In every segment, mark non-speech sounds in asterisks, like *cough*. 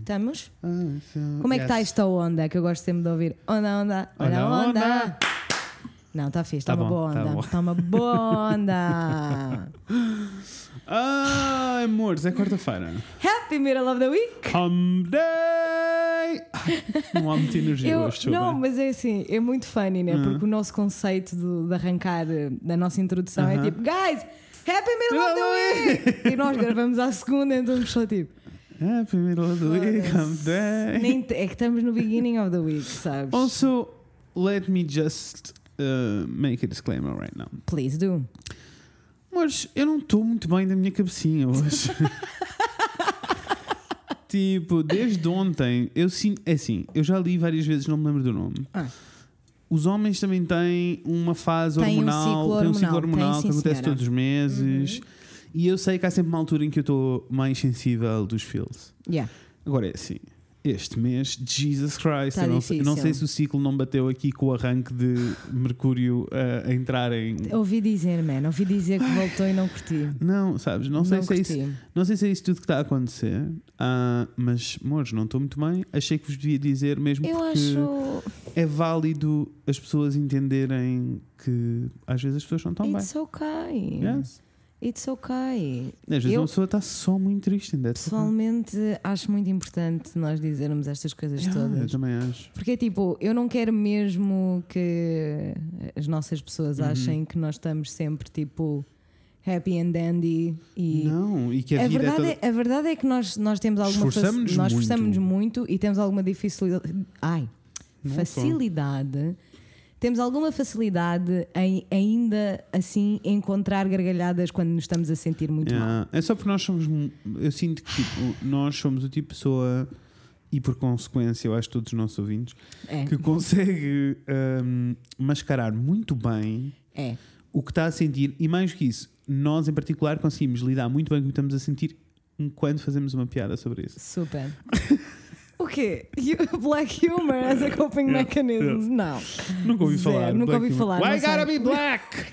Estamos? Como é que está esta onda? Que eu gosto sempre de ouvir. Onda, onda, olha Onda, onda. onda. Não, está fixe, Tá está uma bom, boa tá onda. bom. Está uma boa onda. Ai, Ah, amores, é quarta-feira. Happy Middle of the Week! Home Day! Ai, não há muita energia Eu- hoje, desculpa. não, mas é assim, é muito funny, né? Porque o nosso conceito de, de arrancar eh, da nossa introdução é Aham. tipo, guys, Happy Middle of the Week! e nós gravamos à segunda, então estamos só tipo, Happy middle of the week, Home Day! nem te- é que estamos no beginning of the week, sabes? Also, let me just uh, make a disclaimer right now. Please do. Mas eu não estou muito bem da minha cabecinha hoje. tipo, desde ontem, eu sinto. É assim, eu já li várias vezes, não me lembro do nome. Ah. Os homens também têm uma fase Tem um hormonal, ciclo tem um ciclo hormonal, tem, hormonal que sim, acontece senhora. Uhum. todos os meses. E eu sei que há sempre uma altura em que eu estou mais sensível dos feels. Yeah. Agora é assim. Este mês, Jesus Christ, Tá eu não, sei, eu não difícil. sei se o ciclo não bateu aqui com o arranque de Mercúrio eh, a, a entrar em. Ouvi dizer, man, ouvi dizer que voltou e não curti. Não, sabes? Não sei se é isso curti. Não sei se é isso tudo que está a acontecer, ah, mas, mores, não estou muito bem. Achei que vos devia dizer, mesmo Eu porque acho. é válido as pessoas entenderem que às vezes as pessoas não estão bem. It's okay. Yes. It's okay. Às vezes Eu- uma pessoa está só muito triste, ainda. Pessoalmente, acho muito importante nós dizermos estas coisas eu todas. também acho. Porque, tipo, eu não quero mesmo que as nossas pessoas Uhum. achem que nós estamos sempre, tipo, happy and dandy e. Não, e que a, A vida é verdade, toda. é, a verdade é que nós, nós temos alguma faci- Esforçamos-nos nós muito. esforçamos muito e temos alguma dificilidade. Ai, Não facilidade. Temos alguma facilidade em ainda assim encontrar gargalhadas quando nos estamos a sentir muito mal. Yeah. É só porque nós somos. mu- Eu sinto que tipo, nós somos o tipo de pessoa, e por consequência, eu acho que todos os nossos ouvintes, É, que consegue ahm, mascarar muito bem é. o que está a sentir, e mais do que isso, nós em particular conseguimos lidar muito bem com o que estamos a sentir enquanto fazemos uma piada *laughs* sobre isso. Super. o quê? You- Black humor as a coping Yeah, mechanism? yeah. Não. Nunca ouvi Zero, falar. nunca Black ouvi humor. falar, Why não sei. gotta be *laughs* black?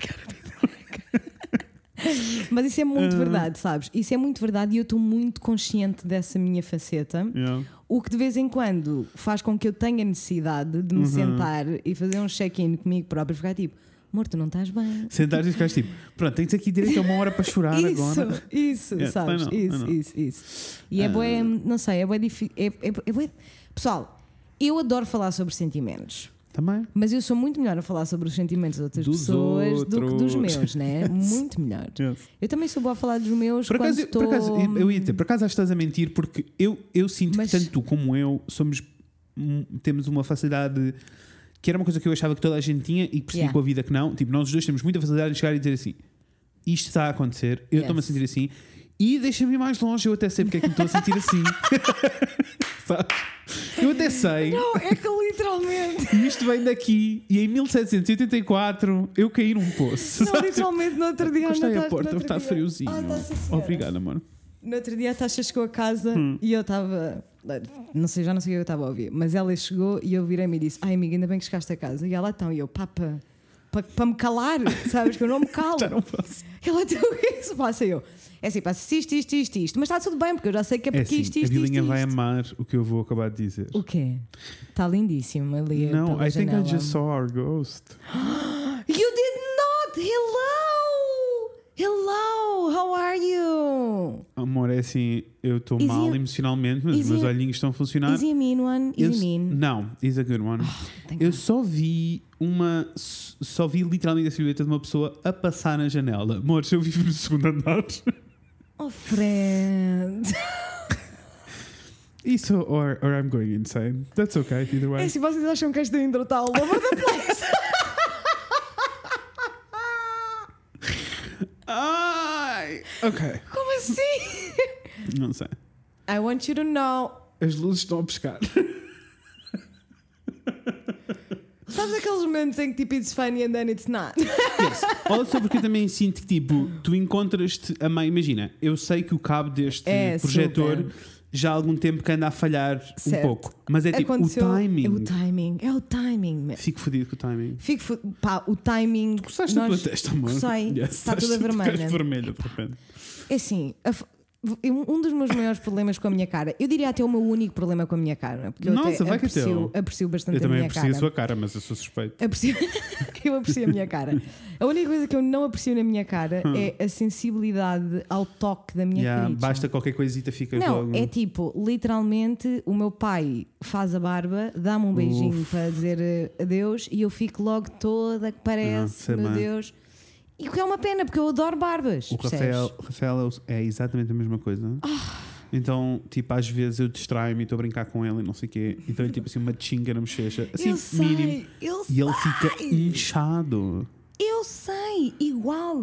Mas isso é muito Ah. verdade, sabes? Isso é muito verdade e eu estou muito consciente dessa minha faceta. Yeah. O que de vez em quando faz com que eu tenha necessidade Uhum. de me sentar e fazer um check-in comigo próprio e ficar tipo, amor, tu não estás bem. Sentar e ficares tipo, pronto, tens aqui direito a uma hora para *laughs* chorar isso, agora. É, isso, Yeah, sabes? I know, I isso, know. isso, isso. E é Ah. bué, não sei, é bué difícil. É, é, é bué- Pessoal, eu adoro falar sobre sentimentos. Também? Mas eu sou muito melhor a falar sobre os sentimentos das outras Dos pessoas do que dos outros. meus, *laughs* né? Muito melhor. Yes. Eu também sou boa a falar dos meus Por quando acaso, estou... por acaso, eu ia dizer, por acaso acho que estás a mentir porque eu, eu sinto Mas- que tanto tu como eu somos, hum, temos uma facilidade que era uma coisa que eu achava que toda a gente tinha e que percebi Yeah. com a vida que não. Tipo, nós os dois temos muita facilidade em chegar e dizer assim: isto está a acontecer, eu Yes. estou-me a sentir assim e deixa-me ir mais longe, eu até sei porque é que me estou a sentir *laughs* assim. Sabes? Eu até sei. Não, é que literalmente... e Isto vem daqui e em 1784 eu caí num *laughs* poço. Não, literalmente no outro dia. Encostei no à outro- no porta, outro está dia- friozinho. Ah, tá, sim, senhora. Obrigado, amor. No outro dia a Tasha chegou a casa Hum. e eu estava. Não sei, já não sei o que eu estava a ouvir, mas ela chegou e eu virei-me e disse: Ai, amiga, ainda bem que chegaste a casa. E ela então, e eu, papa, para me calar, sabes que eu não me *laughs* calo. Já não posso. Ela então, o que é que se passa? E eu, é assim, passa isto, isto, isto, isto, mas está tudo bem, porque eu já sei que é É porque assim, isto, isto, isto. a Vilinha isto. vai amar o que eu vou acabar de dizer. O quê? Está lindíssimo ali. eh, Não, pela I think janela. I just saw our ghost. You did not! Hello! Hello! How are you? Amor, é assim, eu estou Is mal he- emocionalmente, mas is os meus he- olhinhos estão a funcionar. Is he a mean one? Eu Is s- he mean? Oh, Não, is a good one. Thank Eu God. só vi uma. s- Só vi literalmente a silhueta de uma pessoa a passar na janela. Amor, eu vivo no segundo andar. *laughs* Oh, friend! Isso, or, or I'm going insane. That's okay, either É way. se vocês acham que esta intro está all over the place. Ai! Ok. *laughs* Como assim? Não sei. I want you to know. As luzes estão a pescar. Sabes aqueles momentos em que tipo it's funny and then it's not? Ou só porque eu também sinto que, tipo, tu encontras-te a meio. Imagina, eu sei que o cabo deste É, projetor super. já há algum tempo que anda a falhar um Certo. pouco. Mas é tipo, o timing. É o timing, é o timing. man. Fico fodido com o timing. Fico, fu- pá, o timing. Gostaste da nós- *laughs* tua testa, amor? Sei, está estás- toda tu vermelha. ficaste vermelha, de repente. É assim, a f- um um dos meus maiores problemas com a minha cara, eu diria até o meu único problema com a minha cara, porque eu Nossa, até vai que é aprecio, teu. aprecio bastante Eu a também minha aprecio cara. a sua cara, mas eu sou suspeito. Aprecio- *laughs* eu aprecio a minha cara. A única coisa que eu não aprecio na minha cara é a sensibilidade ao toque da minha Hum. Yeah, caricha. basta qualquer coisita, fica Não, logo. um? é tipo, literalmente, o meu pai faz a barba, dá-me um beijinho para dizer eh, adeus e eu fico logo toda Ah, que parece, Nossa, meu mãe. Deus. E o que é uma pena, porque eu adoro barbas. O percebes? Rafael, Rafael é o- é exatamente a mesma coisa. Ah. Então, tipo, às vezes eu distraio-me e estou a brincar com ele e não sei o quê. Então, ele, tipo, assim, uma tchinga na bochecha. Assim, eu sei, mínimo. eu E ele sei. fica inchado. Eu sei, igual.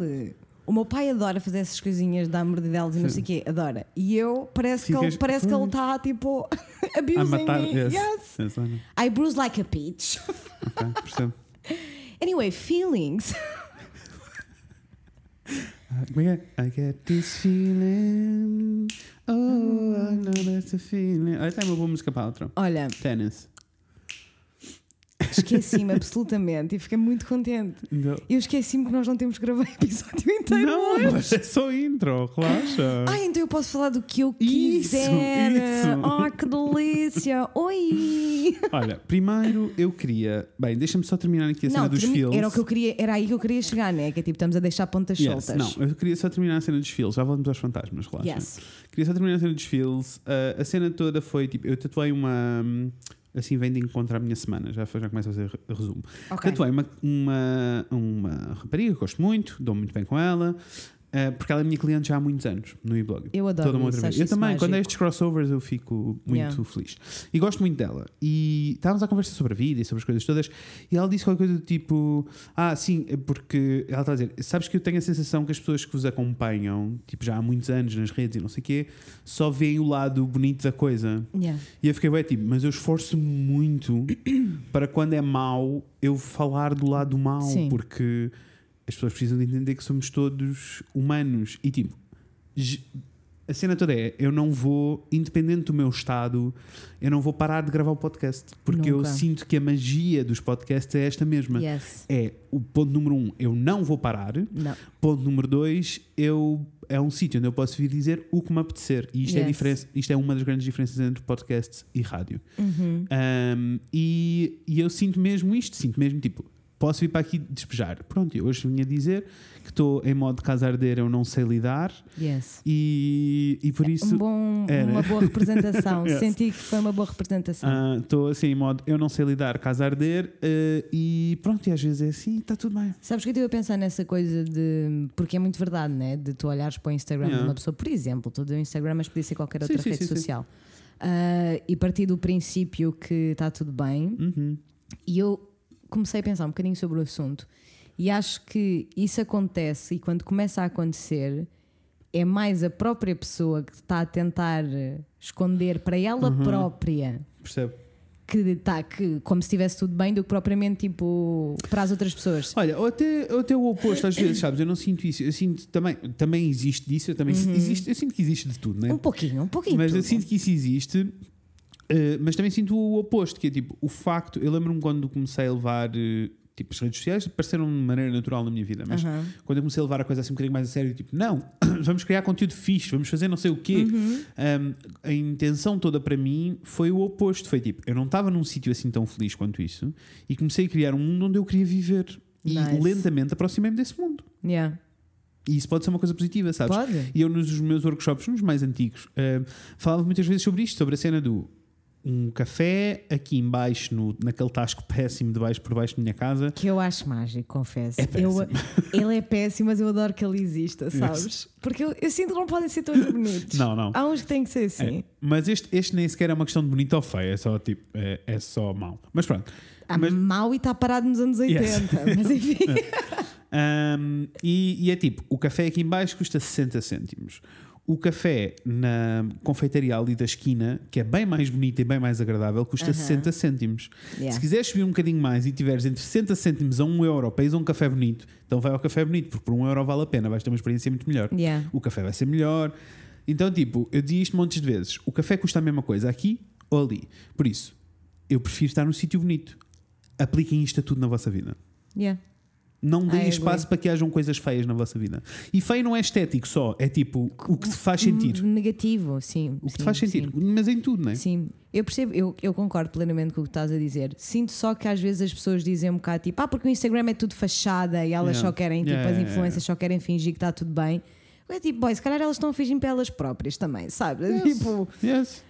O meu pai adora fazer essas coisinhas, dar mordidelas e não sei o quê, adora. E eu, parece que Ficas- ele parece que ele está tipo, hum? *laughs* A abusing matar. me. Yes. Yes. Yes, olha. I bruise like a peach. *laughs* Ok, percebo. Anyway, feelings. *laughs* Como é que é? I get this feeling. Oh, I know that's a feeling. Olha, tem uma boa música para a outra. Olha, Tennis. *laughs* esqueci-me absolutamente e fiquei muito contente. Não, Eu esqueci-me que nós não temos que gravar *laughs* o episódio inteiro não hoje. mas é só intro, relaxa. Ah, então eu posso falar do que eu Isso, quiser. isso. Ah, que delícia. Oi. Olha, primeiro eu queria. Bem, deixa-me só terminar aqui a cena dos termi- filmes. Era, o que eu queria, era aí que eu queria chegar, né? Que é tipo, estamos a deixar pontas Yes, soltas. não, eu queria só terminar a cena dos filmes. Já voltamos aos fantasmas, relaxa. Yes. Queria só terminar a cena dos filmes. a cena toda foi tipo. Eu tatuei uma. hum, Assim vem de encontro à minha semana, já, foi- já começo a fazer re- resumo. Ok. Tatuei uma, uma, uma rapariga que gosto muito, dou muito bem com ela, eh, porque ela é minha cliente já há muitos anos no e-blog. Eu adoro Toda uma isso, outra vez. acho Eu isso também, quando é mágico. estes crossovers, eu fico muito Yeah. feliz. E gosto muito dela. E estávamos à conversa sobre a vida e sobre as coisas todas, e ela disse qualquer coisa do tipo: Ah, sim, é porque ela está a dizer, sabes que eu tenho a sensação que as pessoas que vos acompanham, tipo já há muitos anos nas redes e não sei o quê, só veem o lado bonito da coisa. Yeah. E eu fiquei bem tipo, mas eu *coughs* esforço-me muito para quando é mau eu falar do lado mau, Sim. porque as pessoas precisam de entender que somos todos humanos. E tipo, j- a cena toda é: eu não vou, independente do meu estado, eu não vou parar de gravar o podcast, porque eu Nunca. sinto que a magia dos podcasts é esta mesma. Yes. É o ponto número um, eu não vou parar. Não. Ponto número dois, eu, é um sítio onde eu posso vir dizer o que me apetecer. E isto, é, Yes. diferença, isto é uma das grandes diferenças entre podcasts e rádio. Uhum. Um, e, e eu sinto mesmo isto, sinto mesmo tipo, posso vir para aqui despejar. Pronto, eu hoje vim a dizer que estou em modo casa ardeira, eu não sei lidar Yes. e, e por isso Um bom, era. uma boa representação. *laughs* Yes. Senti que foi uma boa representação. ah, estou assim em modo eu não sei lidar, casa arder ah, e pronto, e às vezes é assim, está tudo bem. Sabes que eu estive a pensar nessa coisa de. Porque é muito verdade, né? De tu olhares para o Instagram de Yeah. uma pessoa, por exemplo, tu o Instagram, mas podia ser qualquer Sim, outra sim, rede sim, sim. social. Ah, e partir do princípio que está tudo bem, Uhum. E eu comecei a pensar um bocadinho sobre o assunto e acho que isso acontece e quando começa a acontecer é mais a própria pessoa que está a tentar eh, esconder para ela Uhum. própria Percebo. que está que como se estivesse tudo bem do que propriamente tipo para as outras pessoas. Olha, ou até, ou até o oposto, às vezes, sabes? Eu não sinto isso. Eu sinto também, também existe disso. Eu também existe, eu sinto que existe de tudo, né? Um pouquinho, um pouquinho. mas eu tudo. sinto que isso existe. eh, mas também sinto o oposto, que é tipo, o facto. Eu lembro-me quando comecei a levar. eh, tipo, as redes sociais apareceram de maneira natural na minha vida, mas Aham. quando eu comecei a levar a coisa assim um bocadinho mais a sério, tipo, não, *coughs* vamos criar conteúdo fixe, vamos fazer não sei o quê. Uhum. Um, a intenção toda para mim foi o oposto. Foi tipo, eu não estava num sítio assim tão feliz quanto isso e comecei a criar um mundo onde eu queria viver. E Nice. lentamente aproximei-me desse mundo. Yeah. E isso pode ser uma coisa positiva, sabes? Pode? E eu, nos meus workshops, nos mais antigos, eh, falava muitas vezes sobre isto, sobre a cena do um café aqui embaixo, no, naquele tasco *laughs* péssimo de baixo por baixo da minha casa. Que eu acho mágico, confesso. É Eu- *laughs* ele é péssimo, mas eu adoro que ele exista, sabes? Porque eu, eu sinto que não podem ser todos bonitos. Não, não. Há uns que têm que ser assim. É, mas este, este nem sequer é uma questão de bonito ou feio, é só tipo, é, é só mau. Mas pronto. Há Mas- mau e está parado nos anos 80. Yes. *laughs* É. Mas enfim. Ahm, e, e é tipo, o café aqui em baixo custa 60 cêntimos. O café na confeitaria ali da esquina, que é bem mais bonito e bem mais agradável, custa Aham. 60 cêntimos. Yeah. Se quiseres subir um bocadinho mais e tiveres entre 60 cêntimos a 1 euro para ir a um café bonito, então vai ao café bonito, porque por 1 euro vale a pena, vais ter uma experiência muito melhor. Yeah. O café vai ser melhor. Então, tipo, eu dizia isto montes de vezes: o café custa a mesma coisa aqui ou ali. Por isso, eu prefiro estar num sítio bonito. Apliquem isto a tudo na vossa vida. Yeah. Não deem agree. espaço para que hajam coisas feias na vossa vida. E feio não é estético só, é tipo o que te faz sentido. Hum, Negativo, sim. O que te sim, faz Uhum. sim. sentido, mas em tudo, não é? Sim, eu percebo, eu, eu concordo plenamente com o que estás a dizer. Sinto só que às vezes as pessoas dizem um bocado tipo, ah, porque o Instagram é tudo fachada e elas Yeah. só querem, tipo, Yeah, as yeah, influências só querem fingir que está tudo bem. É tipo, boy, se calhar elas estão a fingir para elas próprias também, sabe? É Tipo, Yes.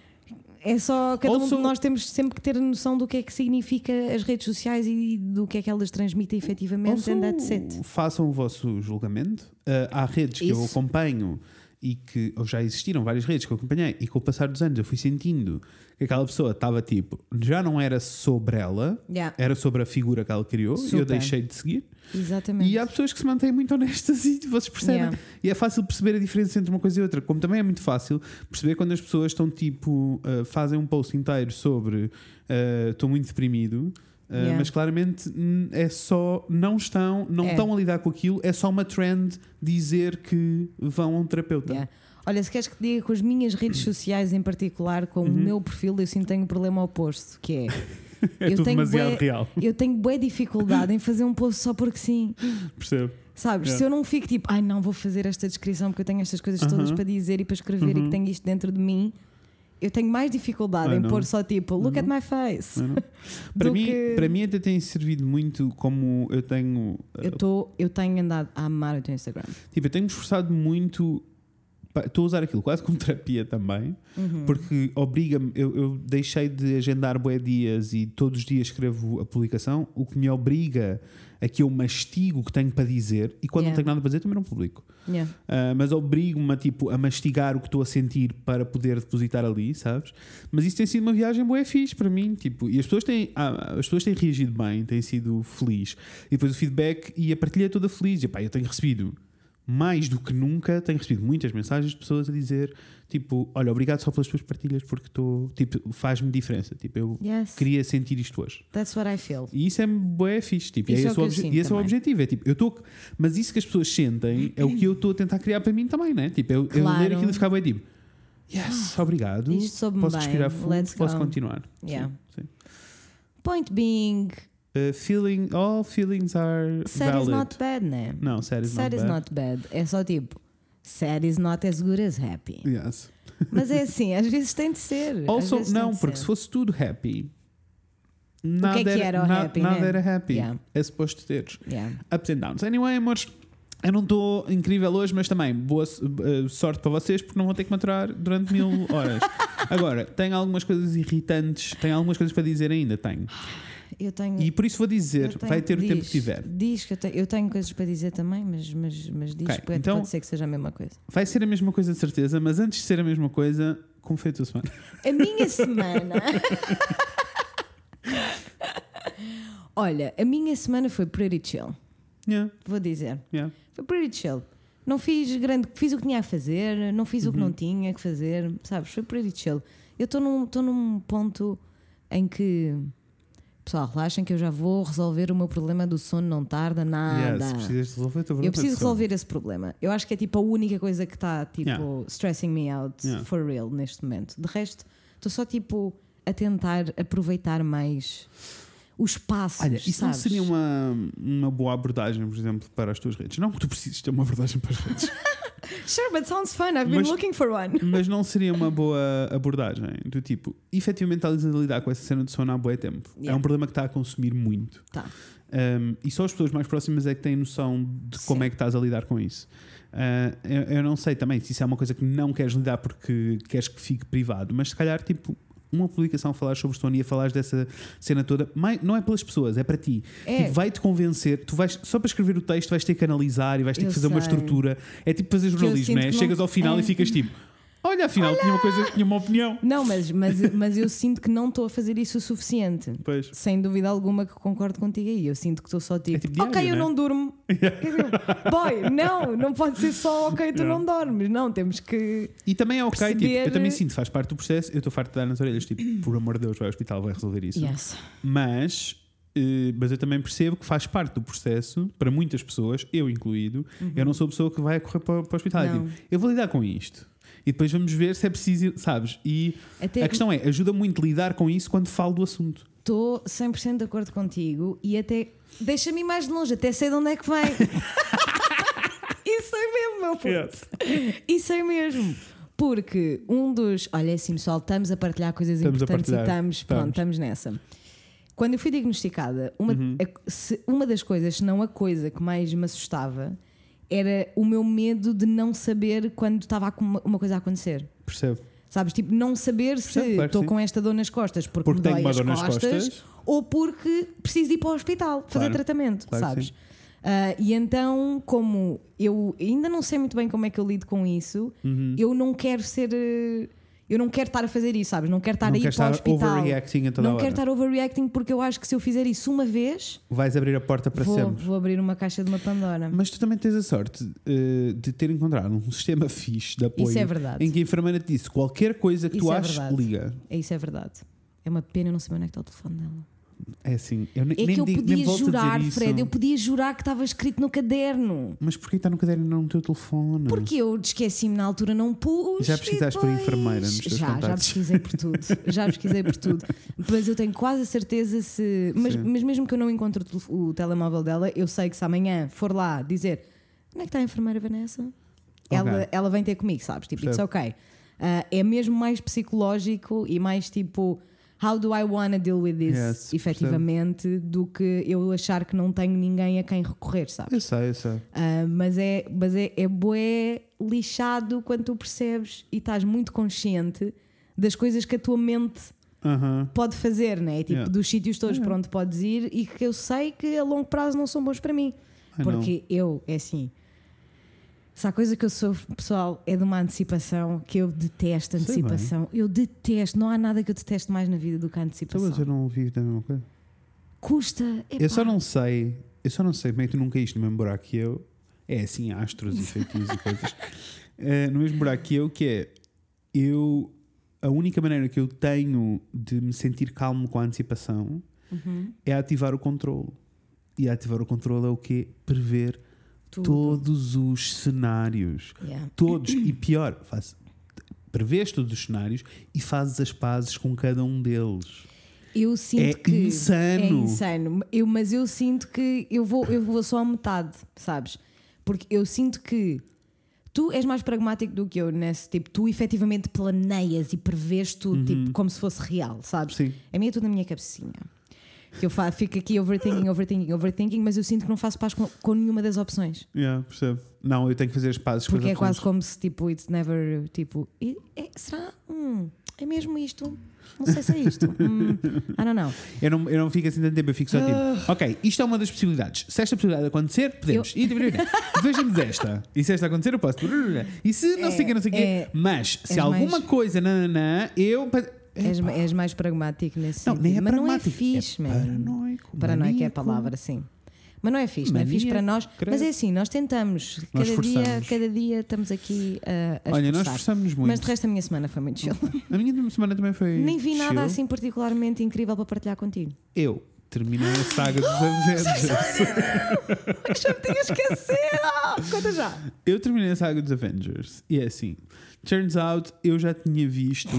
é só cada um Also- de nós temos sempre que ter a noção do que é que significa as redes sociais e do que é que elas transmitem efetivamente. Also, and that's it. Façam o vosso julgamento. Ah, há redes que eu Isso. acompanho e que ou já existiram várias redes que eu acompanhei e com o passar dos anos eu fui sentindo que aquela pessoa estava tipo, já não era sobre ela, Yeah, era sobre a figura que ela criou e eu Super. deixei de seguir. exatamente. É. E há pessoas que se mantêm muito honestas e vocês percebem. Yeah. E é fácil perceber a diferença entre uma coisa e outra. Como também é muito fácil perceber quando as pessoas estão tipo, uh, fazem um post inteiro sobre uh, estou muito deprimido. uh, Yeah. Mas claramente hum, é só, não estão, não É. estão a lidar com aquilo, é só uma trend dizer que vão a um terapeuta. Yeah. Olha, se queres que te diga com as minhas redes sociais em particular, com Uhum. o meu perfil, eu sinto que tenho um problema oposto, que é. *laughs* É eu tudo tenho demasiado bué- real, Eu tenho boa dificuldade em fazer um post só porque sim. percebo? Sabes? Yeah. Se eu não fico tipo, ai não, vou fazer esta descrição porque eu tenho estas coisas todas Uhum. para dizer e para escrever e que tenho isto dentro de mim, eu tenho mais dificuldade I em know. pôr só tipo, look at my face. *laughs* Não é não? Do para, mim, que- para mim, até tem servido muito como eu tenho. uh, Eu, tô, eu tenho andado a amar o teu Instagram. Tipo, eu tenho-me esforçado muito. pá, Estou a usar aquilo quase como *laughs* terapia também, porque obriga-me. Eu, eu deixei de agendar bué dias e todos os dias escrevo a publicação, o que me obriga a que eu mastigo o que tenho para dizer e quando não Yeah. tenho nada para dizer também não publico. Yeah. Ah, mas obrigo-me a, tipo, a mastigar o que estou a sentir para poder depositar ali, sabes? Mas isso tem sido uma viagem boa fixe para mim, tipo, e as pessoas têm, ah, as pessoas têm reagido bem, têm sido feliz. E depois o feedback e a partilha é toda feliz. E, pá, eu tenho recebido mais do que nunca, tenho recebido muitas mensagens de pessoas a dizer, tipo, olha, obrigado só pelas tuas partilhas porque estou, tipo, faz-me diferença, tipo, eu Yes. queria sentir isto hoje. That's what I feel. E isso é bué fixe, tipo, e Isso é é o esse que o eu obje- sinto e esse é o também. objetivo. É tipo, eu estou. Mas isso que as pessoas sentem é o que eu estou a tentar criar para mim também, né? Tipo, eu, eu Claro. Ah, ler aquilo e ficar bem tipo, yes, obrigado. Isto soube-me posso bem, respirar fundo, let's posso go. continuar. Yeah. Sim, sim. Point being, Uh, feeling, all feelings are sad is valid. not bad, né? Não, sad is Sad not is bad. not bad. É só tipo, sad is not as good as *laughs* happy. Yes. Mas é assim, às vezes tem de ser. às Also, vezes tem não, de porque ser. se fosse tudo happy, nada que é que era o na- happy, nada né? era happy. Yeah. É suposto teres. Yeah. ups and downs. Anyway, amores, eu não estou incrível hoje, mas também boa s- eh, sorte para vocês porque não vão ter que maturar *laughs* durante mil horas. Agora, tenho algumas coisas irritantes, tenho algumas coisas para dizer ainda, tenho. Eu tenho. E por isso vou dizer, eu tenho- vai ter o tempo diz, que tiver. Diz que eu tenho, eu tenho coisas para dizer também, mas, mas, mas diz Ok, porque então- pode ser que seja a mesma coisa. Vai ser a mesma coisa de certeza, mas antes de ser a mesma coisa, como foi a tua semana? A minha semana. *laughs* Olha, a minha semana foi pretty chill, Yeah, vou dizer. yeah. Foi pretty chill. Não fiz grande. Fiz o que tinha a fazer, não fiz o Uhum. que não tinha que fazer, sabes? Foi pretty chill. Eu estou num, tô num ponto em que. Pessoal, relaxem que eu já vou resolver o meu problema do sono, não tarda nada. Yeah, se precisas resolver, estou Ah, eu preciso resolver esse problema. Eu acho que é tipo a única coisa que está tipo Yeah. stressing me out Yeah. for real neste momento. De resto, estou só tipo a tentar aproveitar mais os passos. Olha, isso não sabes? seria uma, uma boa abordagem, por exemplo, para as tuas redes. Não que tu precises ter uma abordagem para as redes. Sure, but sounds fun. I've been Mas- looking for one. Mas não seria uma boa abordagem do tipo, efetivamente estás a lidar com essa cena de sono há bué tempo. É Yeah. um problema que está a consumir muito. Tá. Um, e só as pessoas mais próximas é que têm noção de como Sim. é que estás a lidar com isso. Ah, eu, eu não sei também se isso é uma coisa que não queres lidar porque queres que fique privado, mas se calhar, tipo, uma publicação a falar sobre sono e a falar dessa cena toda, mai- não é pelas pessoas, é para ti. É. Tipo, vai-te convencer, tu vais, só para escrever o texto vais ter que analisar e vais ter Eu que fazer uma sei. estrutura. É tipo fazer jornalismo, sinto né? que não- Chegas ao final É. e ficas tipo. Olha, afinal, tinha uma coisa, tinha uma opinião. Não, mas, mas, mas eu sinto que não estou a fazer isso o suficiente. Pois. Sem dúvida alguma que concordo contigo aí. Eu sinto que estou só tipo, É tipo diário, ok, eu né? não durmo. Quer dizer, Boy, não, não pode ser só ok, tu não dormes. Não, temos que. E também é ok, tipo, eu Perceber- né? também sinto, faz parte do processo, eu estou farto de dar nas *clears throat* orelhas, tipo, por amor de Deus, vai ao hospital, vai resolver isso. Yes. Mas, eh, mas eu também percebo que faz parte do processo, para muitas pessoas, eu incluído, eu não sou a pessoa que vai correr para, para o hospital. É Uhum. Não. tipo, eu vou lidar com isto. E depois vamos ver se é preciso, ir- sabes? E Até a questão é, ajuda muito lidar com isso quando falo do assunto. estou 100% de acordo contigo e até Deixa-me ir mais de longe, até sei de onde é *laughs* que vem. Isso é mesmo, meu puto. Yes. Isso é mesmo. Porque um dos. Olha, é assim, pessoal, estamos a partilhar coisas Estamos a importantes partilhar. e estamos, Pronto, estamos nessa. Quando eu fui diagnosticada, uma, Uhum. a- se- uma das coisas, se não a coisa que mais me assustava, era o meu medo de não saber quando estava a com- uma, uma coisa a acontecer. Percebo. Sabes? Tipo, não saber se Percebo, estou claro que sim. com esta dor nas costas porque, Porque me tenho dói uma as dor nas costas, costas. ou porque preciso ir para o hospital fazer Claro, tratamento, claro que sabes? sim. Ah, e então, como eu ainda não sei muito bem como é que eu lido com isso, Uhum. eu não quero ser. eh, Eu não quero estar a fazer isso, sabes? Não quero estar Não a ir queres para o estar hospital. overreacting a toda não hora. quero estar overreacting porque eu acho que se eu fizer isso uma vez, Vais abrir a porta para vou, sempre. vou abrir uma caixa de uma Pandora. Mas tu também tens a sorte eh, de ter encontrado um sistema *laughs* fixe de apoio Isso é verdade. em que a enfermeira te disse qualquer coisa que tu Isso é aches, verdade. liga. É Isso é verdade. É uma pena eu não saber onde é que está o telefone dela. É assim, eu ne- É nem, que eu digo- nem podia volto a jurar, dizer Fred, isso. eu podia jurar que estava escrito no caderno. Mas porquê está no caderno e não no teu telefone? Porque eu esqueci-me na altura, não pus. Já pesquisaste e por depois- enfermeira nos teus Já, já contactos? pesquisei por tudo. já pesquisei por tudo. Mas eu tenho quase a certeza se. Mas, Sim. mas mesmo que eu não encontre o telef- o telemóvel dela, eu sei que se amanhã for lá dizer onde é que está a enfermeira Vanessa, ela, ela vem ter comigo, sabes? Tipo, it's Percebo. ok. Ah, é mesmo mais psicológico e mais tipo. How do I wanna deal with this? Yes, efetivamente, do que eu achar que não tenho ninguém a quem recorrer, sabes? Eu sei, eu sei. Ah, mas é, mas é, é bué lixado quando tu percebes e estás muito consciente das coisas que a tua mente Aham. pode fazer, né? Tipo, Yeah. dos sítios todos para onde podes ir e que eu sei que a longo prazo não são bons para mim. I know. porque eu, é assim. Se há coisa que eu sofro, pessoal, é de uma antecipação que eu detesto Sei bem. antecipação. Eu detesto, não há nada que eu detesto mais na vida do que a Então, mas antecipação. eu não ouvi da mesma coisa. Custa. Eu só epá. não sei, eu só não sei como é que tu não caíste no mesmo buraco que eu. É assim, astros e feitios *laughs* e coisas. Eh, no mesmo buraco que eu, que é eu. A única maneira que eu tenho de me sentir calmo com a antecipação Uhum. é ativar o controle. E ativar o controle é o quê? Prever Tudo. todos os cenários. Yeah. Todos. E pior, faz, prevês todos os cenários e fazes as pazes com cada um deles. Eu sinto É que insano. é insano. Eu, mas eu sinto que eu vou, eu vou só à metade, sabes? Porque eu sinto que tu és mais pragmático do que eu nesse tipo, tu efetivamente planeias e prevês tudo tipo, como se fosse real, sabes? Uhum. Sim. A minha é tudo na minha cabecinha. Que eu fa- fico aqui overthinking, overthinking, overthinking, mas eu sinto que não faço paz com, com nenhuma das opções. Yeah, percebo. Não, eu tenho que fazer as pazes Porque com é as quase opções. como se tipo, it's never tipo, e- é- será? Hum, é mesmo isto? Não sei se é *laughs* isto. Hum, I don't know. Eu não, eu não fico assim tanto tempo, eu fico só Ah. tipo. Ok, isto é uma das possibilidades. Se esta possibilidade acontecer, podemos. E vejamos esta. E se esta acontecer, eu posso. E se não sei o que, não sei o é- que. Mas se és alguma mais- coisa, nananã, eu. pa- És, Epá, és mais pragmático nesse não, sentido. nem é mas pragmático. não é fixe, é man. paranoico. Paranoico é a maníaco. palavra, sim. Mas não é fixe, não é Maníaco, fixe para nós. credo. Mas é assim, nós tentamos. Nós Cada, dia, esforçamos. cada dia estamos aqui ah, a Olha, nós esforçar. esforçamos muito. Mas de resto a minha semana foi muito chill. A minha semana também foi. *laughs* Nem vi nada chill. assim particularmente incrível para partilhar contigo. Eu terminei *gasps* a saga *laughs* dos Avengers. Já me tinha esquecido! *laughs* Conta já! Eu terminei a saga dos Avengers. E é assim. Turns out, eu já tinha visto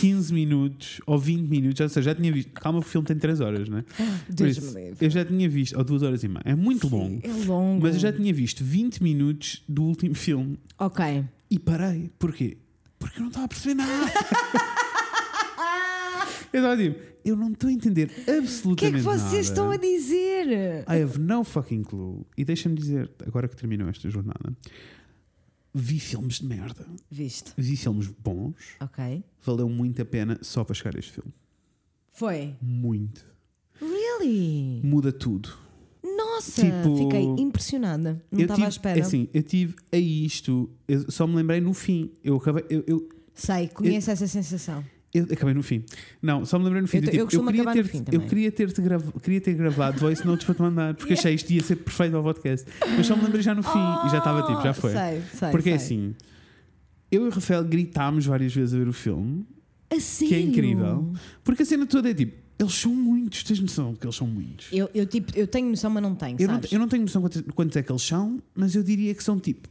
15 minutos ou 20 minutos. Ou seja, já tinha visto. Calma, o filme tem 3 horas, não é? Por Deus isso, me livre. eu já tinha visto, ou 2 horas e meia. É muito longo. É longo. Mas eu já tinha visto 20 minutos do último filme Ok. e parei. Porquê? Porque eu não estava a *laughs* perceber nada. eu estava tipo, eu não estou a entender absolutamente nada. O que é que vocês estão a dizer? I have no fucking clue. E deixa-me dizer, agora que terminou esta jornada, vi filmes de merda, Visto. vi filmes bons, Ok. valeu muito a pena só para chegar a este filme. Foi. Muito. Really? Muda tudo. Nossa! Tipo- Fiquei impressionada. Não Eu estava à tive- espera. é Assim, eu tive a isto, eu só me lembrei no fim. Eu acabei, eu, eu- Sei, conheço essa sensação. eu acabei no fim. Não, só me lembrei no fim. Eu te- tipo, eu costumo acabar no ter, fim eu também. queria ter, -te queria ter gravado voice notes para te mandar, porque achei isto ia ser perfeito ao podcast. Mas só me lembrei já no fim e já estava tipo, já foi. Oh, Sei, sei, Porque é sei. assim, eu e o Rafael gritámos várias vezes a ver o filme, A que é sério? incrível. Porque a cena toda é tipo, eles são muitos, tens noção que eles são muitos. Eu, eu, tipo, eu tenho noção, mas não tenho. Eu não, sabes? eu não tenho noção quantos, quantos é que eles são, mas eu diria que são tipo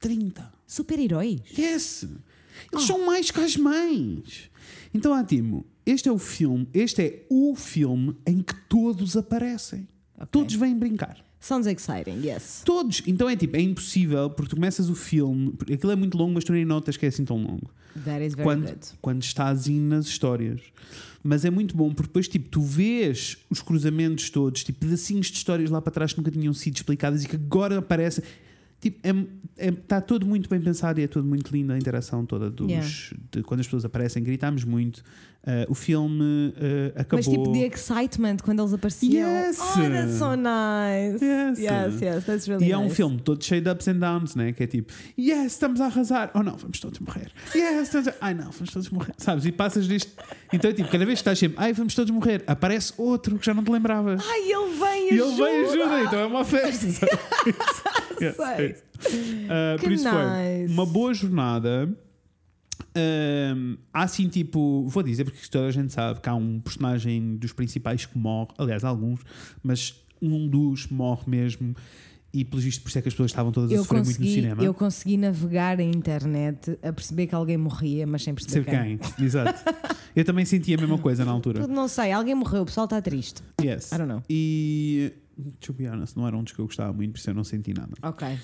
30. Super-heróis? Yes! Ah. Eles são mais que as mães. ah, Então, Atimo, este é o filme, este é o filme em que todos aparecem. Ok. Todos vêm brincar. Sounds exciting, yes. Todos. Então é tipo, é impossível, porque tu começas o filme, porque aquilo é muito longo, mas tu nem notas que é assim tão longo. That is very Quando, good. quando estás in nas histórias. Mas é muito bom, porque depois, tipo, tu vês os cruzamentos todos, tipo, pedacinhos de histórias lá para trás que nunca tinham sido explicadas e que agora aparecem. Tipo, é, é- está tudo muito bem pensado e é tudo muito lindo a interação toda dos, Yeah. de quando as pessoas aparecem. Gritámos muito. Ah, o filme ah, acabou. Mas tipo, the excitement quando eles apareciam. Yes. Oh, that's so nice. Yes. yes, yes, that's really E é um nice. filme todo cheio de ups and downs, né? Que é tipo, yes, estamos a arrasar. Oh não, vamos todos morrer. Yes, estamos a... Ai não, vamos todos morrer. Sabes? E passas disto. Então, tipo, cada vez que estás sempre, ai, vamos todos morrer, aparece outro que já não te lembravas. Ai, ele vem E ajuda. ele vem e *laughs* ajuda, então é uma festa. sabe? *laughs* Yes, Sei. é isso. Ah, Que por isso foi nice. uma boa jornada. Ahm, há assim tipo, vou dizer porque toda a gente sabe que há um personagem dos principais que morre, aliás, alguns, mas um dos morre mesmo. E pelo visto, por isso é que as pessoas estavam todas a Eu sofrer muito no consegui, cinema. eu consegui navegar a internet a perceber que alguém morria, mas sem perceber Sabe quem? Exato. eu também senti a mesma coisa na *laughs* altura. Porque Não sei, alguém morreu, o pessoal está triste. Yes. I don't know. E. To be honest, não era um dos que eu gostava muito, por isso eu não senti nada. Ok. Uh,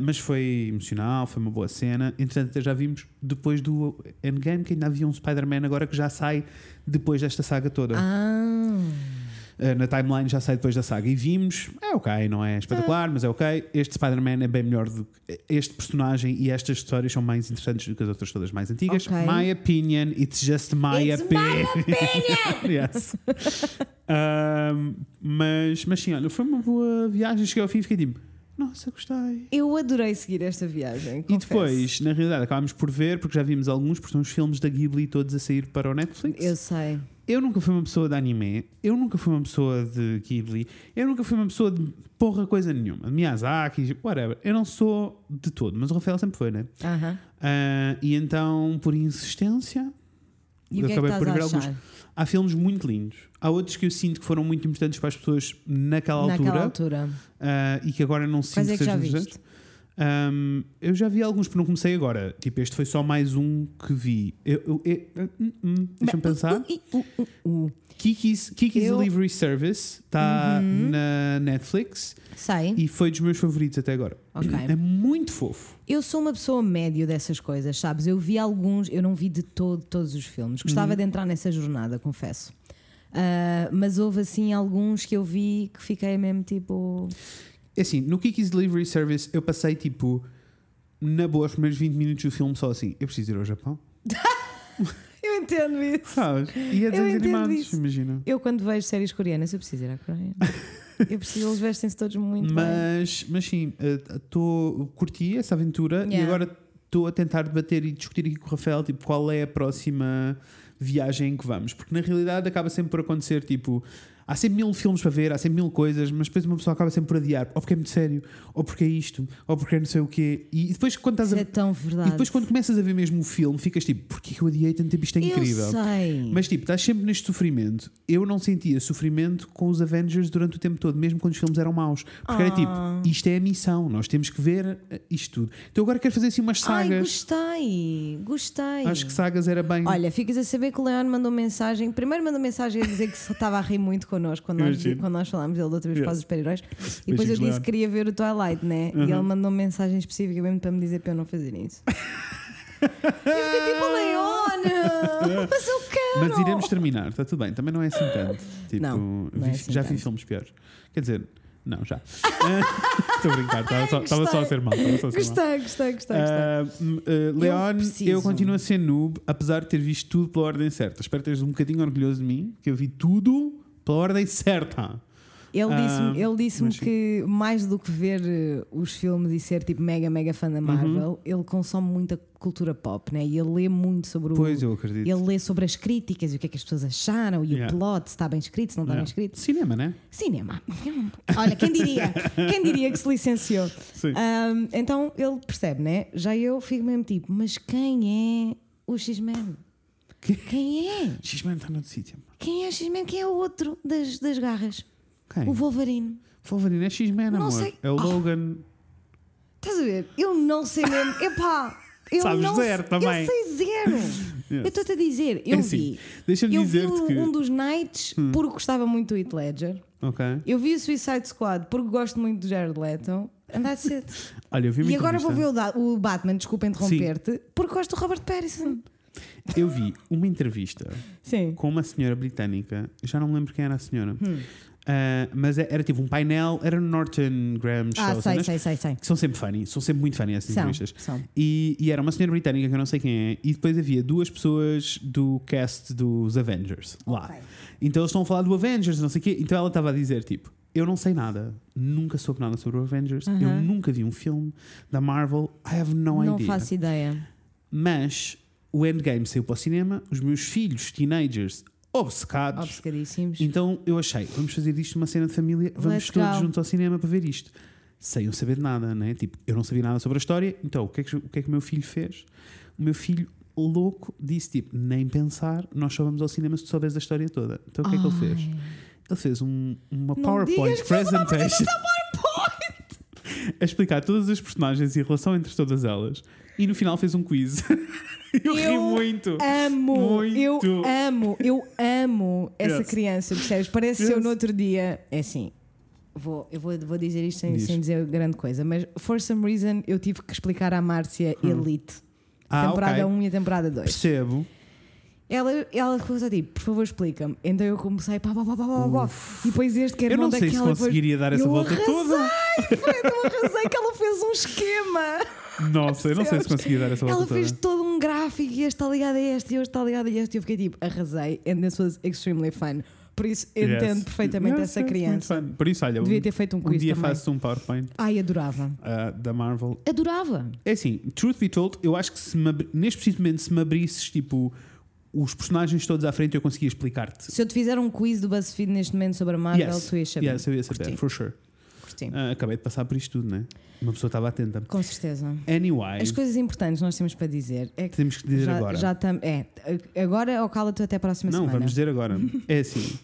mas foi emocional, foi uma boa cena. Entretanto, até já vimos depois do Endgame que ainda havia um Spider-Man agora que já sai depois desta saga toda. Ah. Uh, na timeline já sai depois da saga. E vimos, é ok, não é Ah. espetacular, mas é ok. Este Spider-Man é bem melhor do que. Este personagem e estas histórias são mais interessantes do que as outras todas mais antigas. Ok. My opinion, it's just my It's my opinion. *laughs* yes. Um, mas, mas sim, olha, foi uma boa viagem. Cheguei ao fim e fiquei tipo, nossa, gostei. Eu adorei seguir esta viagem. E confesso. depois, na realidade, acabámos por ver, porque já vimos alguns, porque são os filmes da Ghibli todos a sair para o Netflix. Eu sei. Eu nunca fui uma pessoa de anime, eu nunca fui uma pessoa de Ghibli, eu nunca fui uma pessoa de porra coisa nenhuma, de Miyazaki, whatever. Eu não sou de todo, mas o Rafael sempre foi, né? Aham. Ah, e então, por insistência, E eu o que é que acabei por ver estás a alguns. achar? Há filmes muito lindos, há outros que eu sinto que foram muito importantes para as pessoas naquela, Naquela altura altura. ah, e que agora não sinto Quais é que já sejam importantes. viste? Um, eu já vi alguns, porque não comecei agora. Tipo, este foi só mais um que vi. Eu, eu- eu- hum, hum, Deixa-me pensar. Ih, uh, uh, uh. Kiki's, Kiki's Eu- Uhum. Delivery Service está na Netflix Sei. e foi dos meus favoritos até agora. Ok. É muito fofo. Eu sou uma pessoa médio dessas coisas, sabes? Eu vi alguns, eu não vi de todo todos os filmes. Gostava Uhum. de entrar nessa jornada, confesso. Ah, mas houve assim alguns que eu vi que fiquei mesmo tipo. É Assim, no Kiki's Delivery Service eu passei tipo, na boa, os primeiros 20 minutos do filme só assim. Eu preciso ir ao Japão. Eu entendo isso. Sabes? E é Eu desenhos entendo animados, isso. imagina. "Ah, Eu quando vejo séries coreanas, eu preciso ir à Coreia. Eu preciso, eles vestem-se todos muito bem. Mas, mas sim, eh, tô, curti essa aventura e Yeah. agora estou a tentar debater e discutir aqui com o Rafael tipo, qual é a próxima viagem que vamos. Porque na realidade acaba sempre por acontecer tipo. Há sempre mil filmes para ver, há sempre mil coisas, mas depois uma pessoa acaba sempre por adiar, ou porque é muito sério, ou porque é isto, ou porque é não sei o quê. E depois quando estás Isso a- é tão e verdade. depois quando começas a ver mesmo o filme, ficas tipo, porquê que eu adiei tanto tempo? Isto é incrível. Eu sei. Mas tipo, estás sempre neste sofrimento. Eu não sentia sofrimento com os Avengers durante o tempo todo, mesmo quando os filmes eram maus. Porque era tipo, Ah. isto é a missão, nós temos que ver eh, isto tudo. Então agora quero fazer assim umas Ai, sagas. gostei. Gostei. Acho que sagas era bem. Olha, ficas a saber que o Leon mandou mensagem. Primeiro mandou mensagem a dizer que se estava a rir muito connosco quando nós, Imagino. quando nós falámos dele da outra vez Yeah. para os super-heróis. E depois eu Beijinhos, disse Leon. Uhum. que queria ver o Twilight, né? E ele mandou mensagem específica mesmo para me dizer para eu não fazer *laughs* isso. e eu fiquei tipo, Leon, mas eu quero. Mas iremos terminar, está tudo bem, também não é assim tanto. Tipo, Não, não vi- é assim já vi tanto. filmes piores. Quer dizer, não, já. *laughs* Estou a brincar, estava só, estava só a ser mal. estava só a ser mau. Gostei, gostei, gostei. gostei. Ah, m- ah, Leon, eu, preciso. continuo a ser noob, apesar de ter visto tudo pela ordem certa. Espero que estejas um bocadinho orgulhoso de mim, que eu vi tudo pela ordem certa. Ele ah, disse-me ele disse-me mas sim. que mais do que ver eh, os filmes e ser tipo mega, mega fã Uhum. da Marvel, ele consome muita cultura pop, né? E ele lê muito sobre o. Pois eu acredito. Ele lê sobre as críticas e o que é que as pessoas acharam e Yeah. o plot, se está bem escrito, se não está É. bem escrito. Cinema, né? Cinema. *laughs* Olha, quem diria? Quem diria que se licenciou? Sim. Ahm, então ele percebe, né? Já eu fico mesmo tipo, mas quem é o X-Men? Que- Quem é? X-Men está noutro sítio. amor. Quem é o X-Men? Quem é o outro das, das garras? Quem? O Wolverine. Wolverine é X-Men, Não amor. sei. É o Ah. Logan. *laughs* Estás a ver? Eu não sei mesmo. Epá! Eu Sabes não zero sei, também. Eu sei zero. Eu estou-te a dizer, eu É assim, vi. Deixa-me Eu vi dizer-te um, que. Hum. um dos Nights porque gostava muito do Heath Ledger. Ok. Eu vi o Suicide Squad porque gosto muito do Jared Leto. And that's it. Olha, eu *laughs* vi uma e agora vou entrevista- ver o, da- o Batman, desculpa interromper-te, porque gosto do Robert Pattinson. Eu vi uma entrevista Sim. com uma senhora britânica, eu já não me lembro quem era a senhora, Hum. Ah, mas é- era tipo um painel, era no Norton Graham Show, Ah, sei, cenas sei, sei, sei. que são sempre funny, são sempre muito funny essas São, entrevistas. são. E, e era uma senhora britânica que eu não sei quem é, e depois havia duas pessoas do cast dos Avengers lá. Ok. Então eles estão a falar do Avengers, não sei o quê. Então ela estava a dizer tipo. Eu não sei nada, nunca soube nada sobre o Avengers, eu Aham. nunca vi um filme da Marvel, I have no não idea. faço ideia. Mas o Endgame saiu para o cinema, os meus filhos, teenagers, obcecados. Obcegadíssimos. então eu achei, vamos fazer disto uma cena de família, vamos Let's todos go. juntos ao cinema para ver isto. Sem eu saber de nada, né? Tipo, eu não sabia nada sobre a história, então o que é que o, que é que o meu filho fez? O meu filho, louco, disse tipo, nem pensar, nós só vamos ao cinema se tu souberes a história toda. Então o que é que ele fez? Ele fez um- uma Não PowerPoint digas que fez uma presentation *laughs* a explicar todas as personagens e a relação entre todas elas e no final fez um quiz. *laughs* eu, ri Eu muito. Amo, Muito. eu amo, eu amo essa Yes. criança, percebes? Parece eu Yes. no outro dia. É assim, vou, eu vou, vou dizer isto sem, Diz. sem dizer grande coisa, mas for some reason eu tive que explicar à Márcia Elite, Hum. Ah, temporada ok. 1 e a temporada 2. Percebo. Ela, ela começou a tipo, por favor, explica-me. Então eu comecei, pá, pá, pá, pá, pá, pá. E depois este que era Eu não irmão sei se daquela, depois- conseguiria dar essa eu volta arrasei, *laughs* toda. Fred, eu arrasei que ela fez um esquema. Nossa, eu não sei se conseguia dar essa volta Ela toda. fez todo um gráfico e este está ligado a este e este está ligado a este. E eu fiquei tipo, arrasei. And this was extremely fun. Por isso, Yes. entendo perfeitamente Yes, essa yes, criança. muito fun. Por isso, olha, Devia um, ter feito um um quiz dia também. faço um PowerPoint Ai, adorava. ah, da Marvel. Adorava. É assim, truth be told, eu acho que se me abri- neste preciso momento, se me abrisses tipo os personagens todos à frente, eu conseguia explicar-te. Se eu te fizer um quiz do BuzzFeed neste momento sobre a Marvel, Yes. tu ias saber. Yes, eu ia saber, Curti. for sure. Curti. Ah, acabei de passar por isto tudo, né? Uma pessoa estava atenta. Com certeza. Anyway, As coisas importantes nós temos para dizer é que temos que dizer já, agora. já tam- É, agora ou cala-te até a próxima Não, semana. vamos *laughs* dizer agora. É assim.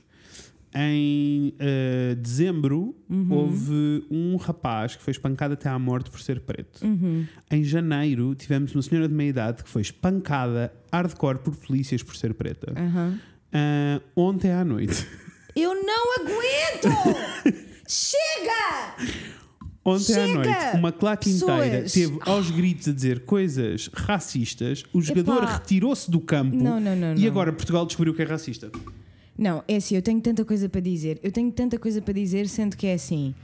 Em eh, dezembro Uhum. houve um rapaz que foi espancado até à morte por ser preto. Uhum. Em janeiro tivemos uma senhora de meia idade que foi espancada hardcore por polícias por ser preta. Aham. Ah, ontem à noite. *laughs* Eu não aguento! Chega! Ontem à Chega! noite, uma claque inteira Pessoas. teve aos gritos a dizer coisas racistas. O jogador Epá. retirou-se do campo Não, não, não. e não. agora Portugal descobriu que é racista. Não, é assim, eu tenho tanta coisa para dizer. Eu tenho tanta coisa para dizer, sendo que é assim.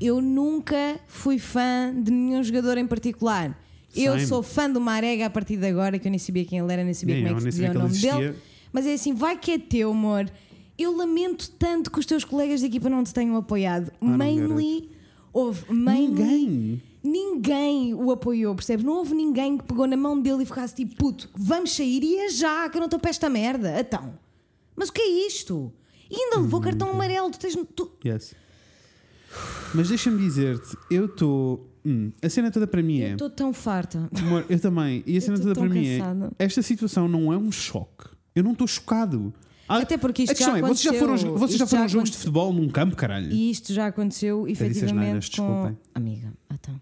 Eu nunca fui fã de nenhum jogador em particular. Eu Same. sou fã do Marega a partir de agora, que eu nem sabia quem ele era, nem sabia Nem como eu, é que se nem dizia sabia o que ele nome dele. existia. Mas é assim, vai que é teu, amor. Eu lamento tanto que os teus colegas de equipa não te tenham apoiado. Ah, não mainly, houve mainly Ninguém. Ninguém o apoiou, percebes? Não houve ninguém que pegou na mão dele e ficasse tipo, puto, vamos sair e é já, que eu não estou para esta merda. Então, mas o que é isto? E ainda Hum. levou cartão amarelo, tu tens. Tu... Yes. Mas deixa-me dizer-te, eu estou. a cena toda para mim é. Estou tão farta. Amor, eu também. E a cena tô toda tão para mim é. cansada. Esta situação não é um choque. Eu não estou chocado. Há- Até porque isto a questão já é, vocês já foram, aconteceu. vocês já Isto já foram a jogos de aconte- futebol num campo, caralho. E isto já aconteceu disse as neiras, efetivamente com. desculpem. Amiga, então.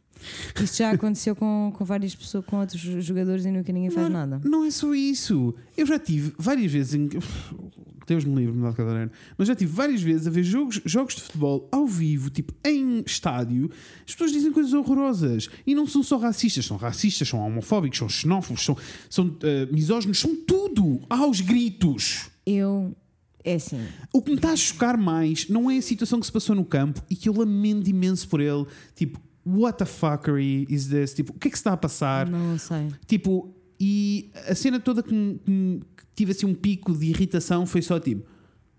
Isto já aconteceu com, com várias pessoas, com outros jogadores e nunca ninguém faz nada. Não é só isso. Eu já tive várias vezes em que. Deus me livre, me dá de cadeira. Mas já tive várias vezes a ver jogos, jogos de futebol ao vivo, tipo em estádio. As pessoas dizem coisas horrorosas. E não são só racistas. São racistas, são homofóbicos, são xenófobos, são, são eh, misóginos, são tudo aos gritos. Eu. É assim. O que me está a chocar mais não é a situação que se passou no campo e que eu lamento imenso por ele. Tipo, what the fuckery is this? Tipo, o que é que se está a passar? Não sei. Tipo, e a cena toda que, me- que me- que tive assim um pico de irritação foi só tipo.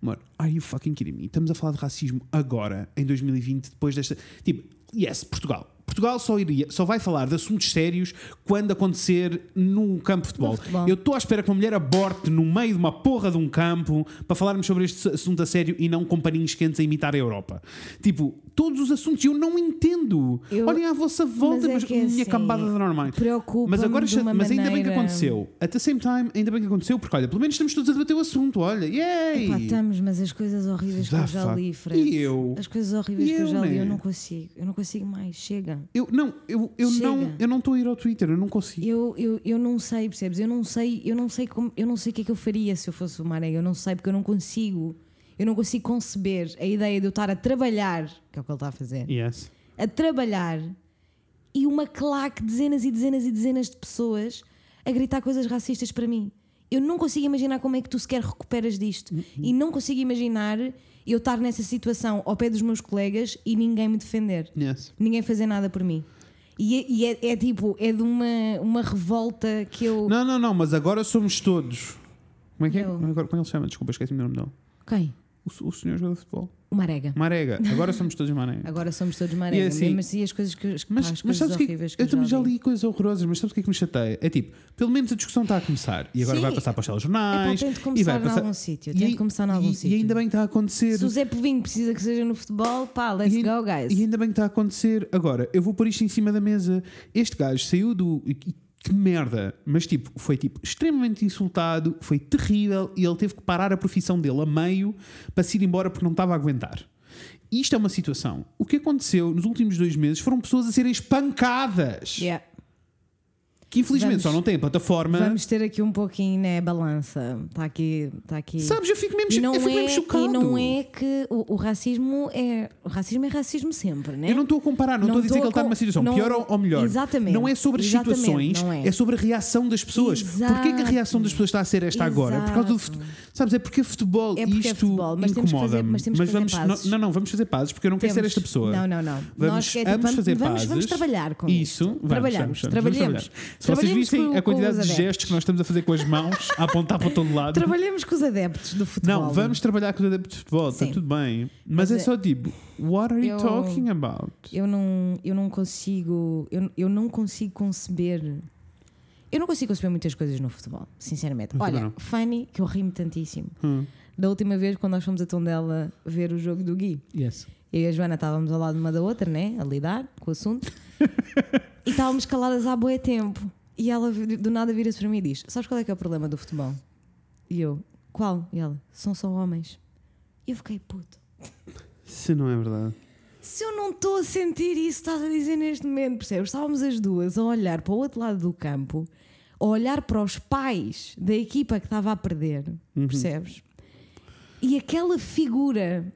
Mano, are you fucking kidding me? Estamos a falar de racismo agora, em 2020, depois desta. Tipo, yes, Portugal. Portugal só, iria, só vai falar de assuntos sérios quando acontecer no campo de futebol. No futebol. Eu estou à espera que uma mulher aborte no meio de uma porra de um campo para falarmos sobre este assunto a sério e não com paninhos quentes a imitar a Europa. Tipo, todos os assuntos e eu não entendo. Eu- Olhem à vossa volta, é mas, que é minha assim, cambada de normais. Preocupa. Mas agora, de uma mas ainda bem que maneira- aconteceu. At the same time, ainda bem que aconteceu, porque olha, pelo menos estamos todos a debater o assunto, olha, yay! Epá, estamos, mas as coisas horríveis Dá que eu já fuck. li, Fred. E eu? As coisas horríveis E que eu eu, já li, né? eu não consigo. Eu não consigo mais. Chega. Eu não, eu, eu Chega. não, eu não estou a ir ao Twitter, eu não consigo. Eu, eu, eu não sei, percebes? Eu não sei, eu não sei como, eu não sei o que é que eu faria se eu fosse uma areia. Eu não sei porque eu não consigo. Eu não consigo conceber a ideia de eu estar a trabalhar, que é o que ele está a fazer, Yes. a trabalhar e uma claque, dezenas e dezenas e dezenas de pessoas a gritar coisas racistas para mim. Eu não consigo imaginar como é que tu sequer recuperas disto. E não consigo imaginar eu estar nessa situação ao pé dos meus colegas e ninguém me defender Yes. ninguém fazer nada por mim. E, é- e é, é tipo, é de uma, uma revolta que eu. Não, não, não, mas agora somos todos. Como é que é? Eu. Agora, como ele se chama? Desculpa, esqueci-me do nome dele. Quem? O, s- o senhor jogador de futebol. Uma arega. Marega. Agora somos todos *laughs* Marega. Agora somos todos uma arega. E assim- mesmo assim, as coisas que. As, pá, as Mas, mas coisas sabes o que, é horríveis que que eu também já vi. li coisas horrorosas, mas sabes o que é que me chateia? É tipo, pelo menos a discussão está a começar e agora Sim. É vai passar para os Epá, telejornais. tem de e começar vai em passar... algum sítio. E Tem aí- de começar em algum e- sítio. E ainda bem que está a acontecer. Se o Zé Povinho precisa que seja no futebol, pá, let's E, go, guys. e ainda bem que está a acontecer. Agora, eu vou pôr isto em cima da mesa. Este gajo saiu do. e- e- Que merda! Mas tipo, foi tipo extremamente insultado, foi terrível e ele teve que parar a profissão dele a meio para se ir embora porque não estava a aguentar. Isto é uma situação. O que aconteceu nos últimos dois meses foram pessoas a serem espancadas. Yeah. Que infelizmente Vamos- só não têm plataforma. Vamos ter aqui um pouquinho, né? Balança. Está aqui. Tá aqui. Sabes, eu fico mesmo, e não, eu fico mesmo é, chocado. e não é que o, o racismo é. O racismo é racismo sempre, né? Eu não estou a comparar, Não não estou a dizer estou que ele a está com- numa situação não- pior ou, ou melhor. Exatamente. Não é sobre as Exatamente, situações, não é. é. sobre a reação das pessoas. Exato. Porquê que a reação das pessoas está a ser esta agora? Por causa do futebol. Sabes, é porque futebol É porque é isto futebol, mas temos que fazer- incomoda-me. mas temos que fazer vamos, pazes. Não, não, vamos fazer pazes porque eu não quero ser Temos. esta pessoa. Não, não, não. Vamos, Nós que é tipo, vamos vamos- fazer vamos- pazes. vamos trabalhar com Isso, isto. vamos, Trabalhamos, vamos, vamos, vamos trabalhemos. trabalhar. Se vocês Trabalhemos vissem com- a quantidade com os de gestos que nós estamos a fazer com as mãos *laughs* a apontar para todo lado. Trabalhamos com os adeptos do futebol. Não, vamos trabalhar com os adeptos de futebol, está Sim. tudo bem. Mas, Mas é é- só tipo, what are you Eu- talking about? Eu não, eu não consigo. Eu, eu não consigo conceber. Eu não consigo conceber muitas coisas no futebol, sinceramente. Eu também Olha, não. Fanny, que eu rimo tantíssimo. Hum. Da última vez, quando nós fomos a Tondela ver o jogo do Gui, Yes. eu e a Joana estávamos ao lado uma da outra, né? A lidar com o assunto. e estávamos caladas há boa tempo. E ela do nada vira-se para mim e diz: Sabes qual é que é o problema do futebol? E eu: Qual? E ela: São só homens. E eu fiquei puto. Se não é verdade. Se eu não estou a sentir isso, estás a dizer neste momento, percebes? Estávamos as duas a olhar para o outro lado do campo, a olhar para os pais da equipa que estava a perder, percebes? E aquela figura,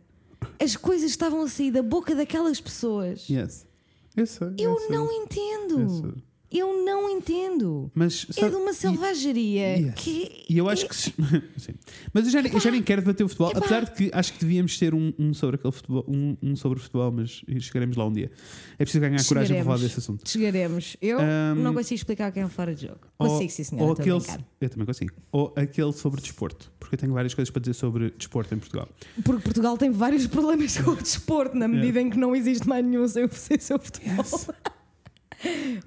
as coisas estavam a sair da boca daquelas pessoas. Yes. Eu sei. Eu sei. não Eu entendo. sei. Eu não entendo. Mas, É sabe- de uma e- selvageria Yes. que. E eu acho que. se- *laughs* Sim. Mas eu já, nem- eu já nem quero debater o futebol, Epá. apesar de que acho que devíamos ter um, um sobre aquele futebol, um, um sobre o futebol, mas chegaremos lá um dia. É preciso ganhar coragem para falar Chegaremos. desse assunto. Chegaremos. Eu Ahm, não consigo explicar quem é fora de jogo. ou- Consigo, sim, senhora. ou estou a aquele, brincar. eu também consigo. Ou aquele sobre desporto, porque eu tenho várias coisas para dizer sobre desporto em Portugal. Porque Portugal tem vários *laughs* problemas com o desporto, na medida em que não existe mais nenhum sem *laughs* sem seu futebol. *laughs*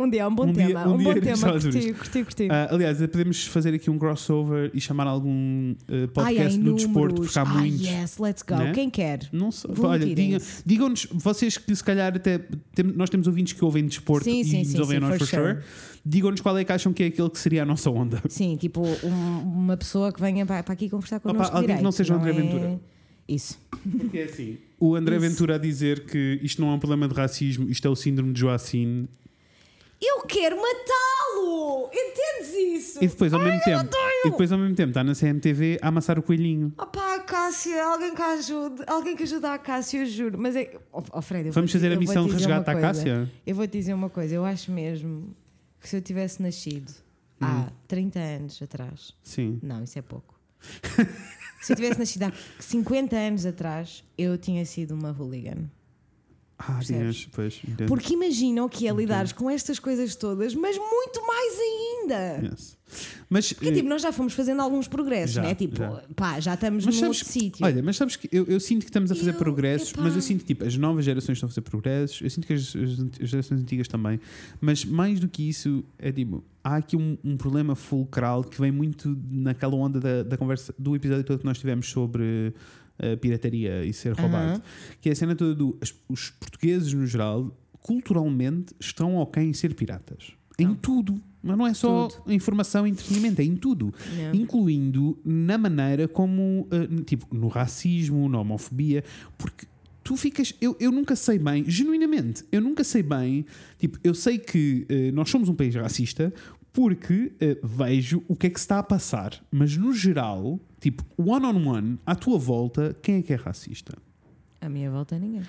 um dia, é um bom Um dia- tema. um um dia *laughs* bom iremos tema. falar sobre Curti, curti, curti. Ah, aliás, podemos fazer aqui um crossover e chamar algum eh, Ai, podcast ai, do números. desporto, porque há Ai, muitos. yes, let's go. Né? Quem quer? Não sei. Olha, Volunteerem-se. diga- digam-nos, vocês que se calhar até. tem- nós temos ouvintes que ouvem desporto Sim, e sim, nos sim, ouvem a sim, nós, for for sure. Digam-nos qual é que acham que é aquele que seria a nossa onda. Sim, tipo um- uma pessoa que venha para, para aqui conversar connosco alguém que direito, não seja o André é? Ventura. Isso. *laughs* Porque é assim. O André Isso. Ventura a dizer que isto não é um problema de racismo, isto é o síndrome de Joacine. Eu quero matá-lo! Entendes isso? E depois, ao Ai, mesmo eu tempo, odeio! e depois, ao mesmo tempo, está na CMTV a amassar o coelhinho. Opá, Cássia, alguém que ajude, alguém que ajude a Cássia, eu juro. Mas é. Ó ó, Fred, eu Vamos vou te- fazer a eu vou missão te dizer resgata uma à coisa. Cássia? Eu vou te dizer uma coisa, eu acho mesmo que se eu tivesse nascido Hum. há 30 anos atrás, Sim. não, isso é pouco. *laughs* se eu tivesse nascido há 50 anos atrás, eu tinha sido uma hooligan. Ah, Percebes? Deus, pois. entendo. Porque imagina o que é lidares com estas coisas todas, mas muito mais ainda. Yes. Mas, eh, Porque, tipo, nós já fomos fazendo alguns progressos, Já, né? Tipo, já. pá, já estamos Mas num sabes outro que- sítio. Olha, mas sabes que eu, eu sinto que estamos a fazer Eu- progressos, epá. mas eu sinto que tipo, as novas gerações estão a fazer progressos, eu sinto que as, as ant- as gerações antigas também, mas mais do que isso, é tipo, há aqui um, um problema fulcral que vem muito naquela onda da, da conversa do episódio todo que nós tivemos sobre a pirataria e ser roubado. Que é a cena toda do. as- os portugueses, no geral, culturalmente, estão ok em ser piratas. Em tudo. Mas não é só informação e entretenimento, é em tudo. Yeah. Incluindo na maneira como. eh, tipo, no racismo, na homofobia. Porque tu ficas. Eu, eu nunca sei bem, genuinamente, eu nunca sei bem. Tipo, eu sei que eh, nós somos um país racista porque eh, vejo o que é que se está a passar. Mas no geral, tipo, one-on-one, à tua volta, quem é que é racista? À minha volta, ninguém.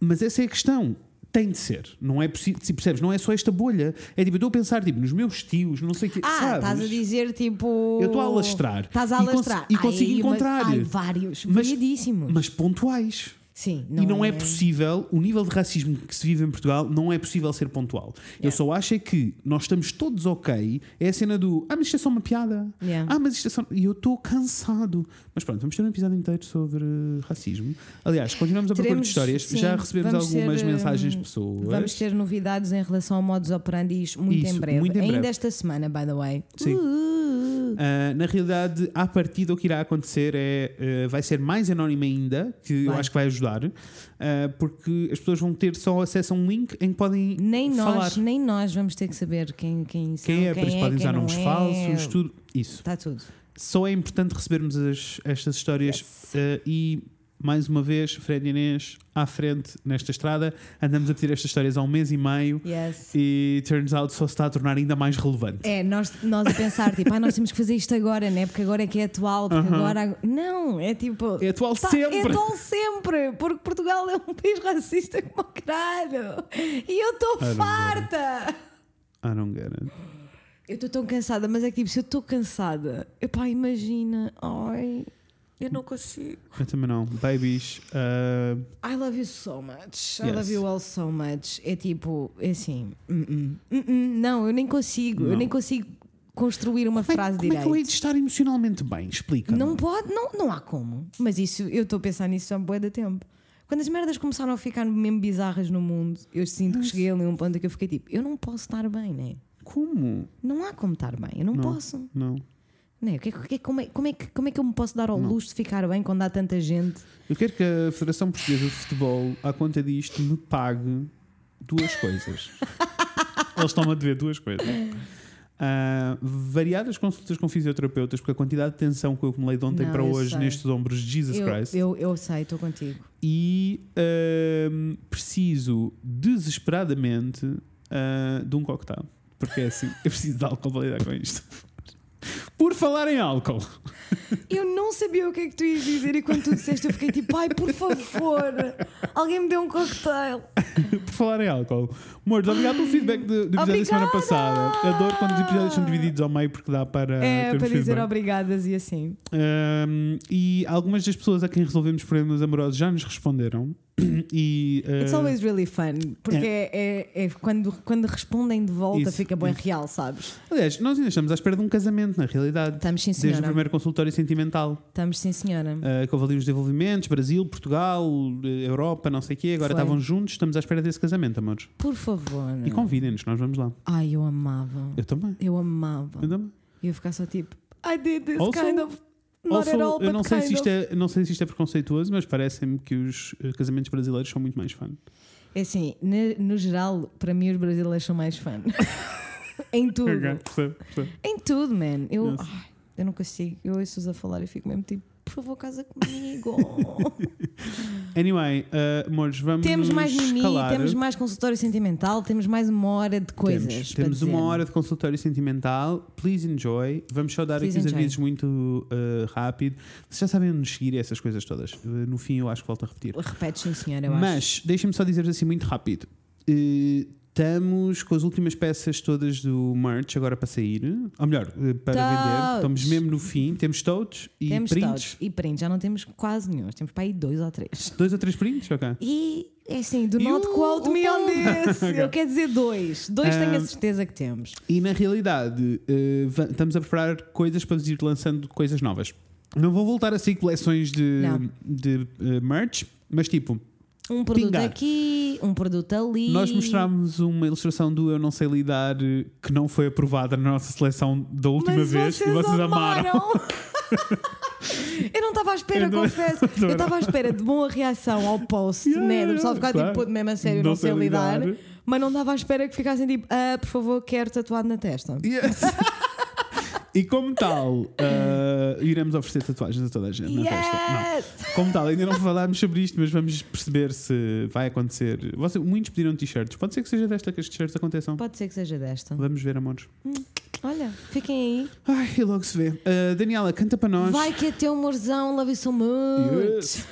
Mas essa é a questão. Tem de ser. Não é possível. Se percebes, não é só esta bolha. É tipo, eu estou a pensar tipo, nos meus tios, não sei o quê. Ah, sabes? estás a dizer tipo. Eu estou a alastrar. Estás a E cons- alastrar. e consigo Ai, encontrar. Mas, ai, vários. Mas- Variadíssimos. Mas pontuais. Sim. e não é... possível, o nível de racismo que se vive em Portugal não é possível ser pontual. Eu Yeah. só acho é que nós estamos todos ok. É a cena do Ah, mas isto é só uma piada. Yeah. Ah, mas isto é só. E eu estou cansado. Mas pronto, vamos ter um episódio inteiro sobre eh, racismo. Aliás, continuamos a procurar Teremos- de histórias. sim, Já recebemos vamos ter, algumas hum, mensagens de pessoas. Vamos ter novidades em relação ao modus operandi muito, Isso, em breve. muito em breve. Ainda esta semana, by the way. Sim. Uh, Ah, na realidade, à partida, o que irá acontecer é. ah, vai ser mais anónimo ainda, que eu Vai. acho que vai ajudar, ah, porque as pessoas vão ter só acesso a um link em que podem nem falar. nós, nem nós vamos ter que saber quem, quem são, Quem é, quem depois podem usar não nomes é. falsos, tudo isso. Está tudo. Só é importante recebermos as- estas histórias ah, e. Mais uma vez, Fred e Inês à frente nesta estrada. Andamos a pedir estas histórias há um mês e meio Yes. e turns out só se está a tornar ainda mais relevante. É, nós, nós a pensar, tipo, ah, nós temos que fazer isto agora, né? Porque agora é que é atual, porque agora. Não, é tipo. É atual Tá, É sempre! tão sempre, porque Portugal é um país racista como o caralho. E eu estou Caramba. farta. I don't get it. Eu estou tão cansada, mas é que tipo, se eu estou cansada, epá, imagina. Ai, eu não consigo. Eu também não. Babies. ah, I love you so much. I Yes. love you all so much. É tipo, é assim. "Mm-mm, mm-mm, não, eu nem consigo. Eu Não. nem consigo construir uma Como é- frase como é que eu hei direita. de estar emocionalmente bem? Explica. Não pode, não, não há como. Mas isso, eu estou a pensar nisso há bué de tempo. Quando as merdas começaram a ficar mesmo bizarras no mundo, eu sinto que cheguei ali a um ponto em que eu fiquei tipo, eu não posso estar bem, né? Como? Não há como estar bem, eu não, Não. posso. Não. Né? O que é que- o que é- como, é, como, é que, como é que eu me posso dar ao luxo de ficar bem quando há tanta gente? Eu quero que a Federação Portuguesa de Futebol, à conta disto, me pague duas coisas. *laughs* Eles estão-me a dever duas coisas. Ah, variadas consultas com fisioterapeutas, porque a quantidade de tensão que eu acumulei de ontem Não, para eu hoje sei. nestes ombros, Jesus Eu, Christ. eu, eu sei, estou contigo. E ahm, preciso desesperadamente ah, de um coquetel. Porque é assim, eu preciso de álcool para lidar com isto. Por falar em álcool. Eu não sabia o que é que tu ias dizer e quando tu disseste eu fiquei tipo, ai, por favor, alguém me deu um cocktail. Por falar em álcool. Mores, obrigado pelo feedback do, do episódio da semana Obrigada! passada. Adoro quando os episódios são divididos ao meio porque dá para. é, termos para dizer feedback. obrigadas e assim. Ahm, e algumas das pessoas a quem resolvemos problemas amorosos já nos responderam. *clears throat* E, ah, It's always really fun, porque é, é- é quando, quando respondem de volta Isso, fica bem isso. real, sabes? Aliás, nós ainda estamos à espera de um casamento, na realidade. Estamos sim, Desde o senhora. primeiro consultório sentimental. Estamos sim, senhora. uh, que houve ali os desenvolvimentos, Brasil, Portugal, eh, Europa, não sei o quê, agora Foi. É. estavam juntos, estamos à espera desse casamento, amores. Por favor. E convidem-nos, nós vamos lá. Ai, eu amava. Eu também. Eu amava. Eu também. E eu ficar só tipo, I did this Also- kind of. Not Also, at all, eu but não sei, kind se of. isto é, não sei se isto é preconceituoso, mas parece-me que os eh, casamentos brasileiros são muito mais fun. É assim, ne- no, geral, para mim os brasileiros são mais *laughs* fã. em tudo. Ok, percebo, percebo. Em tudo, man. Eu, Yes. ai, eu não consigo. Eu ouço-os a falar e fico mesmo tipo, por favor, casa *laughs* comigo. Anyway, eh, amores, vamos. temos mais mimi, escalar. temos mais consultório sentimental, temos mais uma hora de coisas. Temos, para temos dizer. uma hora de consultório sentimental. Please enjoy. Vamos só dar Please aqui os enjoy. avisos muito eh, rápido. Vocês já sabem onde nos seguir e essas coisas todas. Eh, no fim, eu acho que volto a repetir. Repete, sim, senhora, eu acho. Mas deixem-me só dizer assim muito rápido. Eh, Estamos com as últimas peças todas do merch agora para sair, ou melhor, eh, para vender. Totes. Estamos mesmo no fim. Temos totes e temos prints. todos. E prints, já não temos quase nenhum. Temos para aí dois ou três. Dois ou três prints? Ok. E é assim, do E not um- quote me um- on this. Eu quero dizer dois. Dois tenho a Ah, certeza que temos. E na realidade, eh, va- estamos a preparar coisas para vos ir lançando coisas novas. Não vou voltar a sair coleções de, Não. de eh, merch, mas tipo, Um produto pingar. aqui, um produto ali. nós mostramos uma ilustração do Eu Não Sei Lidar eh, que não foi aprovada na nossa seleção da última Mas vez vocês *laughs* e vocês amaram. amaram. Eu não estava à espera, Eu não- *laughs* confesso. não Eu estava à espera de boa reação ao post, Yeah, né? Do yeah, pessoal ficar claro. tipo, pô, mesmo a sério, não, sei lidar. Mas não estava à espera que ficassem tipo, ah, por favor, quero tatuado na testa. Yes. *laughs* e como tal, eh, iremos oferecer tatuagens a toda a gente na festa. Não. Yes! Como tal, ainda não falámos sobre isto, mas vamos perceber se vai acontecer. Você- muitos pediram t-shirts. Pode ser que seja desta que as t-shirts aconteçam. Pode ser que seja desta. Vamos ver, amores. Olha, fiquem aí. Ai, e logo se vê. Ah, Daniela, canta para nós. Vai que é teu amorzão, love you so much. Yes.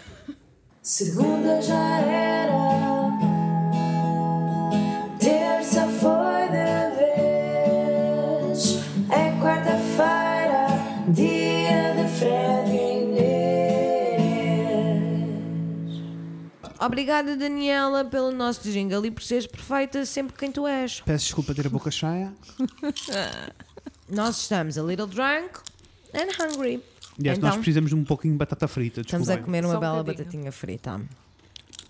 Segunda já era, terça foi de vez, é quarta-feira, dia de Fred e Inês. Obrigada, Daniela, pelo nosso jingle e por seres perfeita sempre quem tu és. Peço desculpa ter a boca cheia. Nós estamos a little drunk and hungry. Yes, então, nós precisamos de um pouquinho de batata frita. estamos desculpem. a comer uma Só um bela bocadinho. batatinha frita.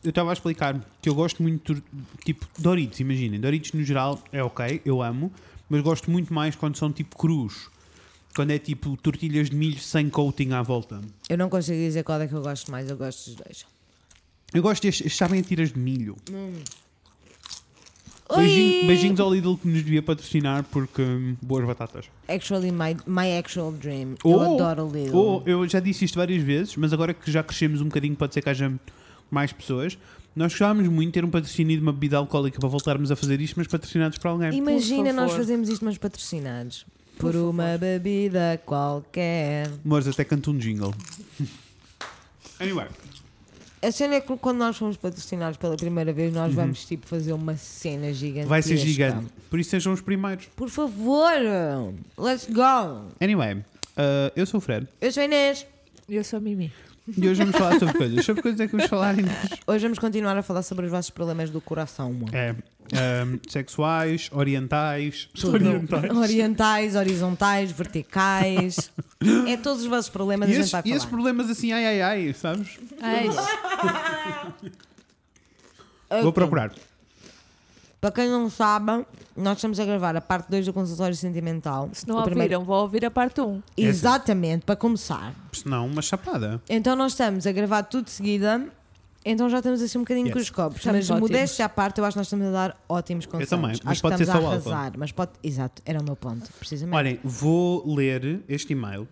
Eu estava a explicar que eu gosto muito, do- tipo, Doritos, imaginem. Doritos no geral é ok, eu amo, mas gosto muito mais quando são tipo crus. Quando é tipo tortilhas de milho sem coating à volta. Eu não consigo dizer qual é que eu gosto mais, eu gosto dos dois. Eu gosto destes, estes sabem a tiras de milho. Oi! Beijinho- beijinhos ao Lidl que nos devia patrocinar porque hum, boas batatas. Actually, my, my actual dream. eu Ou- adoro o Lidl. ou, eu já disse isto várias vezes, mas agora que já crescemos um bocadinho, pode ser que haja mais pessoas. Nós gostávamos muito de ter um patrocínio de uma bebida alcoólica para voltarmos a fazer isto, mas patrocinados é, por alguém. Imagina Por nós favor. fazemos isto, mas patrocinados. Por, uma bebida qualquer. Mas até canto um jingle. Anyway, A cena é que quando nós fomos patrocinados pela primeira vez, nós vamos tipo fazer uma cena gigante. Uhum. vai ser é gigante. Por isso sejam os primeiros. Por favor, let's go. Anyway, ah, eu sou o Fred Eu sou a Inês. Eu sou a Mimi. e hoje vamos falar sobre coisas. Sobre coisas é que vamos falar ainda. Hoje vamos continuar a falar sobre os vossos problemas do coração. É, ahm, sexuais, orientais. Orientais. Orientais, horizontais, verticais. é todos os vossos problemas E a esses, gente vai e esses falar. problemas assim, ai ai ai, sabes? Ai, Vou É Ok. procurar. Para quem não sabe, nós estamos a gravar a parte 2 do consultório sentimental. se não O ouviram, primeiro- vão ouvir a parte 1. Essa. Exatamente, para começar. Se não, é uma chapada. Então nós estamos a gravar tudo de seguida. Então já estamos assim um bocadinho Yes. com os copos. Estamos mas ótimos. modéstia à parte, eu acho que nós estamos a dar ótimos conselhos. também, acho mas que pode ser estamos só a o álcool. arrasar, mas pode. Exato, era o meu ponto, precisamente. Olhem, vou ler este e-mail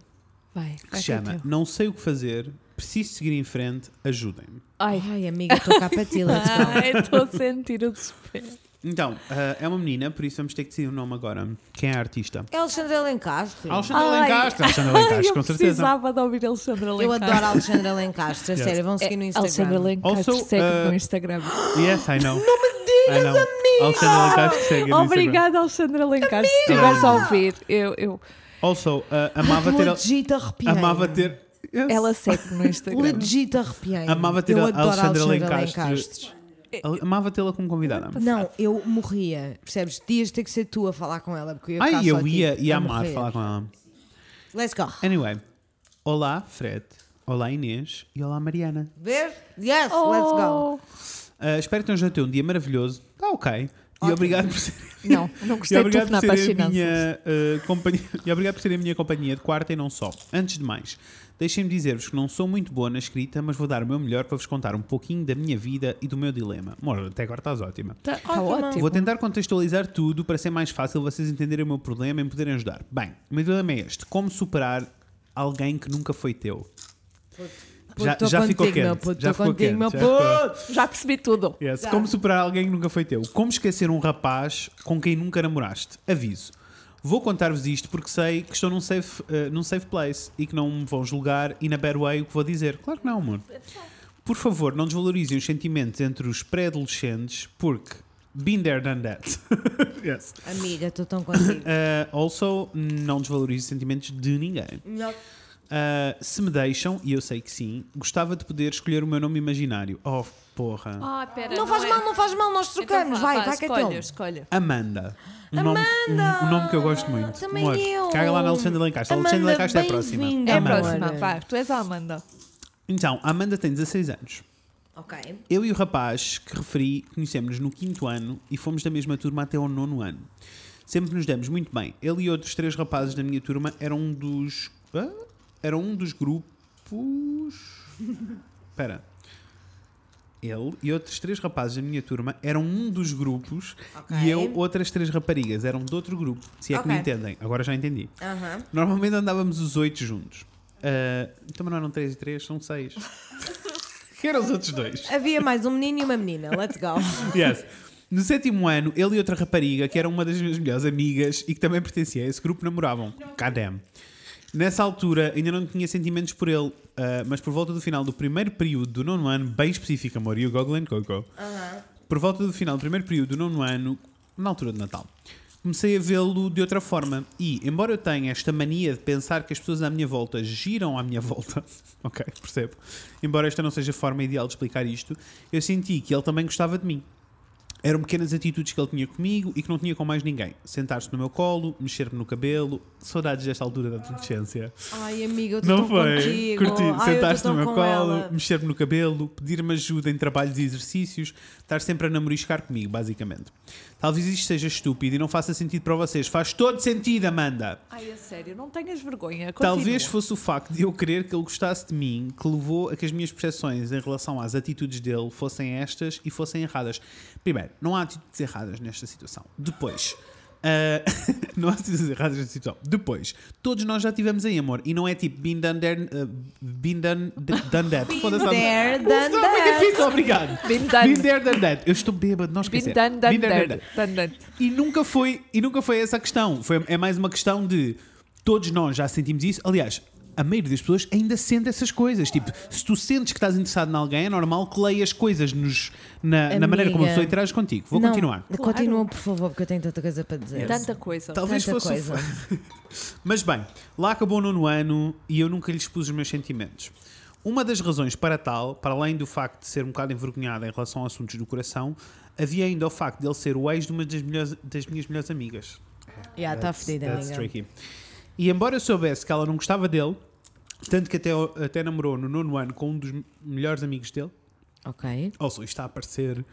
Vai, que vai se ser chama teu. Não sei o que fazer, preciso seguir em frente, ajudem-me. Ai, Ai, amiga, estou cá para ti, let's go. *laughs* ai, Ah, estou a sentir o desespero. Então, ah, é uma menina, por isso vamos ter que decidir o nome agora. Quem é a artista? É Alexandre Alencastre. Alexandra Ai. Lencastre. Alexandra Ai, Lencastre, eu com certeza. precisava de ouvir Alexandra Eu Lencastre. adoro Alexandre Alencastre, a Yes. sério, vão seguir É no Instagram. Alexandra Lencastre Also, segue uh, *gasps* no Instagram. Yes, I know. Não me digas, amiga! Alexandra Lencastre segue no Instagram. Obrigada, Alexandra Lencastre. Se estiveres a ouvir, eu, eu- Also, ah, amava ter... Legit arrepiei. Amava ter... Yes. ela segue no Instagram. Legit arrepiei. Amava ter eu a adoro Alexandra Alexandre Lencastre. Alencastre. Al- Amava tê-la como convidada. Não, eu morria, percebes? Dias ter que ser tu a falar com ela, porque eu ia ficar Ai, só, eu ia, tipo, ia a amar morrer. falar com ela. Let's go. Anyway, olá Fred, olá Inês e olá Mariana. Ver? Yes, Oh, let's go. Ah, espero que tenham tido um dia maravilhoso. Está ok. E obrigado por ser, Não, não e gostei de obrigado telefonar para por as serem a finanças. minha ah, companhia e obrigado por serem a minha companhia de quarta e não só. Antes de mais, deixem-me dizer-vos que não sou muito boa na escrita, mas vou dar o meu melhor para vos contar um pouquinho da minha vida e do meu dilema. Mora, até agora estás ótima. Está Tá ótimo. Vou tentar contextualizar tudo para ser mais fácil vocês entenderem o meu problema e me poderem ajudar. Bem, o meu dilema é este: como superar alguém que nunca foi teu? Puto, tô contigo, meu puto, tô contigo, meu ficou puto. quente. Já percebi tudo. Yes. É, Como superar alguém que nunca foi teu? Como esquecer um rapaz com quem nunca namoraste? Aviso. Vou contar-vos isto porque sei que estou num safe, eh, num safe place e que não me vão julgar e na bad way o que vou dizer. Claro que não, amor. Por favor, não desvalorizem os sentimentos entre os pré-adolescentes porque been there, done that. yes. Amiga, estou tão contigo. *laughs* Eh, also, não desvalorizem os sentimentos de ninguém. Não. Eh, se me deixam, e eu sei que sim, gostava de poder escolher o meu nome imaginário. Oh, porra. Ah, pera, Não faz mal, não faz mal, nós Então trocamos. vai, vai, que é escolha, teu. escolha. Amanda. Um nome, um, um nome que eu gosto muito. Também Amor, eu. Caga lá na Alexandra Lencastre. A Alexandra Amanda, Lencastre é a próxima. bem-vinda, É a Amanda. próxima, vá. Tu és a Amanda. Então, a Amanda tem 16 anos. Ok. Eu e o rapaz que referi conhecemos-nos no quinto ano e fomos da mesma turma até ao nono ano. Sempre nos demos muito bem. Ele e outros três rapazes da minha turma eram um dos. Hã? era um dos *laughs* grupos. Espera. Ele e outros três rapazes da minha turma eram um dos grupos Ok. e eu, outras três raparigas, eram de outro grupo, se é que me Ok. entendem. Agora já entendi. Aham. Normalmente andávamos os oito juntos. Ah, então, mas não eram três e três, são seis. *laughs* que eram os outros dois? Havia mais um menino e uma menina. Let's go. *laughs* Yes. No sétimo ano, ele e outra rapariga, que era uma das minhas melhores amigas e que também pertencia a esse grupo, namoravam. Cadem. Nessa altura, ainda não tinha sentimentos por ele, ah, mas por volta do final do primeiro período do nono ano, bem específico, amor, e o Goglen Coco. Por volta do final do primeiro período do nono ano, na altura de Natal, comecei a vê-lo de outra forma. E, embora eu tenha esta mania de pensar que as pessoas à minha volta giram à minha volta, *laughs* ok, percebo. Embora esta não seja a forma ideal de explicar isto, eu senti que ele também gostava de mim. Eram pequenas atitudes que ele tinha comigo e que não tinha com mais ninguém. Sentar-se no meu colo, mexer-me no cabelo, saudades desta altura da adolescência. Ai, amiga, eu estou Não tão foi? contigo. Curti. Ai, eu tô Sentar-se tão no meu com colo, ela. mexer-me no cabelo, pedir-me ajuda em trabalhos e exercícios, estar sempre a namoriscar comigo, basicamente. Talvez isto seja estúpido e não faça sentido para vocês. Faz todo sentido, Amanda! Ai, é sério, não tenhas vergonha. Talvez continua. fosse o facto de eu querer que ele gostasse de mim que levou a que as minhas percepções em relação às atitudes dele fossem estas e fossem erradas. Primeiro, não há atitudes erradas nesta situação. Depois. ah, *laughs* não há atitudes erradas nesta situação. Depois, todos nós já tivemos em amor e não é tipo been done, there, ah, been done, d- done that. Foda-se, há- There, Não, done como é que é that. difícil? Obrigado. Been done. Been there, done that. Eu estou bêbado, não esqueci. Been done, done, Been there, done, done that. done, done. E nunca foi, e nunca foi essa a questão. Foi, é mais uma questão de todos nós já sentimos isso. Aliás, a maioria das pessoas ainda sente essas coisas. Tipo, se tu sentes que estás interessado em alguém, é normal que leias coisas nos, na, na Amiga. maneira como a pessoa interage contigo. Vou Não, continuar. Continua, por favor, porque eu tenho tanta coisa para É dizer. Tanta coisa. Talvez tanta fosse. o coisa. fa- *laughs* Mas bem, lá acabou o nono ano e eu nunca lhe expus os meus sentimentos. Uma das razões para tal, para além do facto de ser um bocado envergonhada em relação a assuntos do coração, havia ainda o facto de ele ser o ex de uma das, melhores, das minhas melhores amigas. Já, está That's- Tá fedida, that's amiga. tricky. E embora eu soubesse que ela não gostava dele, tanto que até, até namorou no nono ano com um dos melhores amigos dele, Ok. ouço, isto está a parecer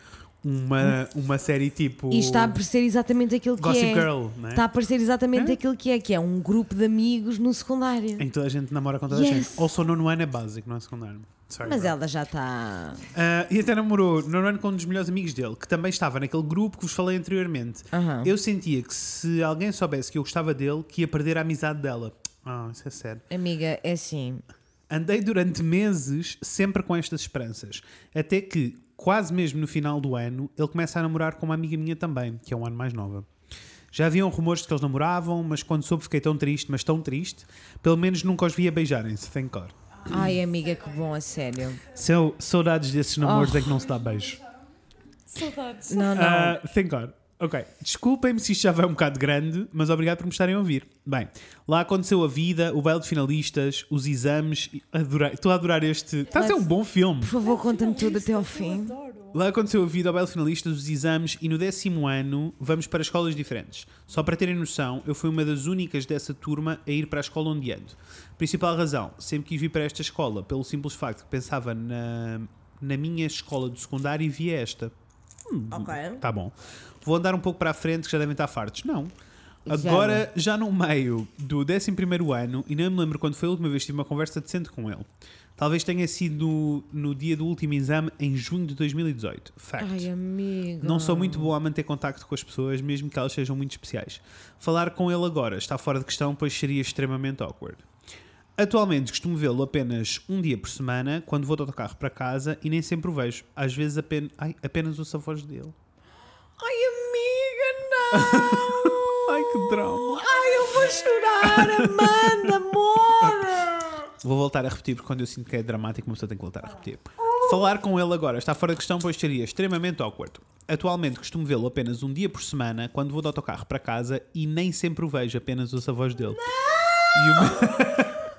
uma, uma série tipo. E está a parecer exatamente aquilo que Gossip é. Girl, não é? Está a parecer exatamente É? aquilo que é, que é um grupo de amigos no secundário. Em que toda a gente namora com toda a Yes. gente. Ou só nono ano é básico, não é secundário. Sorry, Mas bro. ela já tá, está. Ah, e até namorou nono ano com um dos melhores amigos dele, que também estava naquele grupo que vos falei anteriormente. Aham. Eu sentia que se alguém soubesse que eu gostava dele, que ia perder a amizade dela. Ah, isso é sério. Amiga, é assim. Andei durante meses sempre com estas esperanças, até que, quase mesmo no final do ano, ele começa a namorar com uma amiga minha também, que é um ano mais nova. Já haviam rumores de que eles namoravam, mas quando soube fiquei tão triste, mas tão triste, pelo menos nunca os via beijarem-se, tem cor. Ai, amiga, que bom, a sério. São saudades desses namoros é que não se dá beijo. Não, não. Ah, thank God. Ok, desculpem-me se isto já vai um bocado grande, mas obrigado por me estarem a ouvir. Bem, lá aconteceu a vida, o baile de finalistas, os exames. e adorei- Estou a adorar este. Está a ser um bom filme. Por favor, conta-me tudo até ao fim. Lá aconteceu a vida, ao baile finalista dos exames e no décimo ano vamos para escolas diferentes. Só para terem noção, eu fui uma das únicas dessa turma a ir para a escola onde ando. Principal razão, sempre quis vir para esta escola, pelo simples facto que pensava na, na minha escola de secundário e vi esta. Ok. Tá bom. Vou andar um pouco para a frente que já devem estar fartos. Não. Já Agora, já no meio do 11º ano, e não me lembro quando foi a última vez que tive uma conversa decente com ele. Talvez tenha sido no, no dia do último exame, em junho de 2018. Fact. Ai, amiga. Não sou muito boa a manter contacto com as pessoas, mesmo que elas sejam muito especiais. Falar com ele agora está fora de questão, pois seria extremamente awkward. Atualmente costumo vê-lo apenas um dia por semana, quando vou de autocarro para casa, e nem sempre o vejo. Às vezes apen- ai, apenas ouço a voz dele. Ai, amiga, não! Ai, que drama. Ai, eu vou chorar, Amanda, *laughs* amor! Vou voltar a repetir, porque quando eu sinto que é dramático, uma pessoa tem que voltar a repetir. Falar com ele agora está fora de questão, pois seria extremamente awkward. Atualmente costumo vê-lo apenas um dia por semana, quando vou de autocarro para casa, e nem sempre o vejo, apenas ouço a voz dele. E o meu... *laughs*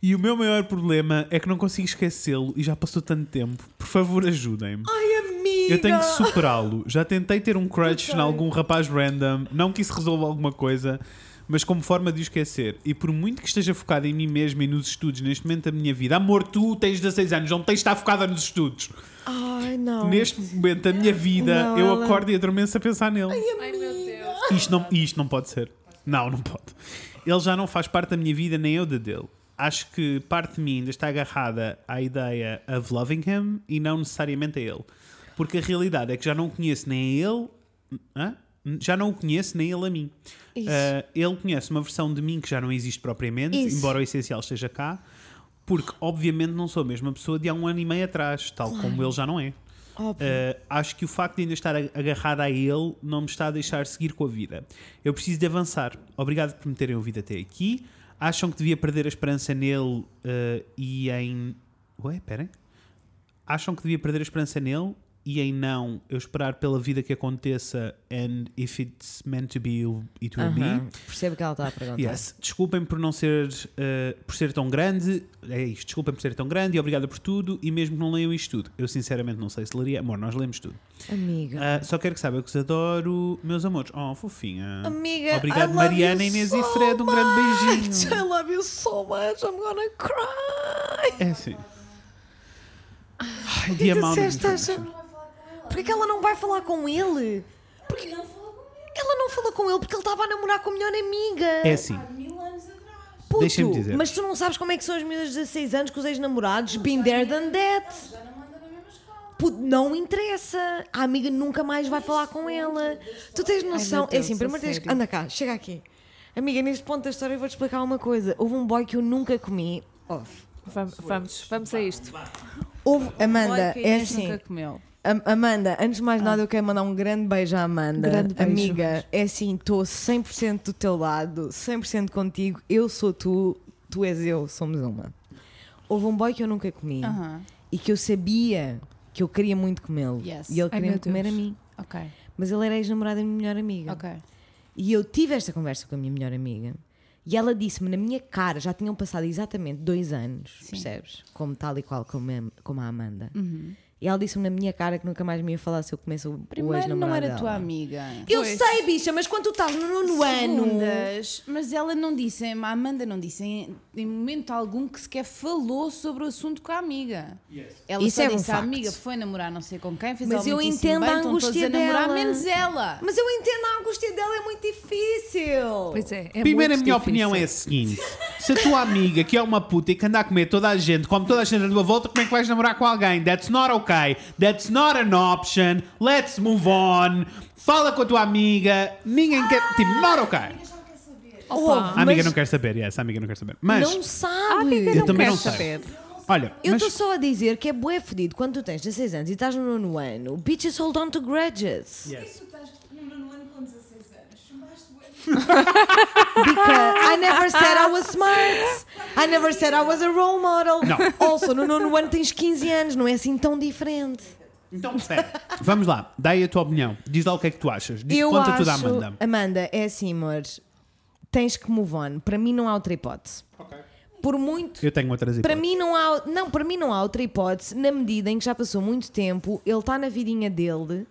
E o meu maior problema é que não consigo esquecê-lo e já passou tanto tempo. Por favor, ajudem-me. Ai, amiga! Eu tenho que superá-lo. Já tentei ter um crush em algum rapaz random, não que isso resolva alguma coisa, mas como forma de o esquecer. E por muito que esteja focado em mim mesmo e nos estudos neste momento da minha vida, amor, tu tens 16 anos, não tens de estar focada nos estudos. Ai, não. Neste momento da minha vida, Não, eu ela- acordo e adormeço a pensar nele. Isto não, isto não pode ser. Não, não pode. Ele já não faz parte da minha vida, nem eu da dele. acho que parte de mim ainda está agarrada à ideia of loving him e não necessariamente a ele. Porque a realidade é que já não o conheço nem a ele, hã? já não o conheço nem ele a mim. Isso. Ah, ele conhece uma versão de mim que já não existe propriamente, Isso. embora o essencial esteja cá, porque obviamente não sou a mesma pessoa de há um ano e meio atrás, tal como ele já não é. Óbvio. Uh, acho que o facto de ainda estar a- agarrada a ele não me está a deixar seguir com a vida. Eu preciso de avançar. Obrigado por me terem ouvido até aqui. Acham que devia perder a esperança nele uh, e em. Ué, pera. Acham que devia perder a esperança nele e em não eu esperar pela vida que aconteça and if it's meant to be, it will be. Aham. Uhum. Percebo o que ela está a perguntar. Uhum. Yes. Desculpem por não ser eh, por ser tão grande. É isto, desculpem por ser tão grande e obrigada por tudo. E mesmo que não leiam isto tudo. Eu sinceramente não sei se leria. Amor, nós lemos tudo. Amiga. Ah, só quero que saibam que os adoro, meus amores. Oh, fofinha. Amiga, Obrigado, I love Mariana, you Inês so e Fred. Um grande much. beijinho. I love you so much. I'm gonna cry. É assim. Ai, que the amount of disseste essa- information. Porquê que ela não vai falar com ele? Porque ela não falou com ele porque ele estava a namorar com a melhor amiga. É assim. Puto, Deixa-me dizer. Mas tu não sabes como é que são as miúdas de 16 anos com os ex-namorados? Been there than that. Puto, não interessa. A amiga nunca mais vai falar com ela. Tu tens noção. Deus, é assim, a primeiro tens que. sério? Anda cá, chega aqui. Amiga, neste ponto da história eu vou-te explicar uma coisa. Houve um boy que eu nunca comi. Houve. Vamos, vamos, vamos a isto. Houve- Amanda, Olha que é Inês assim. Nunca comeu. Am- Amanda, antes de Ah. mais nada, eu quero mandar um grande beijo à Amanda. Grande beijo. Amiga, é assim, estou 100% do teu lado, 100% contigo. Eu sou tu, tu és eu, somos uma. Houve um boy que eu nunca comi Aham. e que eu sabia que eu queria muito comê-lo. Yes. E ele Ai, queria meu comer a Deus. mim. Ok, Mas ele era ex-namorado da minha melhor amiga. ok. E eu tive esta conversa com a minha melhor amiga e ela disse-me na minha cara, já tinham passado exatamente dois anos, percebes? Como tal e qual como a, como a Amanda. E ela disse-me na minha cara que nunca mais me ia falar se eu comesse o, o Uhum. Primeiro ex-namorado não era dela. tua amiga. Eu sei, bicha, mas quando tu estás no nono ano... Segundas, mas ela não disse, a Amanda não disse em, em momento algum que sequer falou sobre o assunto com a amiga. Ela Isso só é um disse, a facto. amiga foi namorar não sei com quem, fez então Mas algo eu muitíssimo entendo bem, a estão todos angústia namorar, dela. menos ela. Mas eu entendo a angústia dela, é muito difícil. Pois é, é Primeiro, a muito minha difícil. opinião é a seguinte: se a tua amiga, que é uma puta e que anda a comer toda a gente, come toda a gente à tua volta, como é que vais namorar com alguém? That's not okay. That's not an option. Let's move on. Fala com a tua amiga. Ninguém quer. Tipo, not okay. Ouve, A amiga Ah, mas não quer saber, yes, a amiga não quer saber. Mas Ah, Não sabe. eu não também quer não sei. saber. Olha, Eu mas estou só a dizer que é bué fedido quando tu tens 16 anos e estás no nono ano. Bitches hold on to grudges. Yes. *laughs* Because I never said I was smart. I never said I was a role model. Não. *laughs* Also, no nono ano tens 15 anos, não é assim tão diferente. então espera. Vamos lá, dá aí a tua opinião. Diz lá o que é que tu achas. Diz, Eu conta acho, tudo à Amanda. Amanda, é assim, amor. Tens que move on. Para mim não há outra hipótese. Por muito Eu tenho outras Para hipóteses. mim não há, não, para mim não há outra hipótese, na medida em que já passou muito tempo, ele está na vidinha dele,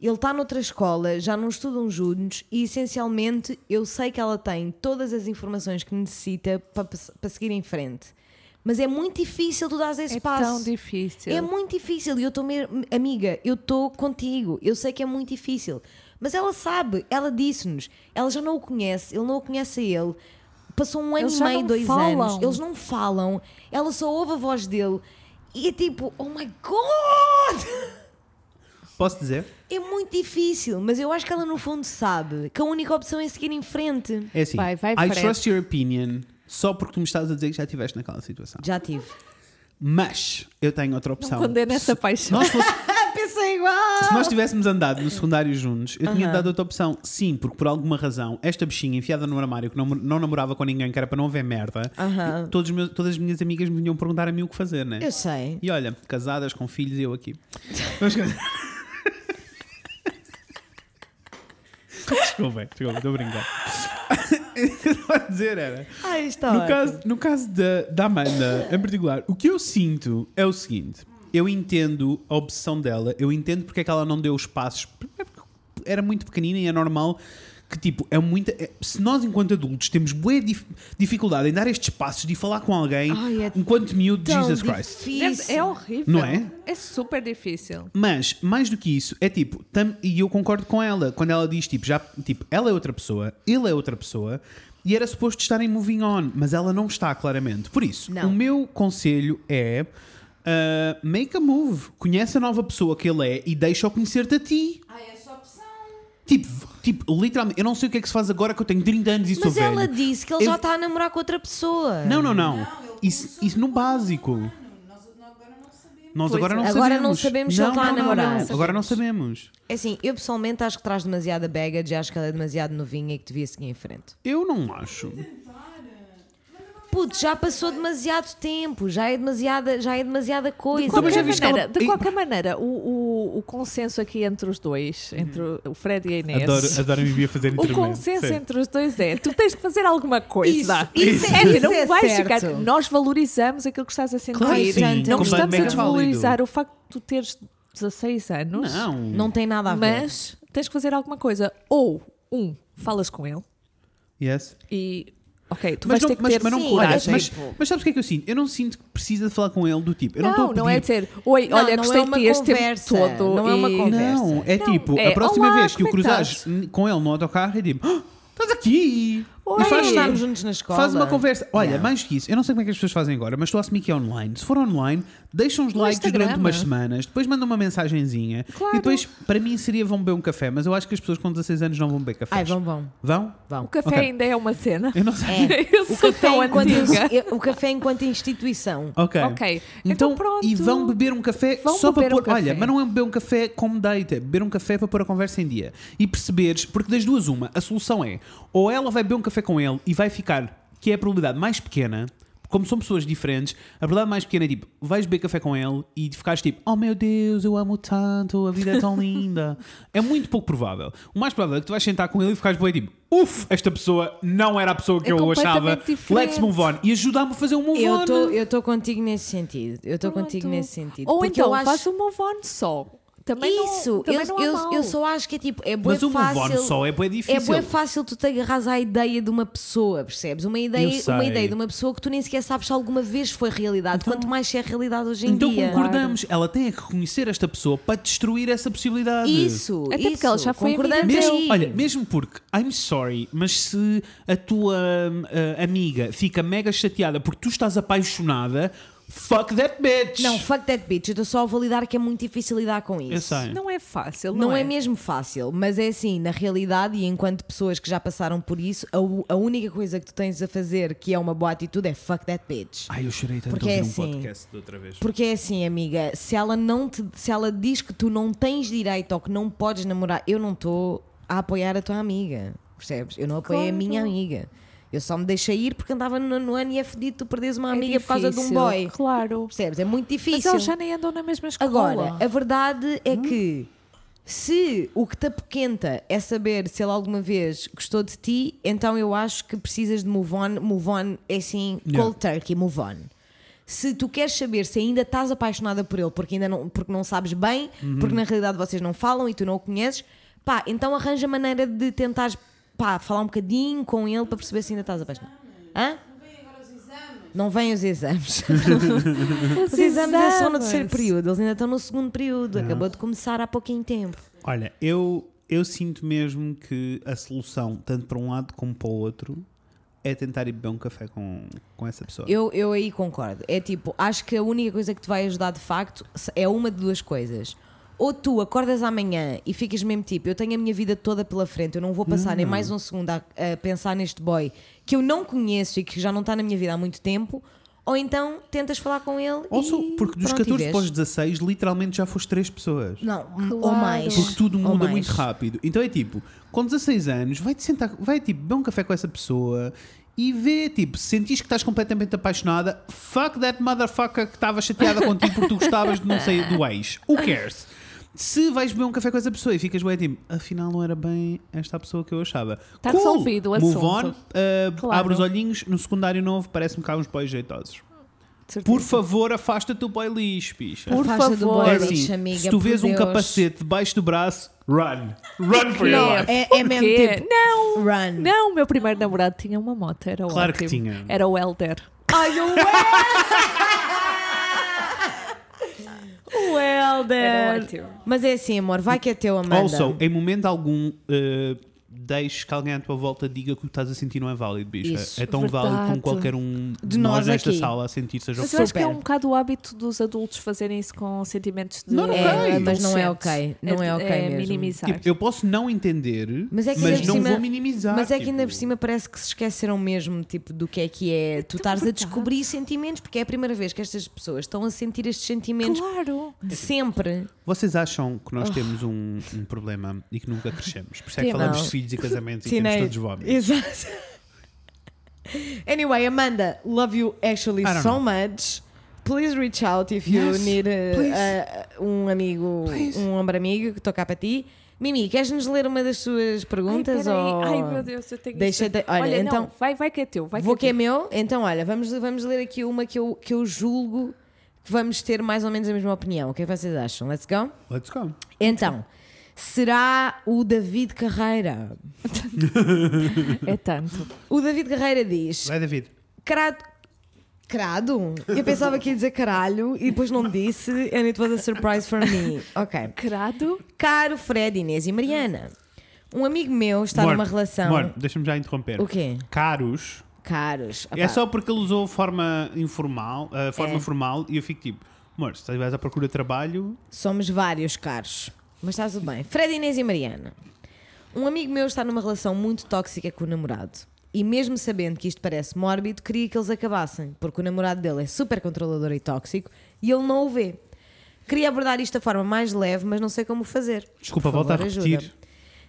ele está noutra escola, já não estudam juntos e essencialmente eu sei que ela tem todas as informações que necessita para, para seguir em frente. Mas é muito difícil tu dares esse É passo. tão difícil. É muito difícil. E eu estou mesmo. Amiga, eu estou contigo. Eu sei que é muito difícil. Mas ela sabe, ela disse-nos. Ela já não o conhece, ele não o conhece a ele. Passou um ano Eles e já meio, não dois falam. anos. Eles não falam. Ela só ouve a voz dele. E é tipo, oh my god! Posso dizer? É muito difícil, mas eu acho que ela no fundo sabe que a única opção é seguir em frente. É assim. Vai, vai, I Fred. trust your opinion só porque tu me estás a dizer que já estiveste naquela situação. Já tive. Mas eu tenho outra opção. é condena essa Se- paixão. nós fosse- Pensei igual! se nós tivéssemos andado no secundário juntos, eu tinha dado outra opção. Sim, porque por alguma razão, esta bichinha enfiada no armário que não, não namorava com ninguém, que era para não haver merda, Aham. todos os meus- todas as minhas amigas me vinham perguntar a mim o que fazer, né? Eu sei. E olha, casadas com filhos e eu aqui. Mas... desculpem, desculpem, estou a brincar. O que eu estava a dizer era. Ai, está No Tá ótimo. caso, no caso da, da Amanda, em particular, o que eu sinto é o seguinte: eu entendo a obsessão dela, eu entendo porque é que ela não deu os passos. Primeiro porque Era muito pequenina e é normal que, tipo, é muita. é- se nós, enquanto adultos, temos boa dificuldade em dar estes passos de falar com alguém Ai, é enquanto miúdo de Tão Jesus Christ. difícil. É horrível. Não é? É super difícil. Mas, mais do que isso, é tipo, tam- e eu concordo com ela, quando ela diz, tipo, já, tipo, ela é outra pessoa, ele é outra pessoa, E era suposto estar em Moving On, mas ela não está, claramente. Por isso, Não. o meu conselho é. ah, make a move. Conhece a nova pessoa que ele é e deixa-o conhecer-te a ti. Ah, é essa opção. Tipo, tipo, literalmente, eu não sei o que é que se faz agora que eu tenho 30 anos e sou Mas velho. ela disse que ele Eu- já está a namorar com outra pessoa. Não, não, não. isso, isso no básico. Nós Pois, agora não agora sabemos. não sabemos se ele está a namorar. não. Agora não sabemos. É assim, eu pessoalmente acho que traz demasiada baggage, acho que ela é demasiado novinha e que devia seguir em frente. Eu não acho. Puto, já passou demasiado tempo, já é demasiada, já é demasiada coisa. De Então, mas já qualquer viste que ela- maneira, de Ei. qualquer maneira o, o, o consenso aqui entre os dois, entre o Fred e a Inês. Adoro, adoro a Bia fazer O intervento. consenso Sim. entre os dois é: tu tens de fazer alguma coisa. isso é- é, que não isso é vais certo. ficar. Nós valorizamos aquilo que estás a sentir. Claro que sim, não completamente estamos a válido. desvalorizar o facto de tu teres 16 anos, Não. Não tem nada a ver. mas tens que fazer alguma coisa. Ou, um, falas com ele Yes. e. Ok, tu mas vais não, ter que mas, ter tipo mas não sim, olha, coragem. mas, mas sabes o que é que eu sinto? Eu não sinto que precisa de falar com ele do tipo. Eu não não, estou não, a pedir. é dizer, oi, Não, olha, não é gostei de uma ti este conversa, tempo todo. não é uma e- conversa. Não, é Não, tipo, é, a próxima "Olá, vez que o como é que cruzares n- com ele no autocarro é tipo, "Ah, estás aqui! Oi. E Nós faz, estávamos juntos na escola. faz uma conversa. Olha, Yeah. mais que isso, eu não sei como é que as pessoas fazem agora, mas estou a assumir que é online. Se for online, deixam os No likes Instagram. é? durante umas semanas, depois mandam uma mensagenzinha. Claro. E depois, para mim, seria vão beber um café, mas eu acho que as pessoas com 16 anos não vão beber café. Ai, vão, vão. Vão? *laughs* O café Ok. ainda é *laughs* uma cena. *laughs* Eu não sei. Eu O sou café, tão enquanto, antiga. eu- o café enquanto instituição. Ok. Ok. Então pronto. E vão beber um café Vão só para beber um pôr. Olha, café. mas não é beber um café como date, é beber um café para pôr a conversa em dia. E perceberes, porque das duas, uma, a solução é ou ela vai beber um café com ele e vai ficar, que é a probabilidade mais pequena. Como são pessoas diferentes, a probabilidade mais pequena é tipo, vais beber café com ele e ficares tipo, oh meu Deus, eu amo tanto, a vida é *laughs* tão linda. é muito pouco provável. O mais provável é que tu vais sentar com ele e ficares bem tipo, uff, esta pessoa não era a pessoa que É eu achava. completamente diferente. Let's move on. E ajudar-me a fazer um move on. Eu tô, estou contigo nesse sentido. Eu estou contigo Pronto. nesse sentido. Ou Porque então eu acho... faz um move on só. Também não- Isso, também eu, não há eu- mal. eu só acho que é tipo, é bué Mas o move on fácil. só é bué difícil. É bué fácil tu te agarras à ideia de uma pessoa, percebes? Uma ideia, Eu sei. uma ideia de uma pessoa que tu nem sequer sabes se alguma vez foi realidade, quanto mais se é realidade hoje em Então dia. concordamos, ela tem que conhecer esta pessoa para destruir essa possibilidade. Isso, é Até isso. porque ela já foi concordamos amiga dele. aí. Mesmo, olha, mesmo porque, I'm sorry, mas se a tua hum, ah, amiga fica mega chateada porque tu estás apaixonada, fuck that bitch! Não, fuck that bitch, eu estou só a validar que é muito difícil lidar com isso. Eu sei. Não é fácil, não, Não, é. mesmo fácil, mas é assim, na realidade, e enquanto pessoas que já passaram por isso, a, u- a única coisa que tu tens a fazer que é uma boa atitude é fuck that bitch. Ai, eu chorei tanto Porque ouvir é um assim. podcast de outra vez. Porque é assim, amiga, se ela, não te, se ela diz que tu não tens direito ou que não podes namorar, eu não estou a apoiar a tua amiga, percebes? Eu não apoiei a minha amiga. Eu só me deixei ir porque andava no, no ano e é fedido tu perdes uma É amiga por causa de um difícil, boy. Claro. Percebes? É muito Mas difícil. eles já nem andam na mesma escola. Hum? Agora, a verdade é que se o que te apoquenta é saber se ele alguma vez gostou de ti, então eu acho que precisas de move on. Move on é assim, Yeah. cold turkey, move on. Se tu queres saber se ainda estás apaixonada por ele porque ainda não, porque não sabes bem, Uhum. porque na realidade vocês não falam e tu não o conheces, pá, então arranja maneira de tentares pá, falar um bocadinho com ele para perceber se ainda estás apaixonada. Hã? Não vêm os exames. Os exames é só no terceiro período, eles ainda estão no segundo período, acabou de começar há pouquinho tempo. Olha, eu, eu sinto mesmo que a solução, tanto para um lado como para o outro, é tentar ir beber um café com, com essa pessoa. Eu, eu aí concordo. É tipo, acho que a única coisa que te vai ajudar de facto se- é uma de duas coisas. Ou tu acordas amanhã e ficas mesmo tipo, eu tenho a minha vida toda pela frente, eu não vou passar Hum. nem mais um segundo a, a pensar neste boy que eu não conheço e que já não está na minha vida há muito tempo, ou então tentas falar com ele. Ou só- e porque dos pronto, e 14 vês. para os 16, literalmente já foste três pessoas. Não, ou mais. Porque tudo Ou muda mais. muito rápido. Então é tipo, com 16 anos, vai-te sentar, vai tipo, beber um café com essa pessoa e vê, tipo, se sentires que estás completamente apaixonada, fuck that motherfucker que estava *laughs* chateada contigo porque tu gostavas de não sei do ex. Who cares? Se vais beber um café com essa pessoa e ficas bem tipo, afinal não era bem esta a pessoa que eu achava. Tá resolvido o Move assunto. on, uh, Claro. abre os olhinhos, no secundário novo parece-me cá uns boys jeitosos. De certeza. Por favor, afasta-te do boy lixo, bicha. Por Afasta do favor. boy É lixo, assim, amiga, se tu por vês um Deus. capacete debaixo do braço, run. Run for your Não, life. É, é Por mesmo quê? tipo, Não, run. não, meu primeiro namorado tinha uma moto, era Claro que ótimo. tinha. Era o Helder. *laughs* Ai, o Helder! o Era Helder! ótimo. Mas é assim, amor, vai que é teu, Amanda. Also, em momento algum, eh, deixes que alguém à tua volta diga que o que estás a sentir não é válido, bicho. É- Isso, é tão válido verdade. como qualquer um de, De nós, nós nesta aqui. sala a sentir, seja o Mas que eu acho for. que é Super. um bocado o hábito dos adultos fazerem isso com sentimentos de. Não, não adolescente. é, mas não é ok, não é ok mesmo. minimizar. Tipo, eu posso não entender, mas, Mas é que ainda por não cima- vou minimizar. Mas é que ainda por tipo. cima parece que se esqueceram mesmo tipo, do que é que é tu estares a descobrir sentimentos, porque é a primeira vez que estas pessoas estão a sentir estes sentimentos Claro. de sempre. Vocês acham que nós temos um, um problema e que nunca crescemos? Por isso é que Temos. falamos de filhos e casamentos e Teenage- temos todos vómitos. Exato. *laughs* Anyway, Amanda, love you actually I don't so know. much. Please reach out if you Yes, need uh, please. uh, um amigo, um homem amigo que estou cá para ti. Mimi, queres-nos ler uma das suas perguntas? Ai, peraí. ou... Ai, meu Deus, eu tenho Deixa isto. de- olha, então- não, vai, vai que é teu. Vai Vou que que é é teu. meu? Então, olha, vamos, vamos ler aqui uma que eu, que eu julgo que vamos ter mais ou menos a mesma opinião. O que é que vocês acham? Let's go? Let's go. Então, será o David Carreira? *laughs* É tanto. O David Carreira diz: Vai, David. Crado. Crado? Eu pensava que ia dizer caralho e depois não disse, and it was a surprise for me. Ok. Crado. Caro Fred, Inês e Mariana. Um amigo meu está Amor, numa relação. amor, deixa-me já interromper. O quê? Caros. Caros. É Opá. só porque ele usou forma informal, ah, forma É. formal, e eu fico tipo, amor, se estás à procura de trabalho, Somos vários caros. Mas está tudo bem. Fred, Inês e Mariana. Um amigo meu está numa relação muito tóxica com o namorado. E mesmo sabendo que isto parece mórbido, queria que eles acabassem, porque o namorado dele é super controlador e tóxico e ele não o vê. Queria abordar isto da forma mais leve, mas não sei como o fazer. Desculpa, Por favor, volta a repetir. Uhum. ajuda.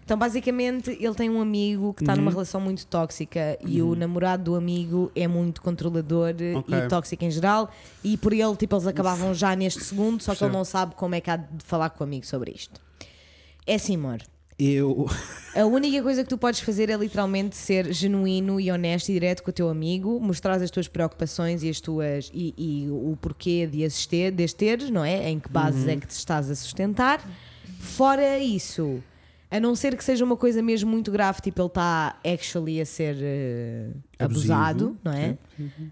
Então, basicamente, ele tem um amigo que está numa relação muito tóxica e o namorado do amigo é muito controlador Ok. e tóxico em geral. E por ele, tipo, eles acabavam já neste segundo, só que ele Percebo. não sabe como é que há de falar com o amigo sobre isto. É assim, amor. eu. A única coisa que tu podes fazer é literalmente ser genuíno e honesto e direto com o teu amigo, mostrar as tuas preocupações e as tuas e, e o porquê de as ter, de as teres, não é? Em que bases Uhum. é que te estás a sustentar. Fora isso, a não ser que seja uma coisa mesmo muito grave, tipo ele está actually a ser eh, Abusivo. abusado, não é?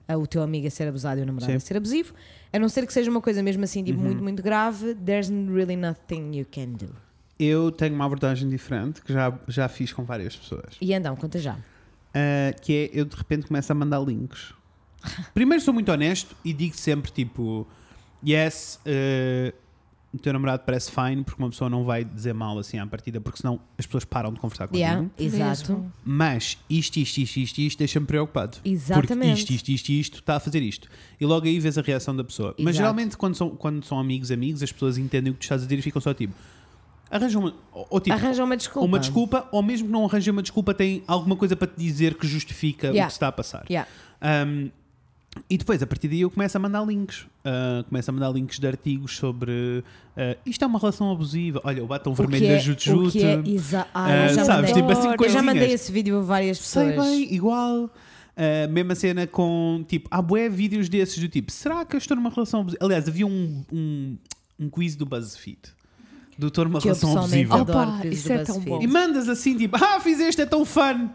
Ah, O teu amigo a ser abusado e o namorado Sim. Uhum. a ser abusivo. A não ser que seja uma coisa mesmo assim, tipo muito, muito grave, there's really nothing you can do. Eu tenho uma abordagem diferente que já, já fiz com várias pessoas. E então, conta já. Ah, que é eu de repente começo a mandar *laughs* links. Primeiro sou muito honesto e digo sempre tipo: Yes, ah, o teu namorado parece fine, porque uma pessoa não vai dizer mal assim à partida, porque senão as pessoas param de conversar contigo. Yeah, exato. Mas isto, isto, isto, isto, isto deixa-me preocupado. Porque Exatamente. isto, isto, isto, isto está a fazer isto. E logo aí vês a reação da pessoa. Mas Exato. geralmente quando são, quando são amigos, amigos, as pessoas entendem o que tu estás a dizer e ficam só tipo. Arranjam uma. Ou, ou tipo, Arranja uma desculpa. uma desculpa, ou mesmo que não arranje uma desculpa, tem alguma coisa para te dizer que justifica o Yeah. que se está a passar. Yeah. Um, e depois, a partir daí, eu começo a mandar links. Ah, começo a mandar links de artigos sobre ah, isto é uma relação abusiva. Olha, o batom vermelho que da é- Jutjut. o que é exa- Ah, eu Ah, já sabes, mandei. tipo assim, Eu já coisinhas. mandei esse vídeo a várias Sei pessoas. bem, igual. Ah, mesma cena com tipo, há bué vídeos desses do tipo, será que eu estou numa relação abusiva? Aliás, havia um, um, um quiz do BuzzFeed do estou numa Que eu relação pessoalmente abusiva. adoro. Opa, quizzes isso do é tão BuzzFeed. bom. E mandas assim, tipo, ah, fiz este, é tão fun.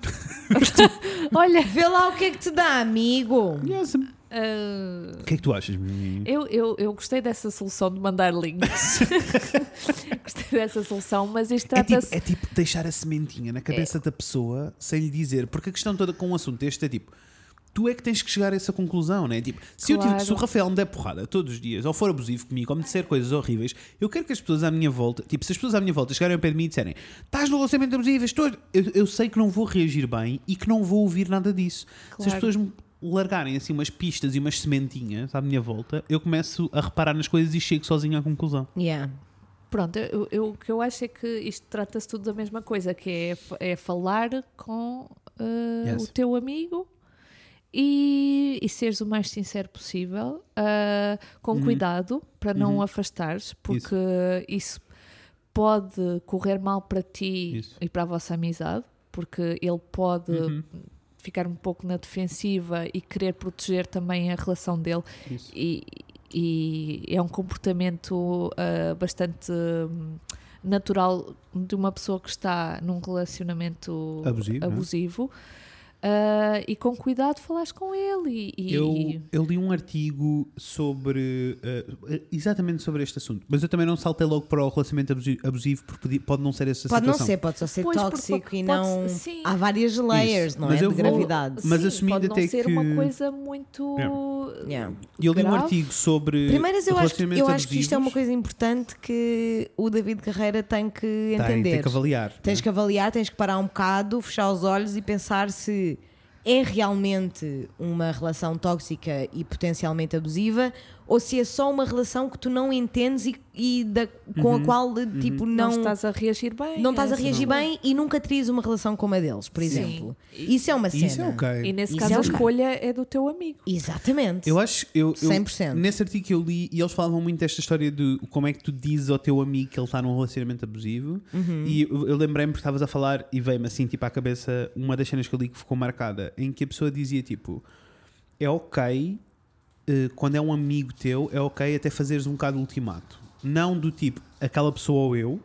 Olha, Vê lá o que é que te dá, amigo. Yes. Ah, O que é que tu achas, menino? Eu, eu, eu gostei dessa solução de *laughs* mandar links. *laughs* gostei dessa solução, mas isto É tipo, trata-se. É. é tipo deixar a sementinha na cabeça da pessoa sem lhe dizer, porque a questão toda com o assunto este é tipo. Tu é que tens que chegar a essa conclusão, não é? Tipo, se, eu tiver- Claro. se o Rafael me der porrada todos os dias, ou for abusivo comigo, ou me disser coisas horríveis, eu quero que as pessoas à minha volta, tipo, se as pessoas à minha volta chegarem ao pé de mim e disserem estás no lançamento abusivo, estou... eu, eu sei que não vou reagir bem e que não vou ouvir nada disso. Se as Claro. pessoas me largarem assim umas pistas e umas sementinhas à minha volta, eu começo a reparar nas coisas e chego sozinho à conclusão. Yeah. Pronto, eu, eu- o que eu acho é que isto trata-se tudo da mesma coisa, que é, f- é falar com eh, Yes. o teu amigo e, e seres o mais sincero possível, eh, com Uhum. cuidado, para não o afastares, porque isso. pode correr mal para ti Isso. Uhum. e para a vossa amizade, porque ele pode. Ficar um pouco na defensiva e querer proteger também a relação dele, Isso. e, e é um comportamento ah, bastante hum, natural de uma pessoa que está num relacionamento Abusivo, não é? abusivo. Ah, e com cuidado falares com ele. E, e- Eu, eu li um artigo sobre. eh, exatamente sobre este assunto. Mas eu também não saltei logo para o relacionamento abusi- abusivo, porque podi- pode não ser essa Pode não situação. ser, pode só ser Pois, porque tóxico e pode- não. pode- sim. Há várias layers, não Mas é? eu De vou- gravidade. mas sim, assumindo pode não até ser que- É. uma coisa muito. Yeah. E eu li um grave. artigo sobre. Primeiras, eu acho, que- relacionamentos eu acho que isto é uma abusivos. coisa importante que o David Carreira tem que Tem, entender. Tem, que avaliar. Tens né? que avaliar, tens que parar um bocado, fechar os olhos e pensar se é realmente uma relação tóxica e potencialmente abusiva ou se é só uma relação que tu não entendes e, e da- com Uhum. a qual tipo Não, não, estás a reagir bem. não estás a assim, reagir não é? bem e nunca terias uma relação como a deles, por exemplo. Isso é uma E cena. Isso é ok. E nesse Isso caso é a um caso. escolha é do teu amigo. Exatamente. Eu acho. Eu, eu, 100%. Nesse artigo que eu li, e eles falavam muito desta história de como é que tu dizes ao teu amigo que ele está num relacionamento abusivo. E eu, eu lembrei-me porque estavas a falar e veio-me assim, tipo, à cabeça uma das cenas que eu li que ficou marcada, em que a pessoa dizia, tipo, é ok eh, quando é um amigo teu, é ok até fazeres um bocado de ultimato. Não do tipo, aquela pessoa ou eu,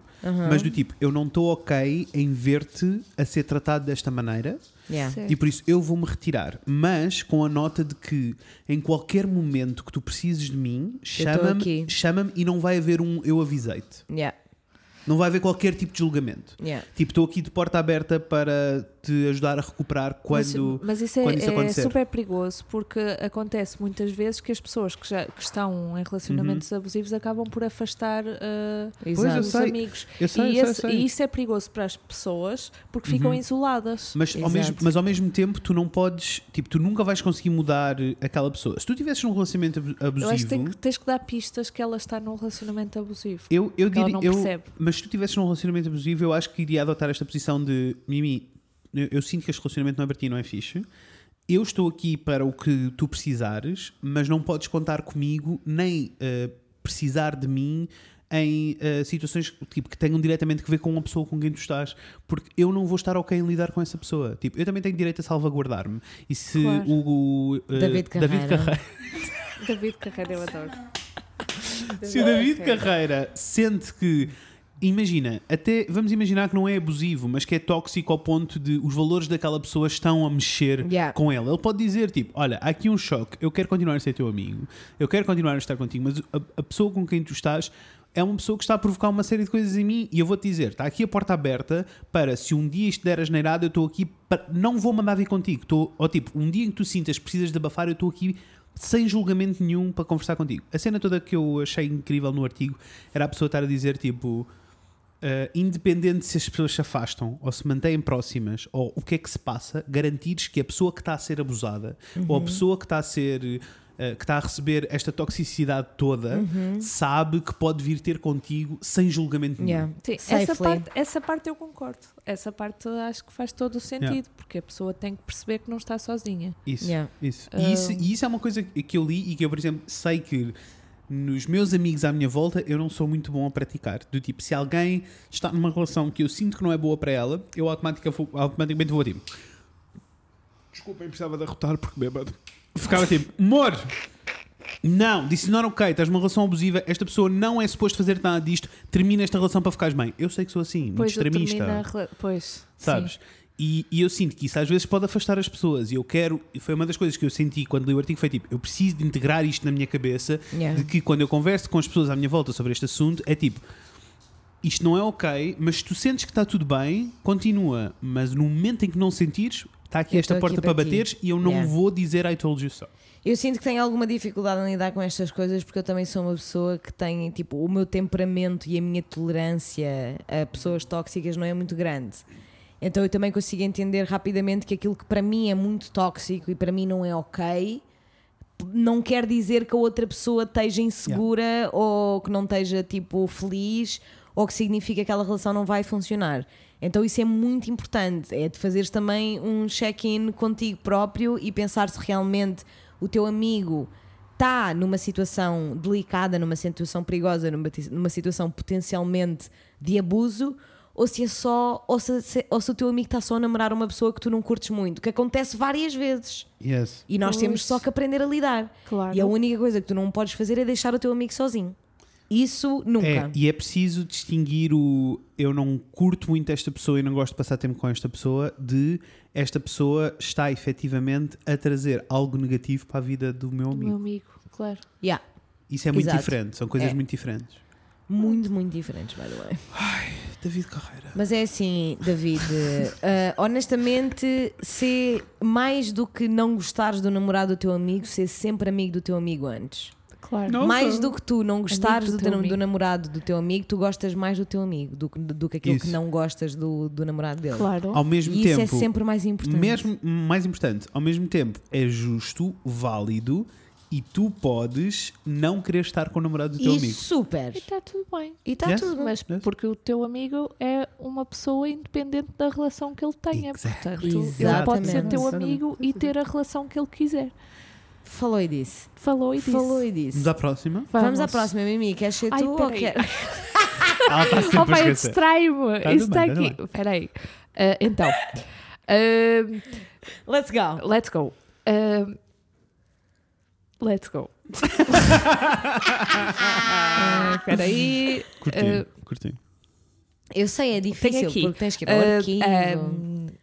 mas do tipo, eu não estou ok em ver-te a ser tratado desta maneira. Yeah. Certo. E por isso eu vou-me retirar, mas com a nota de que em qualquer momento que tu precises de mim, aqui. chama-me chama e não vai haver um eu avisei-te. Yeah. Não vai haver qualquer tipo de julgamento. Yeah. Tipo, estou aqui de porta aberta para te ajudar a recuperar Mas- quando, mas, isso é, quando isso é acontecer. super perigoso porque acontece muitas vezes que as pessoas que, já, que estão em relacionamentos abusivos acabam por afastar ah, Pois, Uhum. eu os sei. amigos. Eu sei, eu e, sei, eu esse- sei. Uhum. e isso é perigoso para as pessoas porque ficam isoladas. Mas ao, Exato. mesmo, mas ao mesmo tempo tu não podes, tipo, tu nunca vais conseguir mudar aquela pessoa. Se tu tivesses um relacionamento abu- Eu abusivo, acho que tem que- tens que dar pistas que ela está num relacionamento abusivo. Eu, eu Porque ela diria- não eu- percebe. mas se tu tivesses num relacionamento abusivo, eu acho que iria adotar esta posição de Mimi, eu, eu sinto que este relacionamento não é para ti, não é fixe. Eu estou aqui para o que tu precisares, mas não podes contar comigo nem eh, precisar de mim em eh, situações tipo, que tenham diretamente que ver com uma pessoa com quem tu estás, porque eu não vou estar ok em lidar com essa pessoa. Tipo, eu também tenho direito a salvaguardar-me. E se Claro. o, o, eh, David Carreira. David Carreira, eu adoro. *laughs* Se o David Carreira sente que. Imagina, até vamos imaginar que não é abusivo, mas que é tóxico ao ponto de os valores daquela pessoa estão a mexer Yeah. com ela. Ele pode dizer, tipo, olha, há aqui um choque, eu quero continuar a ser teu amigo, eu quero continuar a estar contigo, mas a, a pessoa com quem tu estás é uma pessoa que está a provocar uma série de coisas em mim e eu vou-te dizer, está aqui a porta aberta para se um dia isto der asneirada, eu estou aqui, para- não vou mandar vir contigo, estou, ou tipo, um dia em que tu sintas que precisas de abafar, eu estou aqui sem julgamento nenhum para conversar contigo. A cena toda que eu achei incrível no artigo era a pessoa estar a dizer, tipo, Uh, independente se as pessoas se afastam ou se mantêm próximas ou o que é que se passa, garantires que a pessoa que está a ser abusada Uhum. ou a pessoa que está a ser uh, que está a receber esta toxicidade toda Uhum. sabe que pode vir ter contigo sem julgamento nenhum. Yeah. Sim, essa Safely. parte, essa parte eu concordo. Essa parte acho que faz todo o sentido, Yeah. porque a pessoa tem que perceber que não está sozinha. Isso, Yeah. isso. Ah. E isso. E isso é uma coisa que eu li e que eu, por exemplo, sei que nos meus amigos à minha volta eu não sou muito bom a praticar. Do tipo, se alguém está numa relação que eu sinto que não é boa para ela, eu automatica- automaticamente vou tipo. Desculpem, precisava de arrotar porque bêbado. Ficava tipo, amor! Não, disse não, ok, estás numa relação abusiva, esta pessoa não é suposto fazer nada disto, termina esta relação para ficares bem. Eu sei que sou assim, muito Pois extremista termina a rela- Pois, sabes? E, e eu sinto que isso às vezes pode afastar as pessoas. E eu quero, e foi uma das coisas que eu senti quando li o artigo: foi tipo, eu preciso de integrar isto na minha cabeça. Yeah. De que quando eu converso com as pessoas à minha volta sobre este assunto, é tipo, isto não é ok, mas se tu sentes que está tudo bem, continua. Mas no momento em que não sentires, está aqui Eu esta estou porta aqui para para ti. bateres e eu não Yeah. vou dizer I told you so. Eu sinto que tenho alguma dificuldade em lidar com estas coisas porque eu também sou uma pessoa que tem, tipo, o meu temperamento e a minha tolerância a pessoas tóxicas não é muito grande. Então eu também consigo entender rapidamente que aquilo que para mim é muito tóxico e para mim não é ok, não quer dizer que a outra pessoa esteja insegura ou que não esteja tipo feliz ou que significa que aquela relação não vai funcionar. Então isso é muito importante, é de fazeres também um check-in contigo próprio e pensar se realmente o teu amigo está numa situação delicada, numa situação perigosa, numa, ti- numa situação potencialmente de abuso ou se é só ou se- se- ou se o teu amigo está só a namorar uma pessoa que tu não curtes muito, que acontece várias vezes. Yes. E nós Pois. temos só que aprender a lidar. Claro. E a única coisa que tu não podes fazer é deixar o teu amigo sozinho. Isso É, nunca. e é preciso distinguir o eu não curto muito esta pessoa e não gosto de passar tempo com esta pessoa de esta pessoa está efetivamente a trazer algo negativo para a vida do meu do meu amigo. amigo, claro. Yeah. Isso é muito Exato. diferente, são coisas É. muito diferentes. Muito, muito diferentes, by the way. David Carreira. Mas é assim, David, eh, honestamente, ser mais do que não gostares do namorado do teu amigo, ser sempre amigo do teu amigo antes. Claro. Não. Ouça. Mais do que tu não gostares do, do teu teu- do amigo. namorado do teu amigo, tu gostas mais do teu amigo do, que- do que aquilo que Isso. não gostas do, do namorado dele. Claro. Ao mesmo E isso tempo, é sempre mais importante. mesmo mais importante, ao mesmo tempo é justo, válido e tu podes não querer estar com o namorado do teu e amigo. super. E está tudo bem. E tá. está Yes. tudo bem. Mas Yes. porque o teu amigo é uma pessoa independente da relação que ele tenha. Portanto, Exactly. ele pode Exatamente. ser teu amigo e ter a relação que ele quiser. Falou e disse. Falou e disse. Falou e disse. Vamos à próxima. *laughs* Vamos à próxima, Mimi. Queres ser Ai, tu ou *laughs* peraí. quer- Ela está sempre Oh, a pai, *laughs* eu esquecer. distraio-me. Tá Isso tudo está bem, tá aqui. Espera aí. Ah, então, ah, Let's go. let's go. Ah, let's go. Ah, Espera aí. *laughs* Curtinho, curtinho. Eu sei, é difícil, aqui. porque tens que ir ao Eh, arquivo. Ah, ah,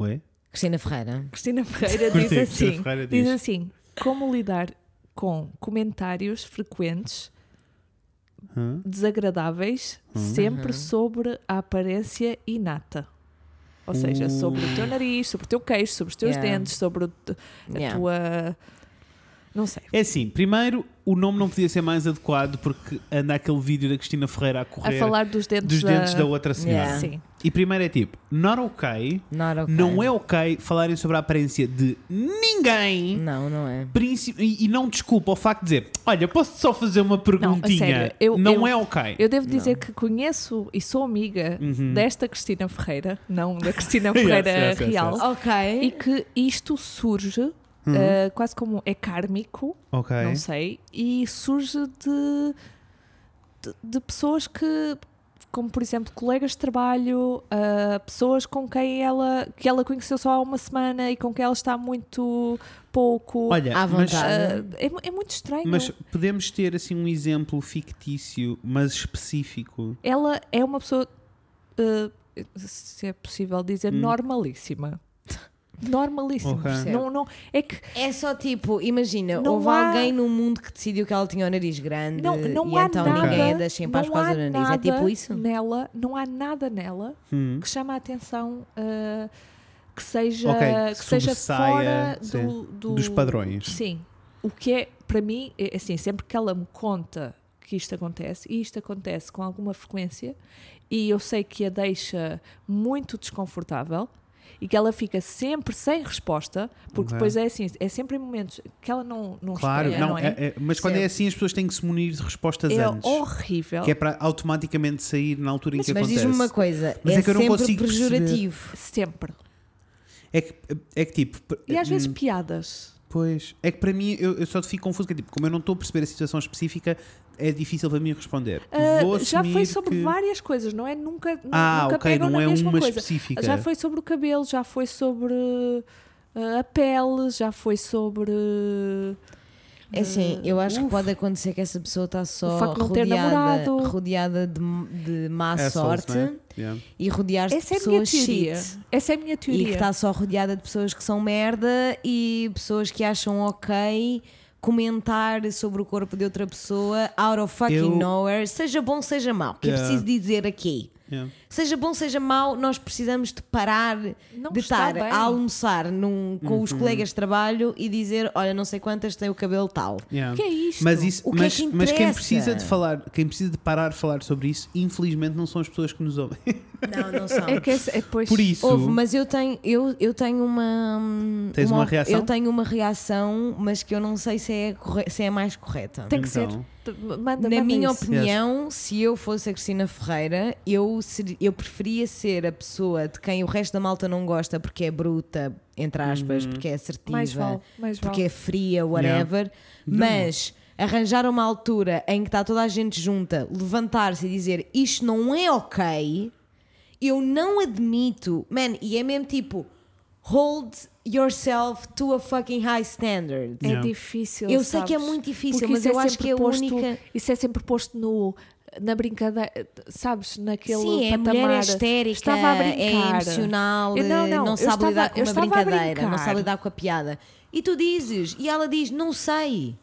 Ué? Cristina Ferreira. Cristina Ferreira Curti, diz Cristina assim: Ferreira diz. diz assim, como lidar com comentários frequentes assim. Hã? desagradáveis Hum. Uhum. sempre sobre a aparência inata. Ou seja, Uh. sobre o teu nariz, sobre o teu queixo, sobre os teus Yeah. dentes, sobre o te- a Yeah. tua. Não sei. É assim, primeiro, o nome não podia ser mais adequado porque anda aquele vídeo da Cristina Ferreira a A correr falar dos dentes, dos dentes da outra senhora. Yeah. Sim. E primeiro é tipo, not okay, Not okay. não é ok falarem sobre a aparência de Hum. ninguém. Não, não é. princi- E, e não desculpa o facto de dizer, olha, posso só fazer uma perguntinha? sério, eu- não eu- é ok. Eu devo dizer que conheço e sou amiga desta Cristina Ferreira, não da Cristina Uhum. *laughs* Yes, Ferreira yes, yes, real, yes. Ok. e que isto surge eh, quase como é kármico. Uhum. ok. não sei, e surge de, de, de pessoas que, como por exemplo, colegas de trabalho, ah, pessoas com quem ela, que ela conheceu só há uma semana e com quem ela está muito pouco. Olha, À mas, Ah, vontade. é, mu- é muito estranho. mas podemos ter assim um exemplo fictício, mas específico. Ela é uma pessoa, ah, se é possível dizer, normalíssima. *laughs* Normalíssima. Hum. Ok. percebe? Não, não, é que É só tipo, imagina, Não houve há- alguém no mundo que decidiu que ela tinha o nariz grande Não, não e há então nada, ninguém a deixa em paz por não há causa do nariz. É nada tipo isso? Nela, não há nada nela Hum. que chama a atenção ah, que seja, Ok, que seja sobressaia, fora do- sim, do- dos padrões. Sim. O que é, para mim, é assim, sempre que ela me conta que isto acontece, e isto acontece com alguma frequência, e eu sei que a deixa muito desconfortável, e que ela fica sempre sem resposta, Ok. porque depois é assim, é sempre em momentos que ela não, não Claro, espera, não, não é? é- é- mas quando é assim as pessoas têm que se munir de respostas É antes. horrível. Que é para automaticamente sair na altura em que Mas acontece. diz-me uma coisa, Mas é, é que eu não sempre consigo perceber. pejorativo. Sempre. É que, é que tipo. p- E às vezes hum, piadas. Pois. É que para mim eu, eu só fico confuso. Que, é tipo, como eu não estou a perceber a situação específica, é difícil para mim responder. Ah, Vou já foi assumir sobre que- várias coisas, não é? Nunca, nu- Ah, nunca ok, pegam não na é mesma uma coisa. específica. Já foi sobre o cabelo, já foi sobre ah, a pele, já foi sobre É assim, eu acho que pode acontecer que essa pessoa está O só facto de não ter rodeada, namorado. rodeada de, de má Assholes, sorte não é? Yeah. e rodear-se de Essa é a minha pessoas teoria. shit. Essa é a minha E que teoria. está só rodeada de pessoas que são merda e pessoas que acham ok comentar sobre o corpo de outra pessoa out of fucking Eu- nowhere, seja bom, seja mau, que Yeah. é preciso dizer aqui. Yeah. Seja bom, seja mau, nós precisamos de parar Não de está estar bem. a almoçar num- com os Uhum. colegas de trabalho e dizer: Olha, não sei quantas têm o cabelo tal. Yeah. O que é isto? Mas, isso, O que é mas, que mas quem interessa? precisa de falar, quem precisa de parar de falar sobre isso, infelizmente não são as pessoas que nos ouvem. Não, não são. É que essa- é, pois, Por isso, Houve, mas eu tenho, eu, eu tenho uma. Tens uma reação? Eu tenho uma reação, mas que eu não sei se é, a corre- se é a mais correta. tem que ser. Então. T- Manda, Na manda minha isso. opinião, se eu fosse a Cristina Ferreira, eu, seri- eu preferia ser a pessoa de quem o resto da malta não gosta porque é bruta, entre aspas, porque é assertiva, Uhum. Mais vale, mais vale. porque é fria, whatever, mas arranjar uma altura em que está toda a gente junta, levantar-se e dizer isto não é ok, eu não admito, man, e é mesmo tipo. hold yourself to a fucking high standard. É Yeah. difícil. Eu sei que é sabes? muito difícil, Porque mas isso eu é acho sempre que é a posto, única. Isso é sempre posto no, na brincadeira, sabes? Naquele Sim, a patamar. mulher é histérica, Estava a brincar. é emocional, Eu- não, eh, não, eu sabe estava- lidar com eu uma estava a brincadeira, não brincar. sabe lidar com a piada. E tu dizes, e ela diz, não sei.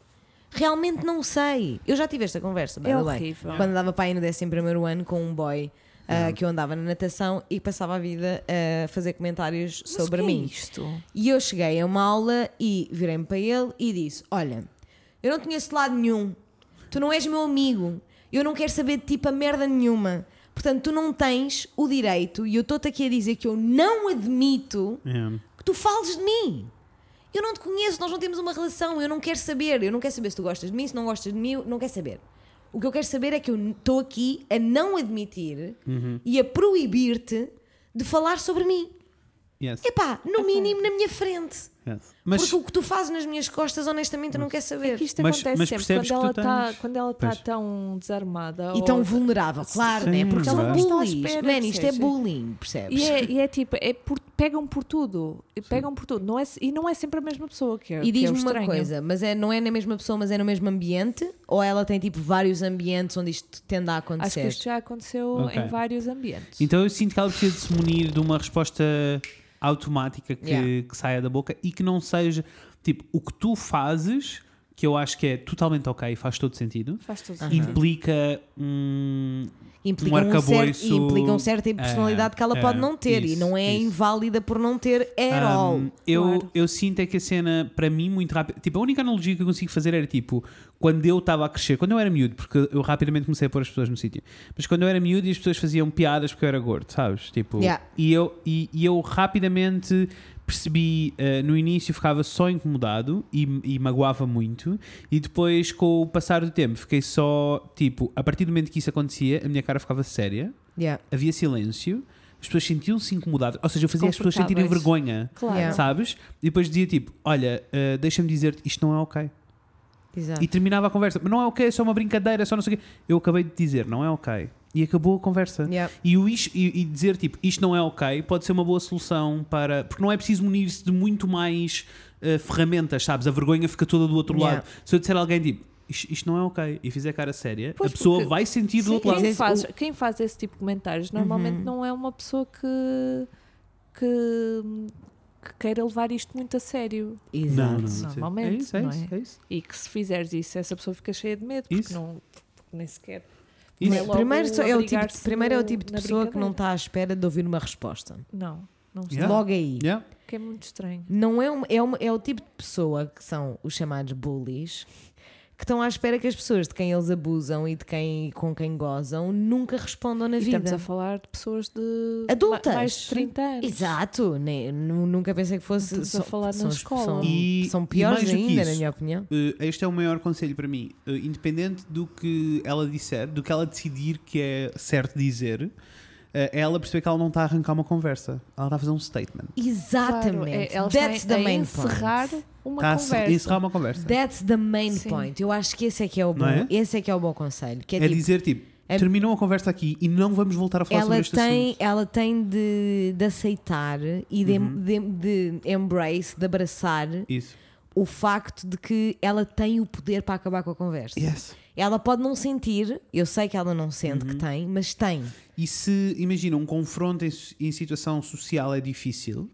Realmente não sei. Eu já tive esta conversa, by É the way. horrível. Quando andava para aí no 11 primeiro ano com um boy ah, que eu andava na natação e passava a vida ah, a fazer comentários Mas sobre o que é mim. isto? E eu cheguei a uma aula e virei-me para ele e disse: Olha, eu não te conheço de lado nenhum, tu não és meu amigo, eu não quero saber de ti para merda nenhuma. Portanto, tu não tens o direito, e eu estou-te aqui a dizer que eu não admito Yeah. que tu fales de mim. Eu não te conheço, nós não temos uma relação, eu não quero saber. Eu não quero saber se tu gostas de mim, se não gostas de mim, eu não quero saber. O que eu quero saber é que eu estou aqui a não admitir e a proibir-te de falar sobre mim. Yes. Epá, no mínimo na minha frente. É, yes. Mas, Porque o que tu fazes nas minhas costas, honestamente, eu não quero saber. Que isto Mas- acontece mas sempre percebes quando ela, que tu está, tens- quando ela está Pois. tão desarmada. E ou- tão vulnerável, claro, né? Sim, Porque são claro. Não bullies. está à espera Mano, que isto é seja. bullying, percebes? E é, e é tipo, é por- pegam por tudo. E Pegam por tudo. Não é, se- e não é sempre a mesma pessoa que é. E que é o diz-me uma estranho. coisa, mas é, não é na mesma pessoa, mas é no mesmo ambiente? Ou ela tem tipo vários ambientes onde isto tende a Acho que acontecer? isto já aconteceu Ok. em vários ambientes. então eu sinto que ela precisa de se munir de uma resposta automática que, Yeah. que saia da boca e que não seja tipo o que tu fazes, que eu acho que é totalmente ok, faz todo sentido, Faz tudo implica um. é implica, um um certo, arcabouço- implica um certo tipo de É, personalidade que ela é, pode não ter e isso, não é isso. inválida por não ter at all. Um, eu, Claro. eu sinto é que a cena, para mim, muito rápido. Tipo, a única analogia que eu consigo fazer era tipo, quando eu estava a crescer, quando eu era miúdo, porque eu rapidamente comecei a pôr as pessoas no sítio, mas quando eu era miúdo e as pessoas faziam piadas porque eu era gordo, sabes? Tipo, Yeah. e, eu, e, e eu rapidamente percebi, eh, no início ficava só incomodado e, e magoava muito, e depois, com o passar do tempo, fiquei só tipo, a partir do momento que isso acontecia, a minha cara ficava séria, Yeah. havia silêncio. As pessoas sentiam-se incomodadas, ou seja, eu fazia as pessoas sentirem Confortáveis. vergonha Claro. Yeah. sabes? E depois dizia tipo: Olha, eh, deixa-me dizer-te, isto não é ok. Exato. E terminava a conversa: Mas não é ok, é só uma brincadeira, é só não sei o quê. Eu acabei de dizer: Não é ok. E acabou a conversa. Yeah. E, o isto, e, e dizer tipo: Isto não é ok pode ser uma boa solução para. Porque não é preciso munir-se de muito mais eh, ferramentas, sabes? A vergonha fica toda do outro Yeah. lado. Se eu disser a alguém tipo: isto, isto não é ok e fizer cara séria, Pois, a pessoa porque- vai sentir do Sim, é outro lado. Uhum. Quem, faz, quem faz esse tipo de comentários normalmente não é uma pessoa que, que, que queira levar isto muito a sério. Exato. É Normalmente, isso, é não isso, é isso. E que se fizeres isso, essa pessoa fica cheia de medo, porque, Isso. não, porque nem sequer. Isso. não logo primeiro, só- é o tipo de, abrigar-se primeiro é o no- tipo de na pessoa que não brincadeira. está à espera de ouvir uma resposta. Não, não está. Yeah. Logo aí. Yeah. Que é muito estranho. Não é, um, é, uma- é o tipo de pessoa que são os chamados bullies que estão à espera que as pessoas de quem eles abusam e de quem com quem gozam nunca respondam na E vida. estamos a falar de pessoas de Adultas. ma- mais de 30 anos. Exato, nem, nu- nunca pensei que fosse Estamos a são- falar na são, escola. São, E- são e piores mais do que ainda, isso. na minha opinião. Uh, este é o maior conselho para mim. Uh, independente do que ela disser, do que ela decidir que é certo dizer, uh, é ela perceber que ela não está a arrancar uma conversa. Ela está a fazer um statement. Exatamente. Claro, é, elas That's têm the a main encerrar point. uma Está Tá a se- conversa. a encerrar uma conversa. That's the main Sim. point. Eu acho que esse é que é o bom, Não é? esse é que é o bom conselho, que é, É, tipo, dizer tipo, é- terminou a conversa aqui e não vamos voltar a falar sobre ela este tem, assunto. ela tem de, de aceitar e de, Uhum. de- de embrace, de abraçar Isso. o facto de que ela tem o poder para acabar com a conversa. Yes. Ela pode não sentir, eu sei que ela não sente Uhum. que tem, mas tem. E se, imagina, um confronto em, su- em situação social é difícil,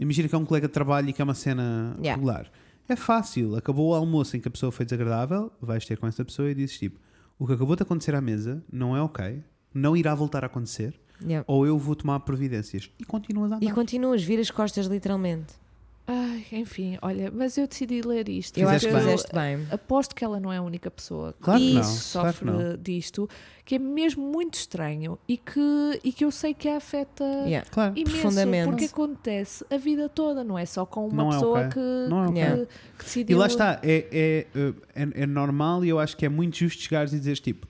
imagina que é um colega de trabalho e que é uma cena Uhum. Yeah. regular. É fácil, acabou o almoço em que a pessoa foi desagradável, vais ter com essa pessoa e dizes tipo: o que acabou de acontecer à mesa não é ok, não irá voltar a acontecer, Yeah. ou eu vou tomar providências. E continuas a andar. E continuas, viras costas literalmente. Ai, enfim, olha, mas eu decidi ler isto. eu acho Fizeste que porque bem. fizeste bem. Aposto que ela não é a única pessoa que Claro que não, claro que sofre não. disto, que é mesmo muito estranho e que, e que eu sei que a afeta Yeah. Claro. imenso, Profundamente. porque acontece a vida toda, não é só com uma Não é pessoa ok. que, Não é que, ok. Yeah. que decidiu. E lá está, é, é, uh, é, é normal e eu acho que é muito justo chegares e dizeres tipo: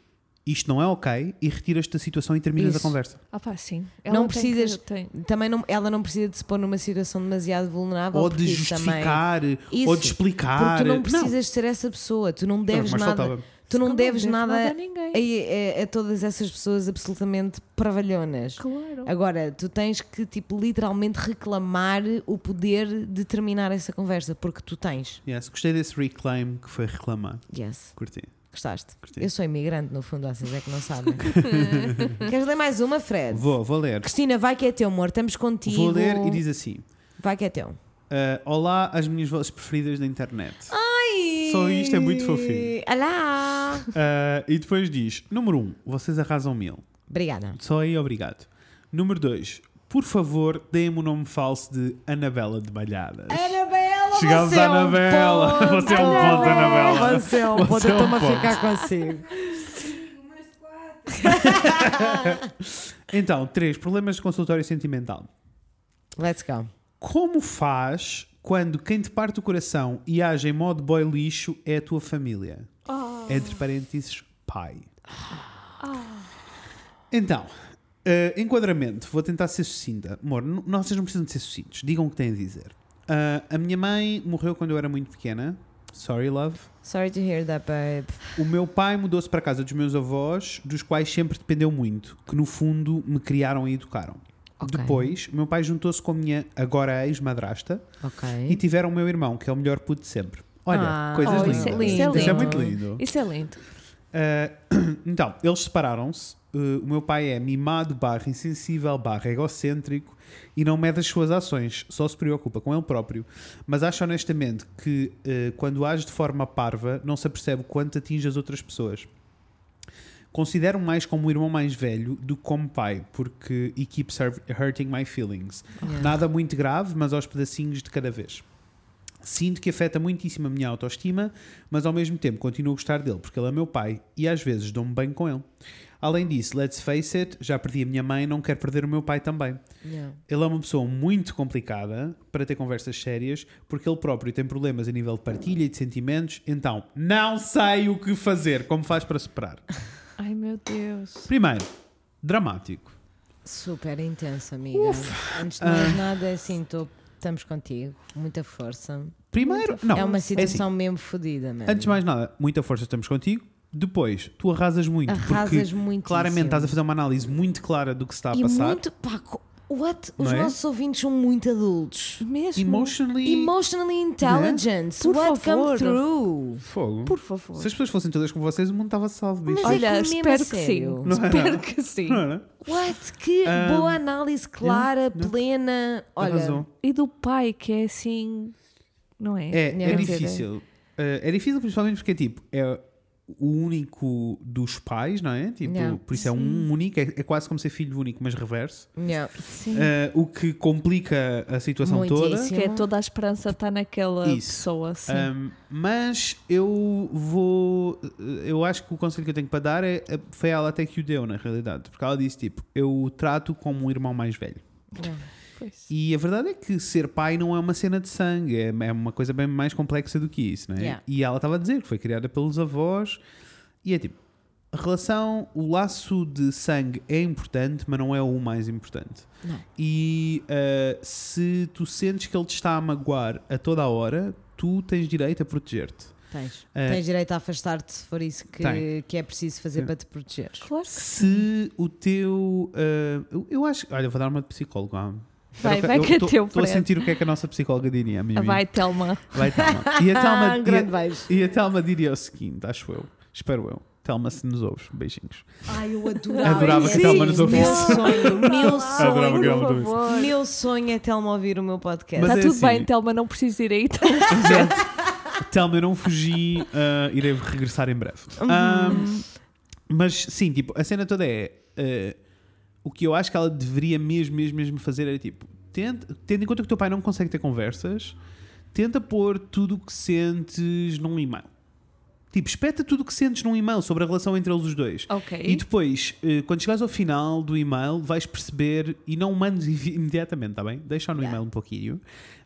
isto não é ok, e retiras-te da situação e terminas Isso. a conversa. Ah, pá, sim. Não tem que- precisas- tem- Também não, ela não precisa de se pôr numa situação demasiado vulnerável. ou porque de Ah, isso também. justificar, ou Isso. de explicar. Porque tu não precisas ser essa pessoa, tu não deves mas nada. faltava. Tu não Como deves deve nada a ninguém. a, a- a é, todas essas pessoas absolutamente pravalhonas. Claro. Agora, tu tens que, tipo, literalmente reclamar o poder de terminar essa conversa, porque tu tens. Yes, gostei desse reclaim que foi reclamar. Yes. Curti. Gostaste? Gostei. Eu sou imigrante, no fundo, vocês é que não *laughs* sabem. Queres ler mais uma, Fred? Vou, vou ler. Cristina, vai que é teu, amor. Estamos contigo. Vou ler e diz assim: Vai que é teu. ah, Olá, as minhas vozes preferidas da internet. *laughs* Ai! Só isto é muito fofinho. Alá! Ah, e depois diz: Número 1, um, vocês arrasam mil. Obrigada. Só aí, obrigado. Número 2, por favor, deem-me o nome falso de Anabela de Balhadas. Anabela, é um Chegámos à Anabela. Você é um ponto, Anabela. Você é um ponto, Você é eu um estou-me a ponto. ficar consigo. Então, 3, problemas de consultório sentimental. Let's go. Como faz quando quem te parte o coração e age em modo boy lixo é a tua família? Entre parênteses, pai. Então, eh, enquadramento. Vou tentar ser sucinta. Amor, n- não- vocês não precisam de ser sucintos. Digam o que têm a dizer. Ah, a minha mãe morreu quando eu era muito pequena. Sorry, love. Sorry to hear that, babe. O meu pai mudou-se para a casa dos meus avós, dos quais sempre dependeu muito, que no fundo me criaram e educaram. Ok. Depois, o meu pai juntou-se com a minha agora ex-madrasta e Ok. tiveram o meu irmão, que é o melhor puto de sempre. Olha, Ah, coisas oh, lindas. isso é lindo. Isso é muito lindo. Isso é lindo. Ah, *clears throat* então, eles separaram-se. Uh, o meu pai é mimado, barra insensível, barra egocêntrico e não mede as suas ações, só se preocupa com ele próprio. Mas acho honestamente que uh, quando age de forma parva, não se apercebe o quanto atinge as outras pessoas. Considero mais como um irmão mais velho do que como pai, porque he keeps hurt- hurting my feelings. Nada muito grave, mas aos pedacinhos de cada vez. Sinto que afeta muitíssimo a minha autoestima, mas ao mesmo tempo continuo a gostar dele porque ele é meu pai e às vezes dou-me bem com ele. Além disso, let's face it, já perdi a minha mãe, não quero perder o meu pai também. Yeah. Ele é uma pessoa muito complicada para ter conversas sérias porque ele próprio tem problemas a nível de partilha e de sentimentos, então não sei o que fazer, como faz para superar. Ai meu Deus. Primeiro, dramático. Super intenso, amiga. Antes de Ah. mais nada, assim, tô- estamos contigo. Muita força. Primeiro, não. é uma assim. situação mesmo fodida, mano. Antes de mais nada, muita força, estamos contigo. Depois, tu arrasas muito. Arrasas porque muitíssimo. Claramente estás a fazer uma análise muito clara do que se está a E passar. muito, pá, co- what? Os Não é? nossos ouvintes são muito adultos. Mesmo. Emotionally. Emotionally é? intelligent. Por what come favor. through? Fogo. Por favor. Se as pessoas fossem todas como vocês, o mundo estava salvo, bicho. Mas- Olha, é que mesmo espero que sério. sim. Não é espero nada. que sim. Não era? What? Que boa análise clara, plena. Olha, Arrasou. E do pai, que é assim. Não é? É, é Quer dizer, difícil. Eh, é difícil principalmente porque, tipo, é o único dos pais, não é? Tipo, Yeah. por isso é um único. É, é quase como ser filho único, mas reverso. yeah. Sim. Eh, o que complica a situação toda. Uhum. Muitíssimo. Que é toda a esperança está naquela Isso. pessoa. Assim. Um, mas eu vou. Eu acho que o conselho que eu tenho para dar é. Foi ela até que o deu, na realidade. Porque ela disse: tipo, eu o trato como um irmão mais velho. Pois. E a verdade é que ser pai não é uma cena de sangue, é, é uma coisa bem mais complexa do que isso, né? Yeah. E ela estava a dizer que foi criada pelos avós. E é tipo. A relação, o laço de sangue é importante, mas não é o mais importante. Não. E ah, se tu sentes que ele te está a magoar a toda a hora, tu tens direito a proteger-te. Tens. Eh, Tens direito a afastar-te se for isso que, Tem. que é preciso fazer Sim. para te proteger. Claro que Se o teu. ah, eu, eu acho. Olha, vou dar uma de psicólogo. ah. Vai, Eu- vai eu que é tô- teu, Estou a Fred. sentir o que é que a nossa psicóloga diria, a Mimi. Vai, Telma. Vai, Telma. E a Telma, um e a- grande beijo. e a Telma diria o seguinte, acho eu. Espero eu. Telma, se nos ouves, beijinhos. Ai, eu adorava. Adorava que a Telma nos ouvisse. Meu sonho, meu Adorava que sonho. ela me ouvisse. Meu sonho é Telma ouvir o meu podcast. Mas Está é Tá tudo assim. bem, Telma, não preciso direito. Exato. Telma, eu não fugi, ah, irei regressar em breve. Ah, mas sim, tipo, a cena toda é. ah, o que eu acho que ela deveria mesmo, mesmo, mesmo fazer era tipo. Tenta, tendo em conta que o teu pai não consegue ter conversas, tenta pôr tudo o que sentes num e-mail. Tipo, espeta tudo o que sentes num e-mail sobre a relação entre eles os dois. *laughs* Ok. E depois, eh, quando chegares ao final do e-mail, vais perceber e não mandes i- imediatamente, está bem? Deixa no e-mail um pouquinho.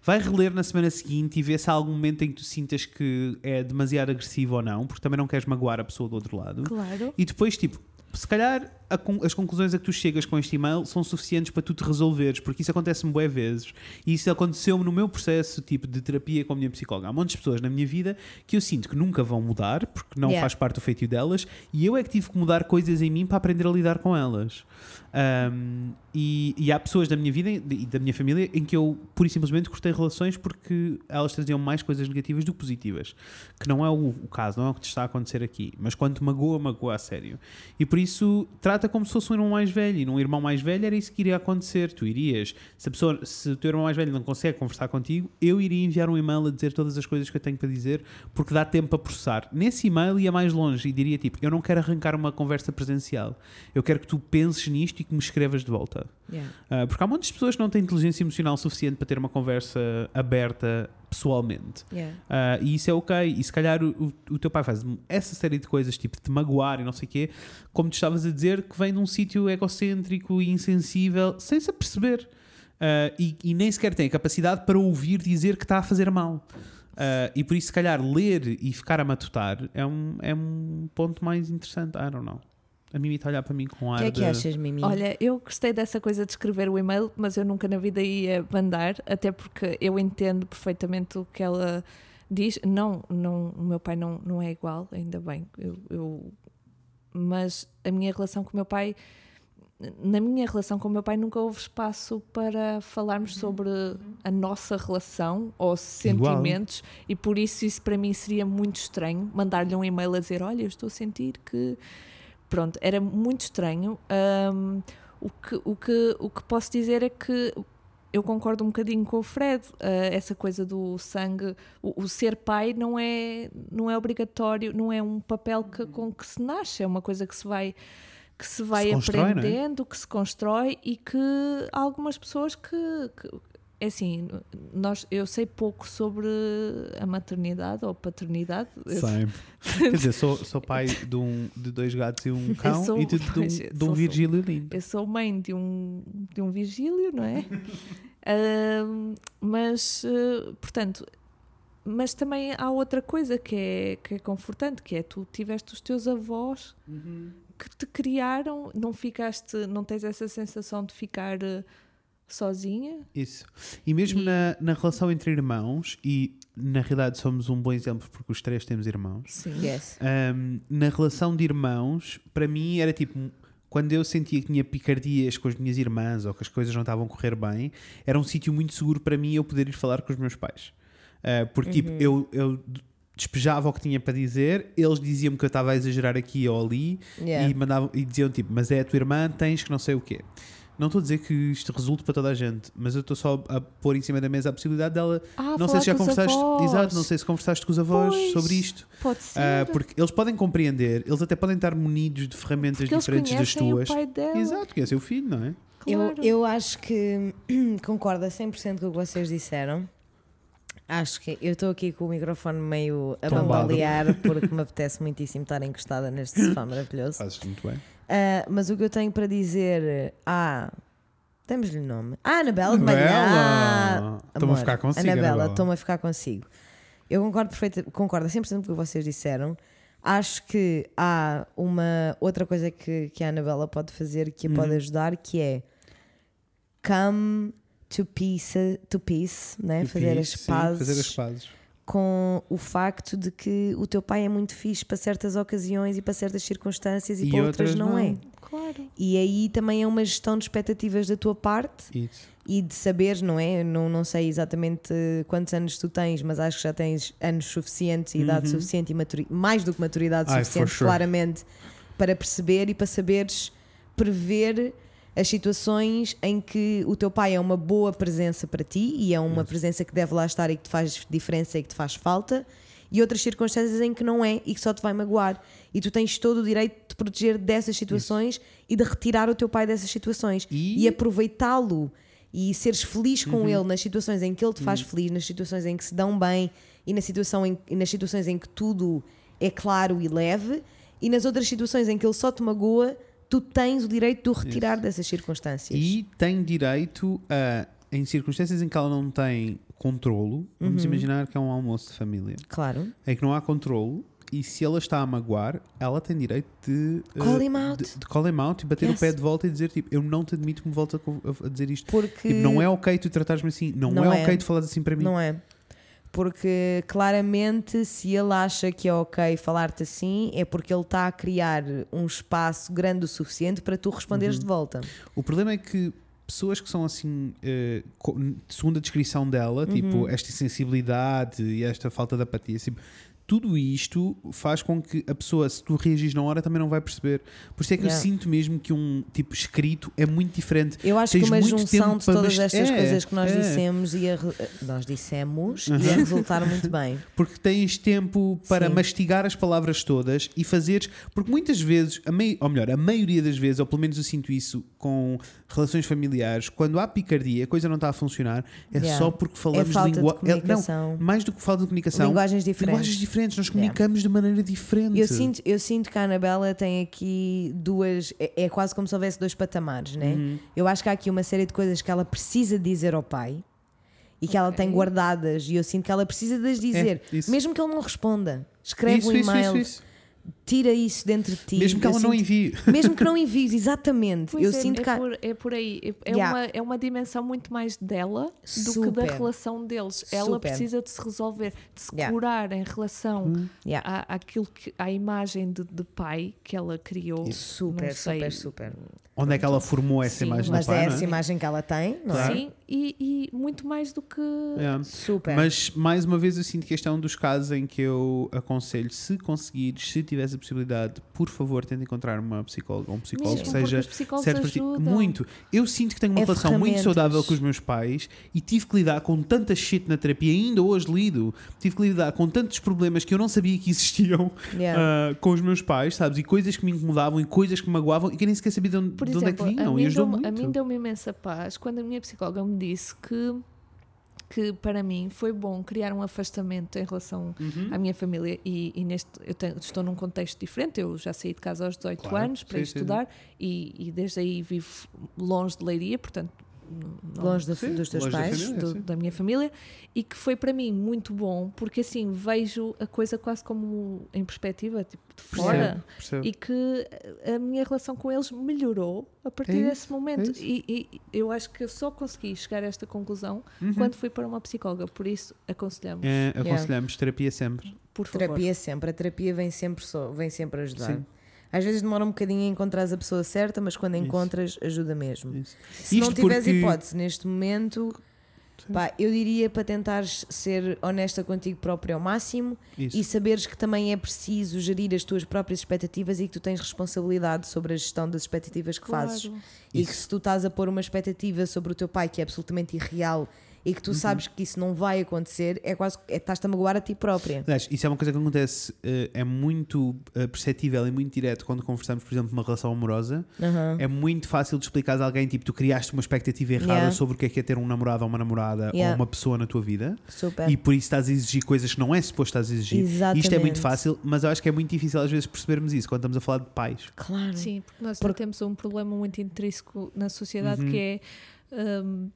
Vai reler na semana seguinte e ver se há algum momento em que tu sintas que é demasiado agressivo ou não, porque também não queres magoar a pessoa do outro lado. Claro. E depois, tipo, se calhar a con- as conclusões a que tu chegas com este e-mail são suficientes para tu te resolveres, porque isso acontece-me bué vezes. E isso aconteceu-me no meu processo tipo de terapia com a minha psicóloga. Há montes de pessoas na minha vida que eu sinto que nunca vão mudar, porque não Yeah. faz parte do feitio delas, e eu é que tive que mudar coisas em mim para aprender a lidar com elas. Ahm, e, e há pessoas da minha vida e da minha família em que eu pura e simplesmente cortei relações porque elas traziam mais coisas negativas do que positivas. Que não é o, o caso, não é o que te está a acontecer aqui. Mas quando te magoa, magoa a sério. E por isso trata como se fosse um irmão mais velho. E num irmão mais velho era isso que iria acontecer. Tu irias. Se, a pessoa, se o teu irmão mais velho não consegue conversar contigo, eu iria enviar um e-mail a dizer todas as coisas que eu tenho para dizer porque dá tempo para processar. Nesse e-mail ia mais longe e diria tipo: Eu não quero arrancar uma conversa presencial. Eu quero que tu penses nisto e que me escrevas de volta. Yeah. Ah, porque há muitas pessoas que não têm inteligência emocional suficiente para ter uma conversa aberta pessoalmente. Yeah. Ah, e isso é ok. E se calhar o, o teu pai faz essa série de coisas, tipo de te magoar e não sei o quê, como tu estavas a dizer, que vem de um sítio egocêntrico e insensível, sem se aperceber. Ah, e, e nem sequer tem a capacidade para ouvir dizer que está a fazer mal. Ah, e por isso, se calhar, ler e ficar a matutar é um, é um ponto mais interessante. I don't know. A Mimi está a olhar para mim com O ar que é que de... achas, Mimi? Olha, eu gostei dessa coisa de escrever o e-mail, mas eu nunca na vida ia mandar, até porque eu entendo perfeitamente o que ela diz. Não, não o meu pai não, não é igual, ainda bem. Eu, eu- mas a minha relação com o meu pai, na minha relação com o meu pai, nunca houve espaço para falarmos sobre a nossa relação ou Igual. sentimentos, e por isso, isso para mim seria muito estranho mandar-lhe um e-mail a dizer: Olha, eu estou a sentir que pronto, era muito estranho. hum, Ahm, o, que, o, que, o que posso dizer é que eu concordo um bocadinho com o Fred, ah, essa coisa do sangue, o, o ser pai não é, não é obrigatório, não é um papel que, com que se nasce, é uma coisa que se vai que se vai constrói, não é? aprendendo, que se constrói e que há algumas pessoas que, que- é assim, nós, eu sei pouco sobre a maternidade ou paternidade. Eu- *laughs* Sempre. Quer dizer, sou, sou pai de, um, de dois gatos e um cão sou- e de, de um, pois, de sou- um sou. Virgílio lindo. Eu sou mãe de um, de um vigílio, não *laughs* é? Ahm, mas, eh, portanto, mas também há outra coisa que é, que é confortante, que é tu tiveste os teus avós Uhum. que te criaram, não ficaste, não tens essa sensação de ficar eh, sozinha. Isso. E mesmo Na, na relação entre irmãos, e na realidade somos um bom exemplo porque os três temos irmãos, Sim. Yes. Ahm, na relação de irmãos, para mim era tipo. Quando eu sentia que tinha picardias com as minhas irmãs ou que as coisas não estavam a correr bem, era um sítio muito seguro para mim eu poder ir falar com os meus pais. Ah, porque tipo, eu, eu despejava o que tinha para dizer, eles diziam-me que eu estava a exagerar aqui ou ali Yeah. e, mandavam, e diziam tipo, mas é a tua irmã, tens que não sei o quê. Não estou a dizer que isto resulte para toda a gente, mas eu estou só a pôr em cima da mesa a possibilidade dela. Ah, não sei falar se já com os conversaste, avós. exato, não sei se conversaste com os avós Pois. sobre isto. Pode ser. Ah, porque eles podem compreender, eles até podem estar munidos de ferramentas porque eles diferentes das conhecem tuas. o pai dela. Exato, que é seu filho, não é? Eu, Claro. eu acho que *clears throat* concordo a 100% com o que vocês disseram. Acho que eu estou aqui com o microfone meio a Tombado. bambalear porque me apetece muitíssimo estar encostada neste sofá maravilhoso. Fazes muito bem. Ah, mas o que eu tenho para dizer a. Temos-lhe nome. Ah, Anabela de Anabela! Manhã! Estou-me a Amor, ficar consigo, Anabela. Anabela, estou-me a ficar consigo. Eu concordo perfeitamente, concordo a 100% com o que vocês disseram. Acho que há uma outra coisa que, que a Anabela pode fazer que a Uhum. pode ajudar, que é come to peace, to peace, né? fazer, as Sim, pazes Fazer as pazes. com o facto de que o teu pai é muito fixe para certas ocasiões e para certas circunstâncias e, E para outras, outras não é. não. Claro. E aí também é uma gestão de expectativas da tua parte Isso. e de saberes, não é? Eu Não, não sei exatamente quantos anos tu tens, mas acho que já tens anos suficientes e idade suficiente e maturi- mais do que maturidade Uhum. Ai, for suficiente, sure. claramente, para perceber e para saberes prever as situações em que o teu pai é uma boa presença para ti e é uma Uhum. presença que deve lá estar e que te faz diferença e que te faz falta e outras circunstâncias em que não é e que só te vai magoar. E tu tens todo o direito de te proteger dessas situações e de retirar o teu pai dessas situações E- e aproveitá-lo e seres feliz Uhum. com ele nas situações em que ele te faz feliz, nas situações em que se dão bem e, na situação em, e nas situações em que tudo é claro e leve e nas outras situações em que ele só te magoa, tu tens o direito de o retirar dessas circunstâncias. E tem direito a, em circunstâncias em que ela não Uhum. tem controlo, vamos imaginar que é um almoço de família, Claro. em que não há controlo, e se ela está a magoar, ela tem direito de. Call eh, him out. De, de call him out e bater Yes. o pé de volta e dizer tipo: Eu não te admito que me voltes a, co- a- a dizer isto. Porque. Tipo, não é ok tu tratares-me assim. Não, Não é, é. ok tu falares assim para mim. Não é? Porque claramente, se ele acha que é ok falar-te assim, é porque ele está a criar um espaço grande o suficiente para tu Uhum. responderes de volta. O problema é que pessoas que são assim, eh, co- segundo a descrição dela, Uhum. tipo, esta insensibilidade e esta falta de apatia, assim, tudo isto faz com que a pessoa, se tu reagis na hora, também não vai perceber. Por isso é que Yeah. eu sinto mesmo que um tipo escrito é muito diferente. Eu acho Tens que uma muito junção tempo de para todas mast- estas É, coisas que nós é. Uhum. dissemos ia re- eh, nós dissemos ia resultar muito bem. Porque tens tempo para Sim. mastigar as palavras todas e fazeres. Porque muitas vezes, a mei, ou melhor, a maioria das vezes, ou pelo menos eu sinto isso com relações familiares, quando há picardia, a coisa não está a funcionar, é Yeah. só porque *laughs* falamos É falta de língua- é- comunicação. não, mais do que falta de comunicação. Linguagens diferentes. Linguagens diferentes, nós Yeah. comunicamos de maneira diferente. Eu sinto, eu sinto que a Anabela tem aqui duas. É, é quase como se houvesse dois patamares, né? Uhum. Eu acho que há aqui uma série de coisas que ela precisa dizer ao pai e que ela tem guardadas. E eu sinto que ela precisa de as dizer, É, isso. mesmo que ele não responda. Escreve Isso, um isso, e-mail, isso, isso. tira isso dentro de ti. Mesmo que Eu ela não sinto- envie. Mesmo que não envie, *laughs* exatamente. Pois eu é, sinto né? é que. há- por, é por aí. É, é Yeah. uma, é uma dimensão muito mais dela do que Super. da relação deles. Ela Super. precisa de se resolver, de se Yeah. Hum. curar em relação Yeah. à, àquilo que, à imagem de, de pai que ela criou. Super, Não sei. super, super. Onde é que ela formou essa Sim, imagem Mas do pai? é não essa imagem que ela tem, não é? Sim, e, e muito mais do que. Yeah. Super. É. Mas mais uma vez eu sinto que este é um dos casos em que eu aconselho, se conseguires, se tiveres a possibilidade, por favor, tente encontrar uma psicóloga ou um psicólogo Mesmo que porque seja os psicólogos certo para ti. ajudam. Muito. Eu sinto que tenho uma É relação muito ferramentas. saudável com os meus pais e tive que lidar com tanta shit na terapia, ainda hoje lido, tive que lidar com tantos problemas que eu não sabia que existiam Yeah. ah, com os meus pais, sabes? E coisas que me incomodavam e coisas que me magoavam e que eu nem sequer sabia de onde, Por de onde é exemplo, que vinham. a E mim ajudou deu-me muito. a mim deu-me imensa paz quando a minha psicóloga me disse que, que para mim foi bom criar um afastamento em relação Uhum. à minha família e, e neste eu tenho- estou num contexto diferente, eu já saí de casa aos 18 Claro, anos para sim, ir sim. estudar e, e desde aí vivo longe de Leiria, portanto não- não- Longe do- ah, Sim, dos teus longe da pais. família. do- sim. é assim. da minha família e que foi para mim muito bom porque assim vejo a coisa quase como em perspectiva tipo de fora Percebo. e que a minha relação com eles melhorou a partir É isso, desse momento é isso. e, e eu acho que eu só consegui chegar a esta conclusão quando fui para uma psicóloga por isso aconselhamos Uhum. É, aconselhamos terapia sempre. por favor Terapia sempre, a terapia vem sempre, só, vem sempre ajudar. Às vezes demora um bocadinho a encontrares a pessoa certa, mas quando encontras, ajuda mesmo. É Isso. Se não Isto tiveres porque- hipótese neste momento, pá, eu diria para tentares ser honesta contigo própria ao máximo Isso. e saberes que também é preciso gerir as tuas próprias expectativas e que tu tens responsabilidade sobre a gestão das expectativas que fazes. E que se tu estás a pôr uma expectativa sobre o teu pai que é absolutamente irreal e Uhum. que tu sabes que isso não vai acontecer, é quase é, estás-te a magoar a ti própria. Aliás, isso é uma coisa que acontece, eh, é muito eh, perceptível e muito direto quando conversamos, por exemplo, de uma relação amorosa. É muito fácil de explicar a alguém, tipo, tu criaste uma expectativa errada Yeah. sobre o que é que é ter um namorado ou uma namorada Yeah. ou uma pessoa na tua vida. Super. E por isso estás a exigir coisas que não é suposto estás a exigir. Exatamente. Isto é muito fácil, mas eu acho que é muito difícil às vezes percebermos isso quando estamos a falar de pais. Claro. Sim, porque nós temos um problema muito intrínseco na sociedade Uhum. que é hum,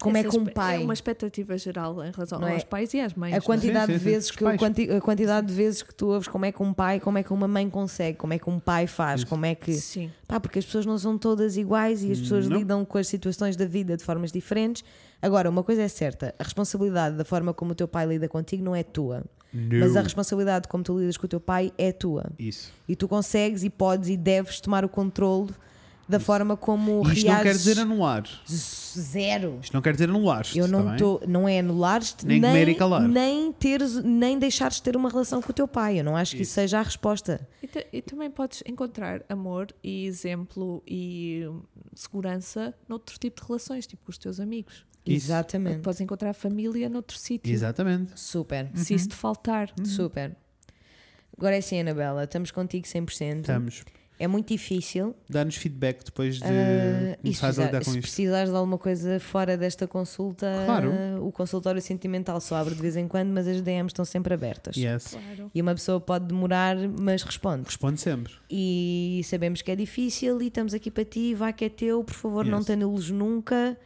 Como é essa que um espe- pai- É uma expectativa geral em relação Não é? aos pais e às mães. A não é? quantidade Sim, de sim, sim, vezes dos que eu- pais. quanti- a quantidade de vezes que tu ouves como é que um pai, como é que uma mãe consegue, como é que um pai faz, como é que Sim. Pá, porque as pessoas não são todas iguais e as pessoas lidam com as situações da vida de formas diferentes. Agora, uma coisa é certa: a responsabilidade da forma como o teu pai lida contigo não é tua. Mas a responsabilidade como tu lidas com o teu pai é tua. Isso. E tu consegues e podes e deves tomar o controle da forma como E isto não quer reages. dizer anular. Zero. Isto não quer dizer anular. Eu não tô, não é anulares-te, Nem nem, comer e calar. nem teres, nem deixares de ter uma relação com o teu pai. Eu não acho que isso seja a resposta. E, ta- e também podes encontrar amor e exemplo e hum, segurança noutro tipo de relações, tipo com os teus amigos. Isso. Exatamente. Podes encontrar família noutro sítio. Exatamente. Super, Uhum. Se isso te faltar. super. Agora é assim, Anabela, estamos contigo 100%. Estamos. É muito difícil. Dá-nos feedback depois de Ah, e se, começares a lidar precisar- com se isto. precisares de alguma coisa fora desta consulta, Claro. ah, o consultório sentimental só abre de vez em quando, mas as DMs estão sempre abertas. Yes. E uma pessoa pode demorar, mas responde. Responde sempre. e sabemos que é difícil e estamos aqui para ti, vai que é teu, por favor, não Yes. te anules nunca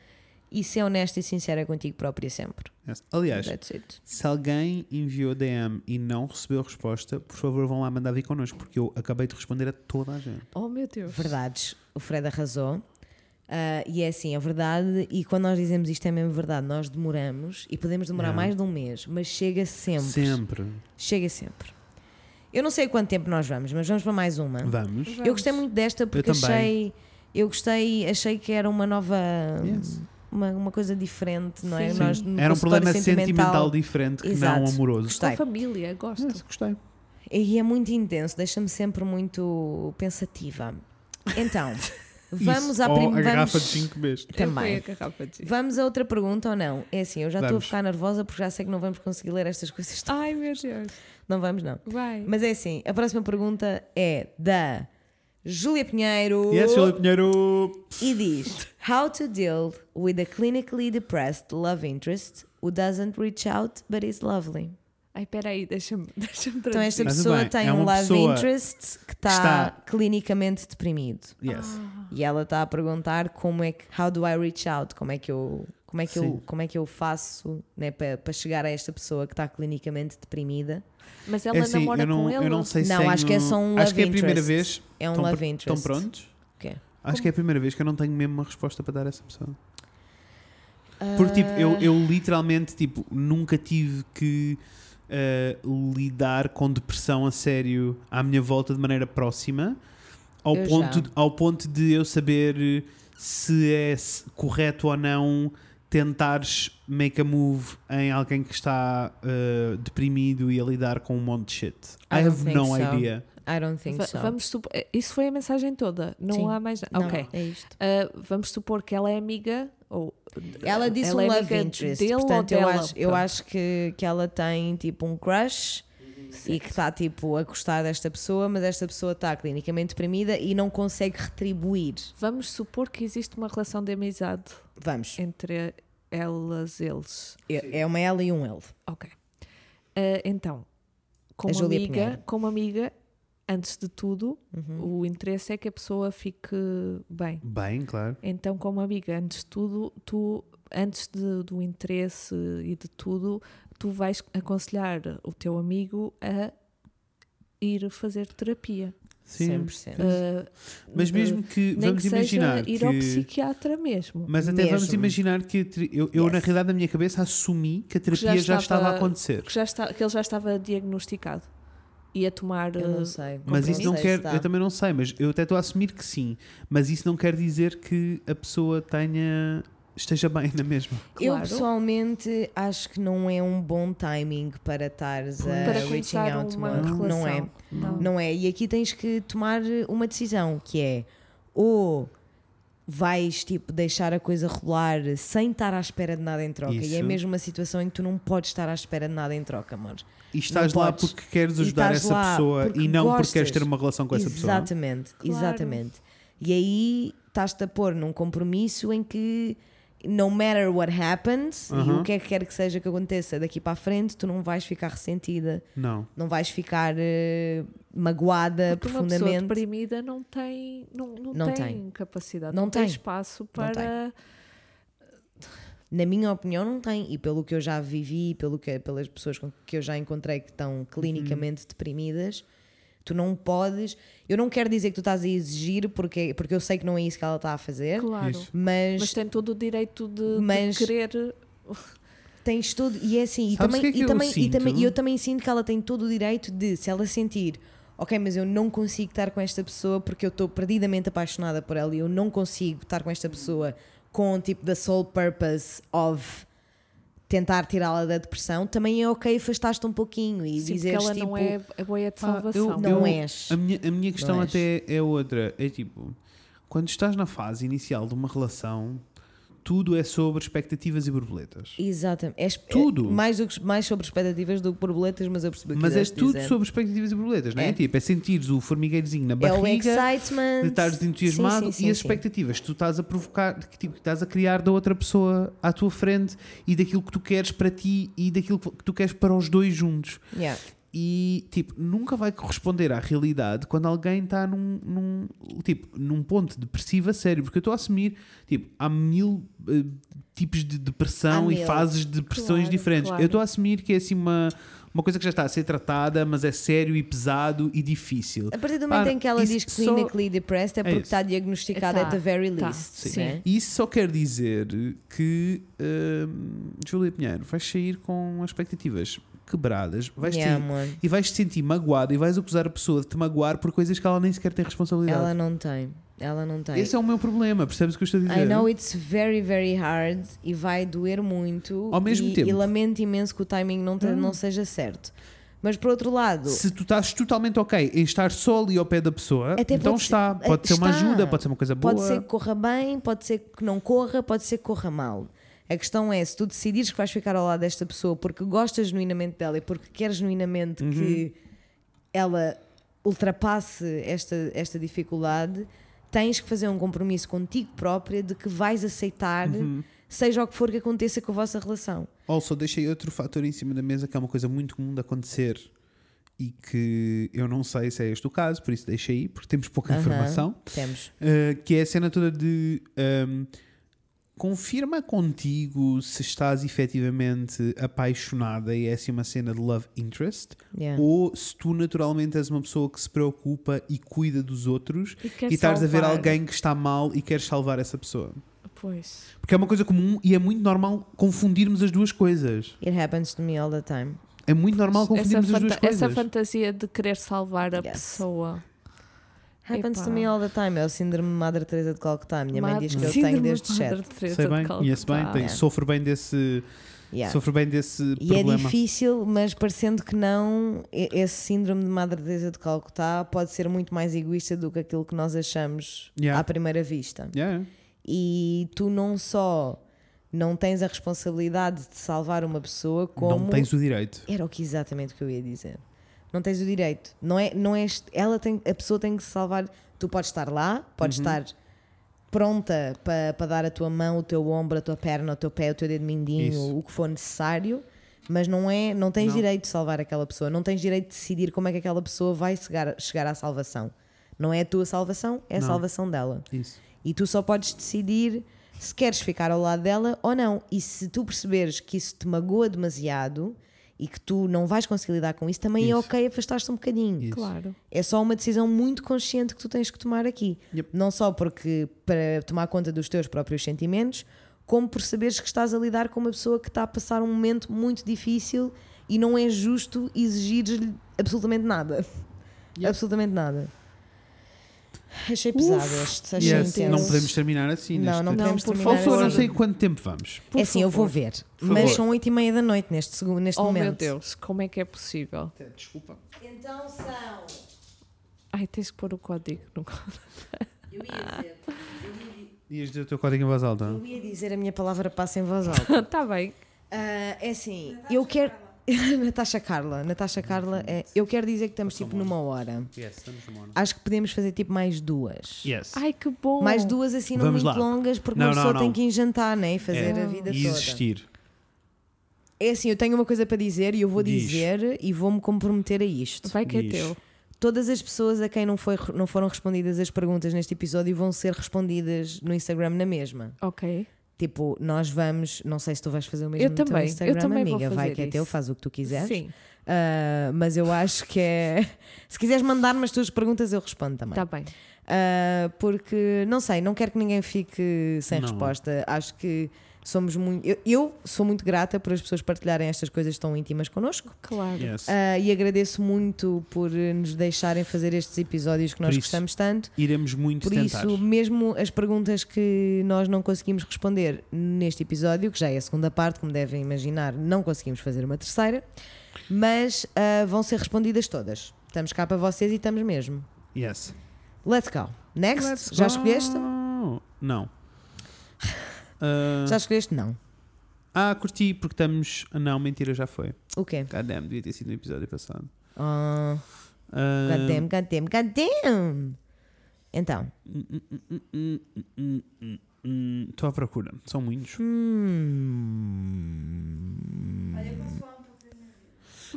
e ser honesta e sincera contigo própria sempre. Yes. Aliás, That's it. se alguém enviou DM e não recebeu resposta, por favor vão lá mandar vir connosco, porque eu acabei de responder a toda a gente. Oh meu Deus. Verdades. O Fred arrasou. Ah, e é assim, é verdade. E quando nós dizemos isto é mesmo verdade, nós demoramos e podemos demorar Yeah. mais de um mês, mas chega sempre. Sempre. Chega sempre. Eu não sei quanto tempo nós vamos, mas vamos para mais uma. Vamos. Eu gostei muito desta porque também. achei. Eu gostei, achei que era uma nova. Yes. Uma, uma coisa diferente, não é? Sim. Nós, no Era um consultório problema sentimental, diferente que não Exato. amoroso. Com Gostei. família, gosto. Yes, gostei. E é muito intenso, deixa-me sempre muito pensativa. *laughs* Então, vamos Isso, à ou prim- Oh, a garrafa de vamos- 5 beijo. Também. Foi a garrafa de gin. Vamos a outra pergunta ou não? É assim, eu já estou a Vamos. ficar nervosa porque já sei que não vamos conseguir ler estas coisas. todas. Ai meu Deus. Não vamos, não. Vai. Mas é assim, a próxima pergunta é da Júlia Pinheiro Yes, Júlio Pinheiro. e diz: How to deal with a clinically depressed love interest who doesn't reach out but is lovely? Ai, peraí, deixa-me *laughs* deixa Então, esta Mas pessoa bem, tem é um uma love pessoa interest que está, está- clinicamente deprimido. é Yes. E ela está a perguntar como é que how do I reach out? Como é que eu como é que Sim. eu como é que eu faço, né, para para chegar a esta pessoa que está clinicamente deprimida? Mas É ela assim, namora eu não, com ele. eu não sei se Não, tenho- acho que é só um Acho que é a love primeira interest. vez. É um Estão love pr- interest. Estão prontos? Ok. Acho que é a primeira vez que eu não tenho mesmo uma resposta para dar a essa pessoa. Porque, tipo, eu, eu literalmente, tipo, nunca tive que eh, lidar com depressão a sério à minha volta de maneira próxima, ao, Eu ponto, já. ao ponto de eu saber eh, se é s- correto ou não tentares make a move em alguém que está eh, deprimido e a lidar com um monte de shit. I I, don't have think no so. idea. Ah, I don't think Va- so. Vamos supor, isso foi a mensagem toda. Não Sim. há mais nada. Não, Ok. é isto. Ah, vamos supor que ela é amiga ou Ela disse ela um é love amiga interest, dele ou portanto eu dela? acho, eu Pronto. acho que que ela tem tipo um crush. E que está tipo a gostar desta pessoa, mas esta pessoa está clinicamente deprimida e não consegue retribuir. Vamos supor que existe uma relação de amizade Vamos, entre elas, eles. é é uma ela e um ele. Ok. Ah, então, como Júlia amiga, Pinheiro. como amiga, antes de tudo, Uhum. o interesse é que a pessoa fique bem. Bem, claro. Então, como amiga, antes de tudo, tu, antes de- do interesse e de tudo, tu vais aconselhar o teu amigo a ir fazer terapia. Sim. 100%. Ah, Mas ah, mesmo que, nem vamos que imaginar seja ir ao que- psiquiatra mesmo. Mas até vamos Mesmo. imaginar que a ter- eu, eu na realidade, na minha cabeça, assumi que a terapia já, estava- estava a acontecer. Que, já está, que ele já estava diagnosticado e a tomar. Eu não ah, sei. Mas isso não sei se quer. dá. Eu também não sei, mas eu até estou a assumir que sim. Mas isso não quer dizer que a pessoa tenha. esteja bem na mesma. Eu claro. pessoalmente acho que não é um bom timing para estares a para reaching começar out uma more. relação. Ah, Não é. Não. Não é. E aqui tens que tomar eh, uma decisão que é ou vais tipo deixar a coisa rolar sem estar à espera de nada em troca. E é Isso. mesmo uma situação em que tu não podes estar à espera de nada em troca, amor. E estás Não lá podes. porque queres E ajudar estás essa lá pessoa porque e não gostas. porque queres ter uma relação com essa pessoa. Exatamente, Claro. exatamente. E aí estás-te a pôr num compromisso em que no matter what happens e Uhum. o que é que quer que seja que aconteça daqui para a frente, tu não vais ficar ressentida, Não. não vais ficar eh, magoada Porque uma pessoa profundamente. deprimida não tem, não, não Não tem, tem. capacidade, Não não, tem tem. espaço para. Na minha opinião, não tem. E pelo que eu já vivi, e pelo que, pelas pessoas com que eu já encontrei que Uhum. estão clinicamente deprimidas, tu não podes. Eu não quero dizer que tu estás a exigir, porque, porque eu sei que não é isso que ela está a fazer, Claro. Isso. Mas tem todo o direito de, de Mas- querer. Tens todo, e é assim, e Sabes o também, que é que e eu também, e sinto? também- e eu também sinto que ela tem todo o direito de, se ela sentir, ok, mas eu não consigo estar com esta pessoa porque eu estou perdidamente apaixonada por ela e eu não consigo estar com esta pessoa com tipo the sole purpose of tentar tirá-la da depressão, também é ok afastar-te um pouquinho e Sim, porque dizeres ela tipo, não é a boia de salvação. não és. A minha, a minha questão és. até é outra. É tipo, quando estás na fase inicial de uma relação, tudo é sobre expectativas e borboletas. Exatamente. És- Tudo. é mais, do que, mais sobre expectativas do que borboletas, mas eu percebi o que Mas é quiseste tudo dizer. sobre expectativas e borboletas, não é? É. Tipo, é sentires o formigueirozinho na é o barriga, excitement de estares entusiasmado Sim, sim, sim, e as sim. expectativas que tu estás a provocar, que, tipo, que estás a criar da outra pessoa à tua frente e daquilo que tu queres para ti e daquilo que tu queres para os dois juntos. Yeah. e tipo, nunca vai corresponder à realidade quando alguém está num, num, tipo, num ponto depressivo a sério, porque eu estou a assumir tipo, há mil eh, tipos de depressão Há e mil. fases de depressões Claro, diferentes. claro. Eu estou a assumir que é assim uma, uma coisa que já está a ser tratada, mas é sério e pesado e difícil. A partir do momento Para, em que ela isso diz só- clinically depressed é porque isso. está diagnosticada Tá, at the very tá, least. sim. né? E isso só quer dizer que hum, Júlia Pinheiro vais sair com expectativas quebradas, vais Yeah, sair- amor. e vais te sentir magoada e vais acusar a pessoa de te magoar por coisas que ela nem sequer tem responsabilidade. Ela não tem. Ela não tem. Esse é o meu problema, percebes o que eu estou a dizer? I know it's very, very hard e vai doer muito. Ao mesmo e, tempo. Hum. E lamento imenso que o timing não, te- não seja certo. Mas por outro lado, Se tu estás totalmente ok em estar só ali ao pé da pessoa, Até então pode ser- eh, está. Pode ser uma está. ajuda, pode ser uma coisa boa. pode ser que corra bem, pode ser que não corra, pode ser que corra mal. A questão é, se tu decidires que vais ficar ao lado desta pessoa porque gostas genuinamente dela e porque queres genuinamente que ela ultrapasse esta, esta dificuldade, tens que fazer um compromisso contigo própria de que vais aceitar, seja o que for que aconteça com a vossa relação. Also, deixei outro fator em cima da mesa que é uma coisa muito comum de acontecer e que eu não sei se é este o caso, por isso deixei aí, porque temos pouca informação. Temos. Uh, que é a cena toda de um, confirma contigo se estás efetivamente apaixonada e é assim uma cena de love interest É. Yeah. ou se tu naturalmente és uma pessoa que se preocupa e cuida dos outros E quer e estás a ver salvar. alguém que está mal e queres salvar essa pessoa. Pois. Porque é uma coisa comum e é muito normal confundirmos as duas coisas. It happens to me all the time. É muito normal Essa, confundirmos as duas fanta- essa coisas. fantasia de querer salvar a Yes. pessoa. Happens Epá. to me all the time. É o síndrome Madre Teresa de Calcutá. Minha mãe Madre- diz que eu Síndrome tenho desde de Madre cedo. Teresa Sei de bem, conheço bem, Calcutá. tenho- sofro bem desse, Yeah. sofro bem desse E problema. é difícil, mas parecendo que não, e- esse síndrome de Madre Teresa de Calcutá pode ser muito mais egoísta do que aquilo que nós achamos Yeah. à primeira vista. Yeah. E tu não só não tens a responsabilidade de salvar uma pessoa, como Não tens o direito. Era o que exatamente o que eu ia dizer. Não tens o direito. Não é, não és, ela tem, a pessoa tem que se salvar. Tu podes estar lá, podes Uhum. estar pronta para pa dar a tua mão, o teu ombro, a tua perna, o teu pé, o teu dedo mindinho, Isso. o que for necessário, mas não é, não tens Não. direito de salvar aquela pessoa. Não tens direito de decidir como é que aquela pessoa vai chegar, chegar à salvação. Não é a tua salvação, é a Não. salvação dela. Isso. E tu só podes decidir se queres ficar ao lado dela ou não. E se tu perceberes que isso te magoa demasiado e que tu não vais conseguir lidar com isso, também é Isso. ok afastar-te um bocadinho. Isso. Claro. É só uma decisão muito consciente que tu tens que tomar aqui. Yep. Não só porque para tomar conta dos teus próprios sentimentos, como por saberes que estás a lidar com uma pessoa que está a passar um momento muito difícil e não é justo exigir-lhe absolutamente nada. Absolutamente nada. Achei pesado este, achei Yes, Tá intenso. é não podemos terminar assim. Não, neste- não podemos por terminar Ou só favor, não assim. sei quanto tempo vamos. Por é assim, eu vou favor. ver. Por mas favor. são 8 e meia da noite neste, segu- neste Oh momento. meu Deus, como é que é possível? Desculpa. Então são. Ai, tens que pôr o código no *laughs* Eu ia dizer, Ias dizer o teu código em voz alta? eu ia dizer a minha palavra passa em voz alta. Está Tá bem. Ah, é assim, eu quero. *laughs* Natasha Carla, Natasha Uhum. Carla, é, eu quero dizer que estamos tipo numa hora. Yes, estamos no mono. Acho que podemos fazer tipo mais duas. Yes. Ai, que bom. Mais duas assim não Vamos muito lá. longas, porque Não, uma pessoa não, não. tem que ir jantar, né? E fazer É. a vida E toda. existir. É assim, eu tenho uma coisa para dizer e eu vou Diz. dizer e vou-me comprometer a isto. Vai que é Diz. teu. Todas as pessoas a quem não, foi, não foram respondidas as perguntas neste episódio vão ser respondidas no Instagram na mesma. Ok. Tipo, nós vamos, não sei se tu vais fazer o mesmo Eu no também, teu eu Instagram, também vou amiga. Vai fazer que é teu, isso. faz o que tu quiseres. Sim, Ah, mas eu acho que é. *laughs* Se quiseres mandar-me as tuas perguntas, eu respondo também. está Tá bem. Ah, porque, não sei, não quero que ninguém fique sem Não. resposta. Acho que somos muito. Eu, eu sou muito grata por as pessoas partilharem estas coisas tão íntimas connosco. Claro. Yes. Ah, e agradeço muito por eh, nos deixarem fazer estes episódios que Por nós isso, gostamos tanto. Iremos muito Por tentar. isso, mesmo as perguntas que nós não conseguimos responder neste episódio, que já é a segunda parte, como devem imaginar, não conseguimos fazer uma terceira, mas ah, vão ser respondidas todas. Estamos cá para vocês e estamos mesmo. Yes. Let's go. Next? já escolheste? *laughs* Não. Ah, Já escolheste? Não. ah, curti, porque estamos. Não, mentira, já foi. O quê? God damn, devia ter sido no episódio passado. Ah, Ah, goddamn, goddamn, goddamn! Então, hum, hum, hum, hum, hum, hum, hum, hum. Estou à procura, são muitos.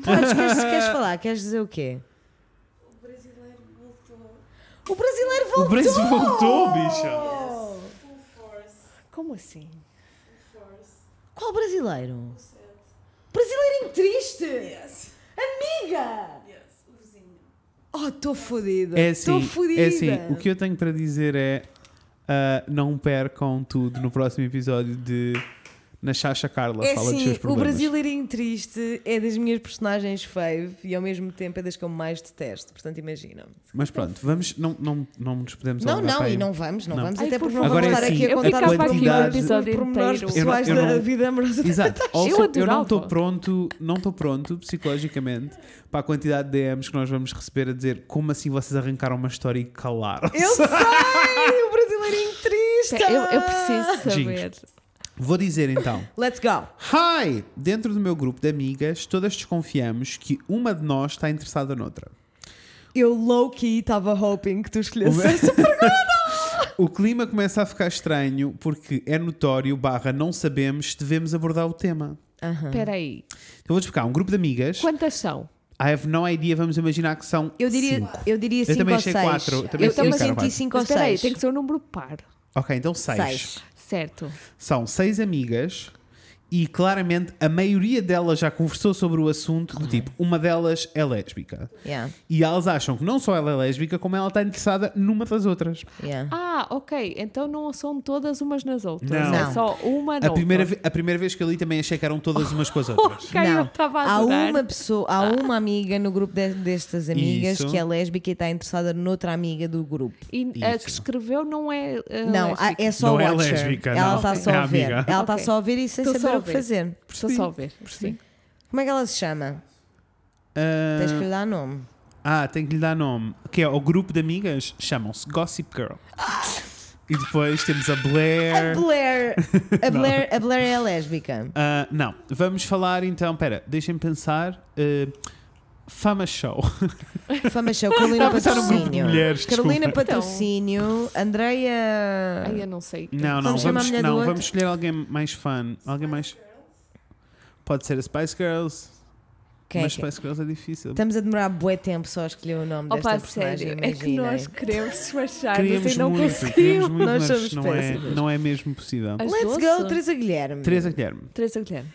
Podes, queres, queres falar? Queres dizer o quê? O brasileiro O voltou. preço voltou, bicha. Como assim? Qual brasileiro? Brasileiro em triste! Amiga! Oh, estou fodida. É Estou assim, fodida. é assim, o que eu tenho para dizer é ah, não percam tudo no próximo episódio de Na Chacha Carla É fala dos assim, seus o problemas. brasileirinho triste é das minhas personagens fave e ao mesmo tempo é das que eu mais detesto, portanto imagina. Mas pronto, vamos, não, não, não nos podemos Não, alongar não, para aí. e não vamos, não, Não. vamos, Ai, até por porque não favor. vamos estar Agora é aqui a assim, Eu contar a ficava aqui um quantidade- episódio pormenores inteiro. não- pessoais eu não- da vida amorosa. *laughs* *laughs* Exato. Also, Eu eu não adorava. estou pronto, não estou pronto psicologicamente para a quantidade de DMs que nós vamos receber a dizer como assim vocês arrancaram uma história e calaram. Eu sei! O brasileirinho triste! Eu, eu preciso saber. Jingles. Vou dizer então. Let's go! Hi! Dentro do meu grupo de amigas, todas desconfiamos que uma de nós está interessada noutra. Eu low-key estava hoping que tu escolhesse Uma- *laughs* essa O clima começa a ficar estranho porque é notório, barra, não sabemos se devemos abordar o tema. Espera aí. Então vou explicar. Um grupo de amigas, Quantas são? I have no idea, vamos imaginar que são Eu diria, cinco. eu diria Eu cinco também ou achei seis. quatro, eu Eu também achei quatro, vai. senti 5 Mas ou espera aí, 6. tem que ser um número par. Ok, então seis. Certo. São seis amigas e claramente a maioria delas já conversou sobre o assunto do tipo, uma delas é lésbica. Yeah, E elas acham que não só ela é lésbica, como ela está interessada numa das outras. yeah. Ah, ok. Então não são todas umas nas outras. Não. É Não. só uma A noutra. primeira, ve- a primeira vez que eu li também achei que eram todas umas com as outras. Ok, eu Não. estava a Há adorar. uma pessoa, há uma amiga no grupo de- destas amigas Ah. Isso. que é lésbica e está interessada noutra amiga do grupo. E a Isso. que escreveu não é. uh, Não, há- lésbica. é só Não é watcher. lésbica, Ela não. está só É a ver. amiga. Ela está Ok. só a ver e sem Tô só saber a o que ver. fazer. Estou só a ver. Sim. Como é que ela se chama? Ah, Tens que lhe dar nome. ah, tem que lhe dar nome. Que é o grupo de amigas, chamam-se Gossip Girl. E depois temos a A Blair. Blair. *laughs* A Blair, a Blair é lésbica. Ah, não, vamos falar então. Pera, deixem-me pensar. ah, Fama Show. Fama Show, Carolina Estava a pensar num grupo de Patrocínio. mulheres, Carolina desculpa. Então. Patrocínio, Andreia. Ah. Ai, eu não sei. Não, não, Vamos vamos, chamar a mulher do não, outro? vamos escolher alguém mais fã. Alguém mais. Pode ser a Spice Girls. Quem é mas que- Spice Girls é difícil. Estamos a demorar bué tempo só a escolher o nome desta Opa, personagem, sério. imagina. É que nós queremos despachar Queríamos e não muito, queríamos conseguimos. muito, Nós mas somos não é, péssimas. não é mesmo possível. As Let's doce? go, Teresa Guilherme. Teresa Guilherme. Teresa Guilherme.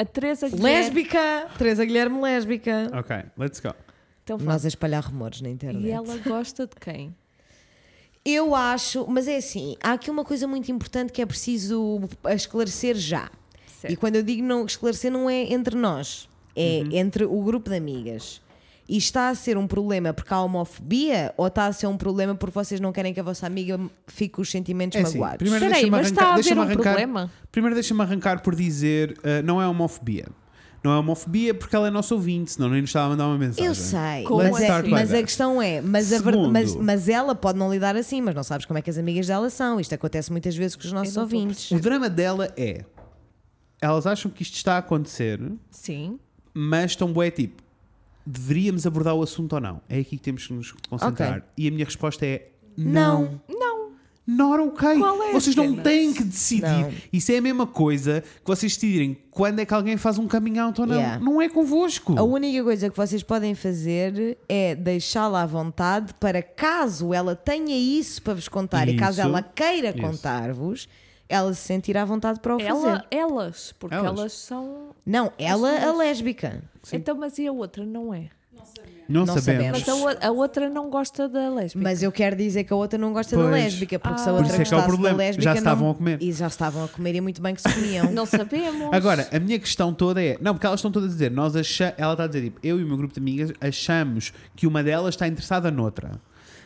A Teresa Guilherme. Lésbica! Teresa Guilherme lésbica. Ok, let's go. Então, vá. Nós a espalhar rumores na internet. e ela gosta de quem? Eu acho, mas é assim, há aqui uma coisa muito importante que é preciso esclarecer já. Certo. E quando eu digo não esclarecer, não é entre nós, é entre o grupo de amigas. E está a ser um problema porque há homofobia ou está a ser um problema porque vocês não querem que a vossa amiga fique com os sentimentos É assim, magoados? primeiro Espera aí, deixa-me mas arrancar, está a haver deixa-me um arrancar- problema? Primeiro deixa-me arrancar por dizer ah, não é homofobia. Não é homofobia porque ela é nossa ouvinte, senão nem nos estava a mandar uma mensagem. Eu sei, Como mas, Let's assim? é, start by mas a that. questão é, mas, a ver- mas, né? Segundo. mas ela pode não lidar assim, mas não sabes como é que as amigas dela são. Isto acontece muitas vezes com os nossos não estou a ouvintes. O drama dela é. Elas acham que isto está a acontecer, Sim. mas estão bué tipo. Deveríamos abordar o assunto ou não? É aqui que temos que nos concentrar. E a minha resposta é não. Não. Não. Not okay. Qual é a vocês não cena? têm que decidir. Não. Isso é a mesma coisa que vocês decidirem quando é que alguém faz um coming out ou não. Yeah. Não é convosco. A única coisa que vocês podem fazer é deixá-la à vontade para caso ela tenha isso para vos contar e caso Isso. ela queira Isso. contar-vos, ela se sentirá à vontade para o fazer. Ela, elas, porque Elas. elas, são. Não, ela a lésbica. Então, mas e a outra não é? não, não sabemos. sabemos. Mas a, o- a outra não gosta da lésbica. Mas eu quero dizer que a outra não gosta da Pois. lésbica, porque Ah. se a Por outra isso é que é o gostasse problema. da Já lésbica. estavam não... a comer. E já estavam a comer e muito bem que se comiam. Não sabemos. Agora, a minha questão toda é. Não, porque elas estão todas a dizer. Nós acha, ela está a dizer, tipo, eu e o meu grupo de amigas achamos que uma delas está interessada noutra.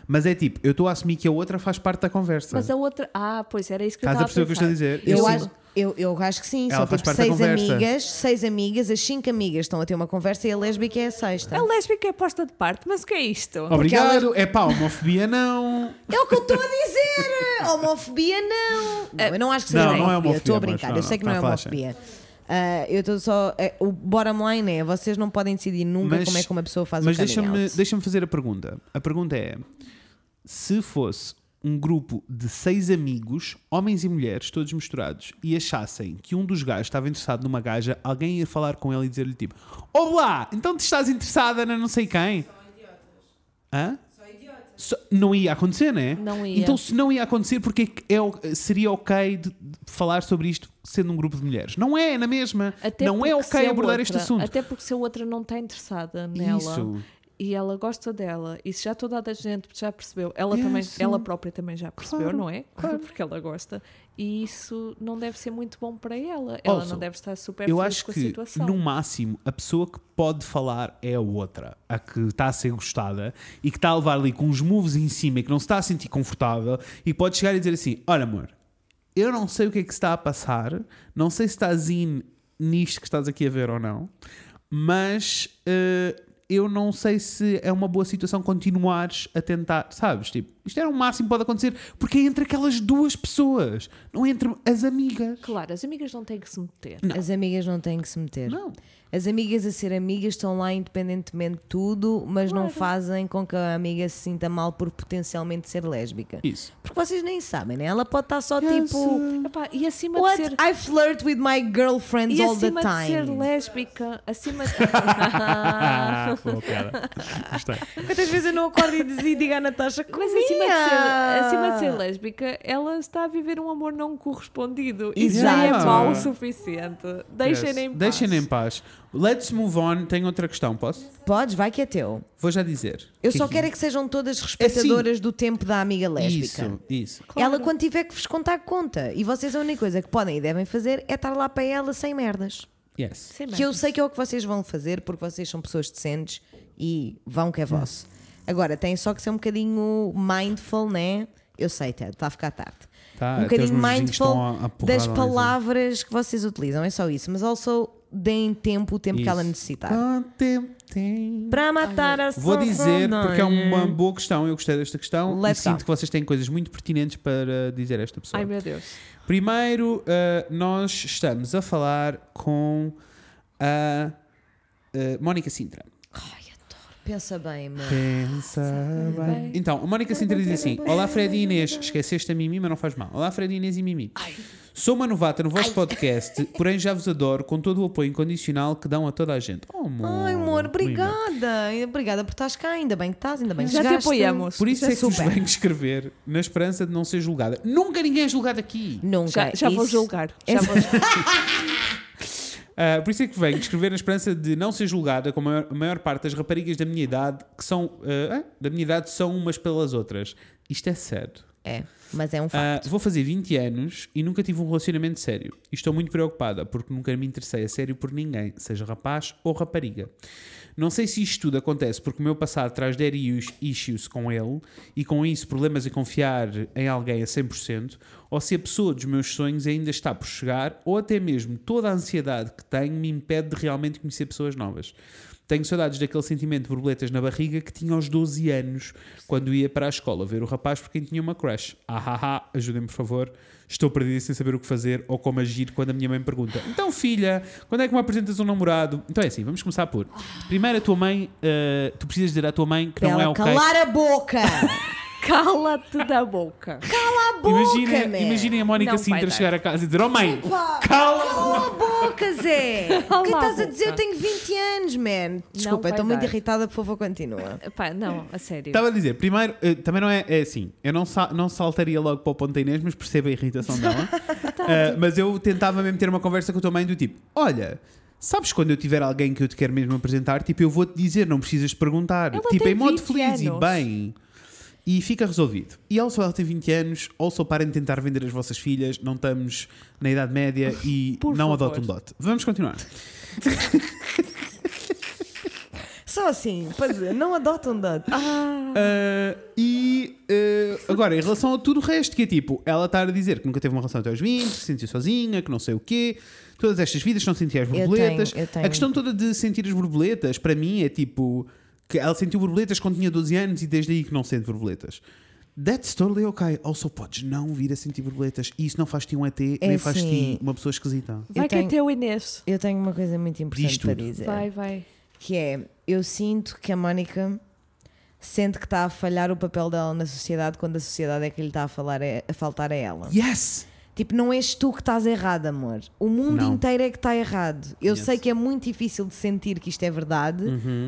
Mas é tipo, eu estou a assumir que a outra faz parte da conversa. Mas a outra. Ah, pois era isso que Estás a eu estava perceber o que eu estou a pensar. dizer? Eu Sim. acho, eu, eu acho que sim. Ela São faz tipo parte da seis conversa. amigas, seis amigas, as cinco amigas estão a ter uma conversa e a lésbica é a sexta. A lésbica é posta de parte, mas o que é isto? Obrigado. É pá, homofobia não. É o que eu estou a dizer! homofobia não! não! Eu não acho que seja Não, não é homofobia, homofobia, estou a mas brincar, não, eu não, sei que não é tá, relaxa. homofobia. Ah, eu estou só. é, o bottom line é: vocês não podem decidir nunca Mas- como é que uma pessoa faz Mas o coming deixa-me out. deixa fazer a pergunta. A pergunta é: se fosse um grupo de seis amigos, homens e mulheres, todos misturados, e achassem que um dos gajos estava interessado numa gaja, alguém ia falar com ele e dizer-lhe tipo: Olá, então te estás interessada na não sei quem? Hã? Só- Não ia acontecer, né? Não ia. Então, se não ia acontecer, porque é que é, o- seria ok de, de falar sobre isto sendo um grupo de mulheres? Não é, na mesma. Até não é porque se ok a abordar este outra- assunto. Até porque se a outra não está interessada nela Isso. e ela gosta dela, e se já toda a gente já percebeu, ela, Yes. também, ela própria também já percebeu, Claro, não é? *laughs* Porque ela gosta. E isso não deve ser muito bom para ela. Ela Also, não deve estar super Eu feliz acho com a que, situação. no máximo, a pessoa que pode falar é a outra, a que está a ser gostada e que está a levar ali com uns moves em cima e que não se está a sentir confortável e pode chegar e dizer assim: Olha, amor, eu não sei o que é que se está a passar, não sei se estás in nisto que estás aqui a ver ou não, mas eh, eu não sei se é uma boa situação continuares a tentar, sabes? Tipo, isto era o máximo que pode acontecer porque é entre aquelas duas pessoas, não é entre as amigas. Claro, as amigas não têm que se meter. Hum. As amigas não têm que se meter. Não. As amigas a ser amigas estão lá independentemente de tudo, mas não fazem com que a amiga se sinta mal por potencialmente ser lésbica. Isso. Porque vocês nem sabem, né? Ela pode estar só tipo. Epá, e acima What? de ser. I flirt with my girlfriends E all the acima de ser time. lésbica, acima de. *laughs* *laughs* Ah, boa piada. Gostei. Quantas vezes eu não acordo e diz- e digo à Natasha que Mas acima de, ser, acima de ser lésbica, ela está a viver um amor não correspondido. E já é Exato. mau o suficiente. Deixem-na em Yes. paz. Deixem-na em paz. Let's move on. Tenho outra questão, posso? Podes, vai que é teu. Vou já dizer. Eu Que só é quero é que sejam todas respeitadoras Assim. do tempo da amiga lésbica. Isso, isso. Ela, quando tiver que vos contar, conta. E vocês a única coisa que podem e devem fazer é estar lá para ela sem merdas. Yes. Sem Que eu mais. sei que é o que vocês vão fazer, porque vocês são pessoas decentes e vão Hum. que é vosso. Agora, tem só que ser um bocadinho mindful, né? Eu sei, Ted, está a ficar tarde. Tá, um até os bocadinho meus vizinhos mindful estão a- a porrada das é lá em cima. palavras que vocês utilizam, é só isso. Mas also deem tempo o tempo que Isso. ela necessitar. Quanto tempo Ah, tem? Para matar a Vou sua dizer, saudade. porque é uma boa questão. Eu gostei desta questão. Let's e sinto go. que vocês têm coisas muito pertinentes para dizer a esta pessoa. Ai meu Deus. Primeiro, eh, nós estamos a falar com a eh, Mónica Sintra. Pensa bem, mano. Pensa bem. Então, a Mónica Sintra diz assim: Olá, Fred e Inês. Esqueceste a Mimi, mas não faz mal. Olá, Fred, Inês e Mimi. Sou uma novata no vosso podcast, porém já vos adoro com todo o apoio incondicional que dão a toda a gente. Oh, amor. Ai, amor, Lindo. obrigada. Obrigada por estás cá. Ainda bem que estás, ainda bem que Já te chegaste. apoiamos. Por isso Já é que vos venho escrever, na esperança de não ser julgada. Nunca ninguém é julgado aqui. Nunca. Já, já vou Isso- é um julgar. Já vou julgar. Ah, por isso é que venho escrever na esperança de não ser julgada como a maior, a maior parte das raparigas da minha idade que são ah, ah, da minha idade são umas pelas outras. Isto é sério. É, mas é um facto. Ah, vou fazer 20 anos e nunca tive um relacionamento sério. E estou muito preocupada porque nunca me interessei a sério por ninguém, seja rapaz ou rapariga. Não sei se isto tudo acontece porque o meu passado traz daddy is- issues com ele e com isso problemas em confiar em alguém a 100%, ou se a pessoa dos meus sonhos ainda está por chegar, ou até mesmo toda a ansiedade que tenho me impede de realmente conhecer pessoas novas. Tenho saudades daquele sentimento de borboletas na barriga que tinha aos 12 anos, quando ia para a escola ver o rapaz por quem tinha uma crush. Ah, ah, ah, ajudem-me, por favor. Estou perdida sem saber o que fazer ou como agir quando a minha mãe me pergunta: Então, filha, quando é que me apresentas um namorado? Então é assim, vamos começar por. Primeiro, a tua mãe, eh, tu precisas dizer à tua mãe que então Para não um ela é ok. calar a boca! *laughs* Cala-te da boca. Cala a boca, man. Imaginem imaginem a Mónica Não Sintra vai dar. chegar a casa e dizer: Oh, mãe, Epá, cala! Cala a boca, Zé! O que *laughs* Cala a estás a dizer? Eu boca. tenho 20 anos, man. Desculpa, vai estou muito dar. irritada, por favor, continua. Pá, não, a sério. Estava a dizer, primeiro, eh, também não é, é assim, eu não, sa- não saltaria logo para o Ponta Inês, mas percebo a irritação *laughs* dela. Eh, mas eu tentava mesmo ter uma conversa com a tua mãe do tipo: Olha, sabes quando eu tiver alguém que eu te quero mesmo apresentar, tipo, eu vou-te dizer, não precisas de perguntar. Ela tipo, tem em modo 20 feliz e anos. bem. E fica resolvido. E also ela tem 20 anos, also parem de tentar vender as vossas filhas, não estamos na Idade Média e Por não favor. adotam dote. Vamos continuar. Só assim, para dizer, não adotam dado. Ah, Uh, e uh, agora, em relação a tudo o resto, que é tipo, ela estar a dizer que nunca teve uma relação até aos 20, que se sentiu sozinha, que não sei o quê, todas estas vidas, que não sentia as tenho, borboletas. eu tenho. A questão toda de sentir as borboletas, para mim, é tipo, que ela sentiu borboletas quando tinha 12 anos e desde aí que não sente borboletas. That's totally okay. Also, podes não vir a sentir borboletas e isso não faz de ti um ET, nem faz de ti assim. uma pessoa esquisita. Vai Eu que é tenho- teu Inês. Eu tenho uma coisa muito importante Diz para tudo. dizer. Vai, vai. Que é, eu sinto que a Mónica sente que está a falhar o papel dela na sociedade quando a sociedade é que lhe está a, falar a, a faltar a ela. Yes! Tipo, não és tu que estás errado, amor. O mundo Não. inteiro é que está errado. Eu Yes. Uhum. sei que é muito difícil de sentir que isto é verdade,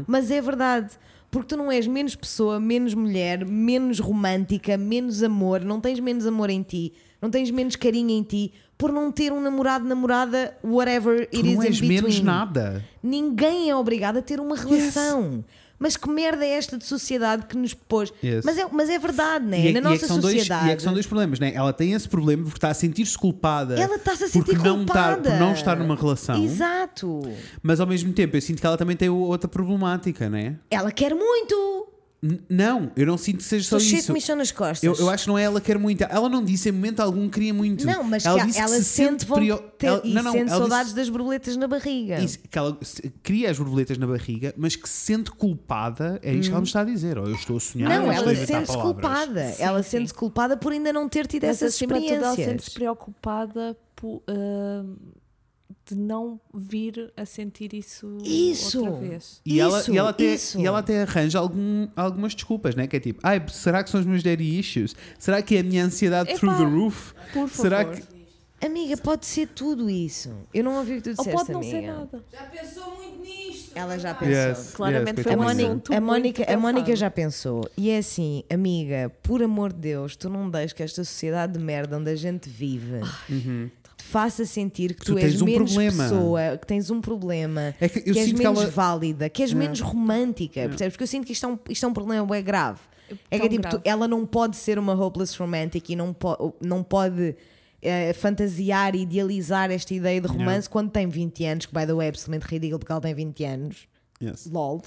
mas é verdade. Porque tu não és menos pessoa, menos mulher, menos romântica, menos amor, não tens menos amor em ti, não tens menos carinho em ti por não ter um namorado, namorada, whatever it Tu is não in és between. menos nada. Ninguém é obrigado a ter uma relação. Mas que merda é esta de sociedade que nos pôs? Yes. Mas, é, mas é verdade, né? E é- Na e é nossa que são dois- sociedade. e é que são dois problemas, né? Ela tem esse problema porque está a sentir-se culpada. Ela está-se a sentir por não culpada. estar- por não estar numa relação. Exato. Mas ao mesmo tempo, eu sinto que ela também tem o- outra problemática, né? Ela quer muito. N- não, eu não sinto que seja só Estou cheio de isso. comichão nas costas. Eu, eu acho que não é ela que quer muito. Ela não disse em momento algum que queria muito. Não, mas que ela a- disse ela que se sente, prio- vontade ter- ela- e não, não, sente ela saudades disse- das borboletas na barriga. disse que ela se- cria as borboletas na barriga, mas que se sente culpada. É isto que ela me está a dizer. Ou eu estou a sonhar. Hum. Não, ou estou ela a inventar sente-se palavras. culpada. Sim, ela sim. sente-se culpada por ainda não ter tido Mas essas acima de tudo, ela experiências. sente-se preocupada po- ah, de não vir a sentir isso Isso. outra vez. E, ela, Isso, e, ela até, isso. e ela até arranja algum- algumas desculpas, né? Que é tipo, ai, será que são os meus daddy issues? Será que é a minha ansiedade Epá, through the roof? Por favor. Será que. Amiga, pode ser tudo isso. Eu não ouvi o que tu Ou disseste, pode não amiga. ser nada. Já pensou muito nisto? Ah, Ela já rapaz? pensou. Claramente yes, foi A um Mónica, coitadinha. Mónica- assunto a muito Mónica, a pensado. Mónica já pensou. E é assim, amiga, por amor de Deus, tu não deixes que esta sociedade de merda onde a gente vive então. te faça sentir que Uhum. Tu tu, és tens um menos problema. pessoa, que tens um problema, É que eu és sinto que menos ela- É. válida, que és menos romântica, percebes? Porque eu sinto que isto é um, isto é um problema bem grave. É que Tão é tipo, tu- grave. ela não pode ser uma hopeless romantic e não, po- não pode eh, fantasiar e idealizar esta ideia de romance quando tem 20 anos, que by the way é absolutamente ridículo porque ela tem 20 anos. Yes. LOL.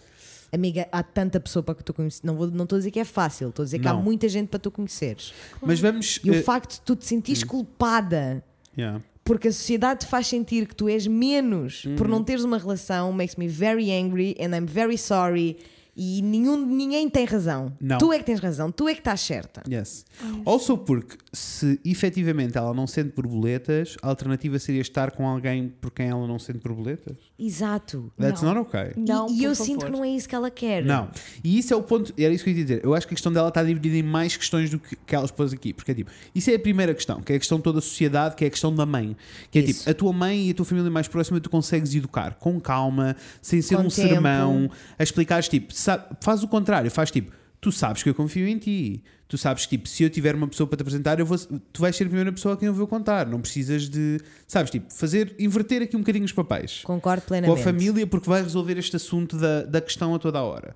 Amiga, há tanta pessoa para que tu conheces. Não vou- não estou a dizer que é fácil, estou a dizer que há Não. muita gente para tu conheceres. Mas vamos. E o eh, hum. facto de tu te sentires culpada yeah. porque a sociedade te faz sentir que tu és menos Uhum. por não teres uma relação makes me very angry and I'm very sorry. E nenhum, ninguém tem razão. Não. Tu é que tens razão, tu é que estás certa. Yes. Also porque se efetivamente ela não sente borboletas, a alternativa seria estar com alguém por quem ela não sente borboletas. Exato. That's Não. not okay. E- Não, e por eu favor. sinto que não é isso que ela quer. Não. E isso é o ponto, era isso que eu ia dizer. Eu acho que a questão dela está dividida em mais questões do que, que elas pôs aqui. Porque é tipo, isso é a primeira questão, que é a questão de toda a sociedade, que é a questão da mãe. Que é Isso. tipo, a tua mãe e a tua família mais próxima tu consegues educar com calma, sem ser Com um tempo. sermão, a explicares tipo, sa- faz o contrário, faz tipo. Tu sabes que eu confio em ti. Tu sabes que, tipo, se eu tiver uma pessoa para te apresentar, eu vou, tu vais ser a primeira pessoa a quem eu vou contar. Não precisas de, sabes, tipo, fazer, inverter aqui um bocadinho os papéis Concordo com a plenamente. família porque vai resolver este assunto da, da questão a toda a hora.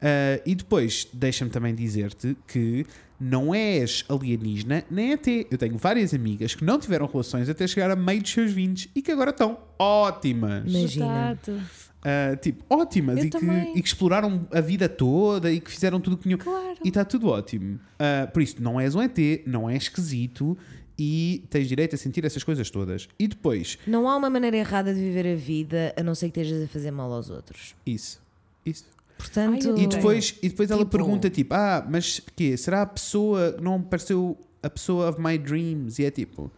Ah, e depois, deixa-me também dizer-te que não és alienígena nem ET. Eu tenho várias amigas que não tiveram relações até chegar a meio dos seus 20 e que agora estão ótimas. Imagina. Verdade. Ah, tipo, ótimas Eu e que, também. e que exploraram a vida toda e que fizeram tudo o que tinham. Claro. E está tudo ótimo. Ah, por isso, não és um ET, não és esquisito e tens direito a sentir essas coisas todas. E depois, Não há uma maneira errada de viver a vida a não ser que estejas a fazer mal aos outros. isso. Isso. Portanto, Ai, eu E depois, e depois ela Tipo- pergunta tipo, ah, mas que será a pessoa que não pareceu a pessoa of my dreams? E é tipo,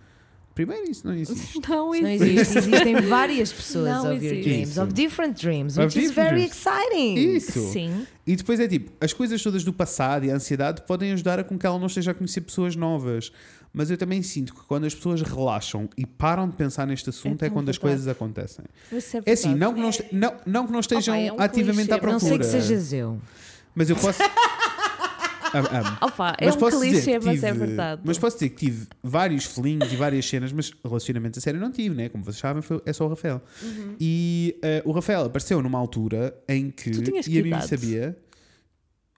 primeiro isso não existe. Não Isso não existe. existe. Existem várias pessoas é. Não of your existe. dreams, Isso. of different dreams, Of which is different very dreams. exciting. Isso. Sim. E depois é tipo, as coisas todas do passado e a ansiedade podem ajudar a com que ela não esteja a conhecer pessoas novas. Mas eu também sinto que quando as pessoas relaxam e param de pensar neste assunto é, tão quando as verdade. coisas acontecem. Isso É assim, não que não, este- não, não que não estejam Opa, é um ativamente clichê, à Não procura. sei que sejas eu. Mas eu posso. Amo, amo. Opa, é Mas um posso dizer clichê, que mas é tive- verdade. Mas posso dizer que tive vários flings e várias cenas, mas relacionamentos a sério não tive, né? Como vocês sabem, foi- é só o Rafael. Uhum. E eh, o Rafael apareceu numa altura em que. Tu tinhas e que a mim idade? sabia.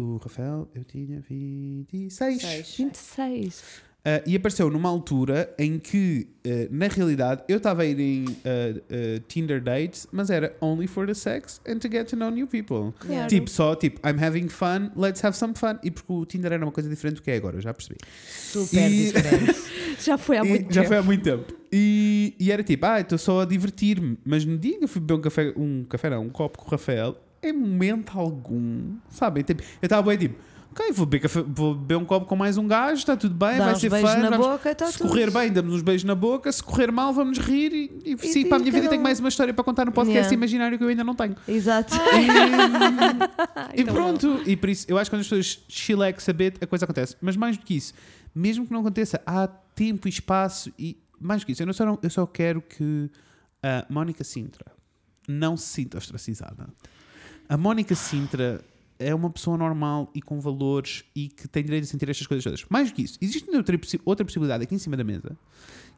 O Rafael, eu tinha 26. Seis. 26. Ah, e apareceu numa altura em que, eh, na realidade, eu estava a ir em ah, ah, Tinder dates, mas era only for the sex and to get to know new people. Claro. Tipo, só tipo, I'm having fun, let's have some fun. E porque o Tinder era uma coisa diferente do que é agora, eu já percebi. Super E- *laughs* diferente. Já foi há E muito já tempo. foi há muito tempo. E, e era tipo, ah, estou só a divertir-me. Mas no dia em que eu fui beber um café, um café não, um copo com o Rafael, em momento algum, sabem? Tipo, eu estava bem tipo, Ok, vou beber, café- vou beber um copo com mais um gajo, está tudo bem, Dá vai uns ser beijos fã. na vamos- boca, tá se tudo. correr bem, damos uns beijos na boca, se correr mal, vamos rir e, e, sim, e para a minha cada vida um. tenho mais uma história para contar no podcast Yeah. imaginário que eu ainda não tenho. Exato. *laughs* Ah, E pronto, e por isso, eu acho que quando as pessoas chilex a bit, a coisa acontece. Mas mais do que isso, mesmo que não aconteça, há tempo e espaço e mais do que isso, eu, não só, não- eu só quero que a Mónica Sintra não se sinta ostracizada. A Mónica Sintra é uma pessoa normal e com valores e que tem direito a sentir estas coisas todas. Mais do que isso, existe outra, possi- outra possibilidade aqui em cima da mesa,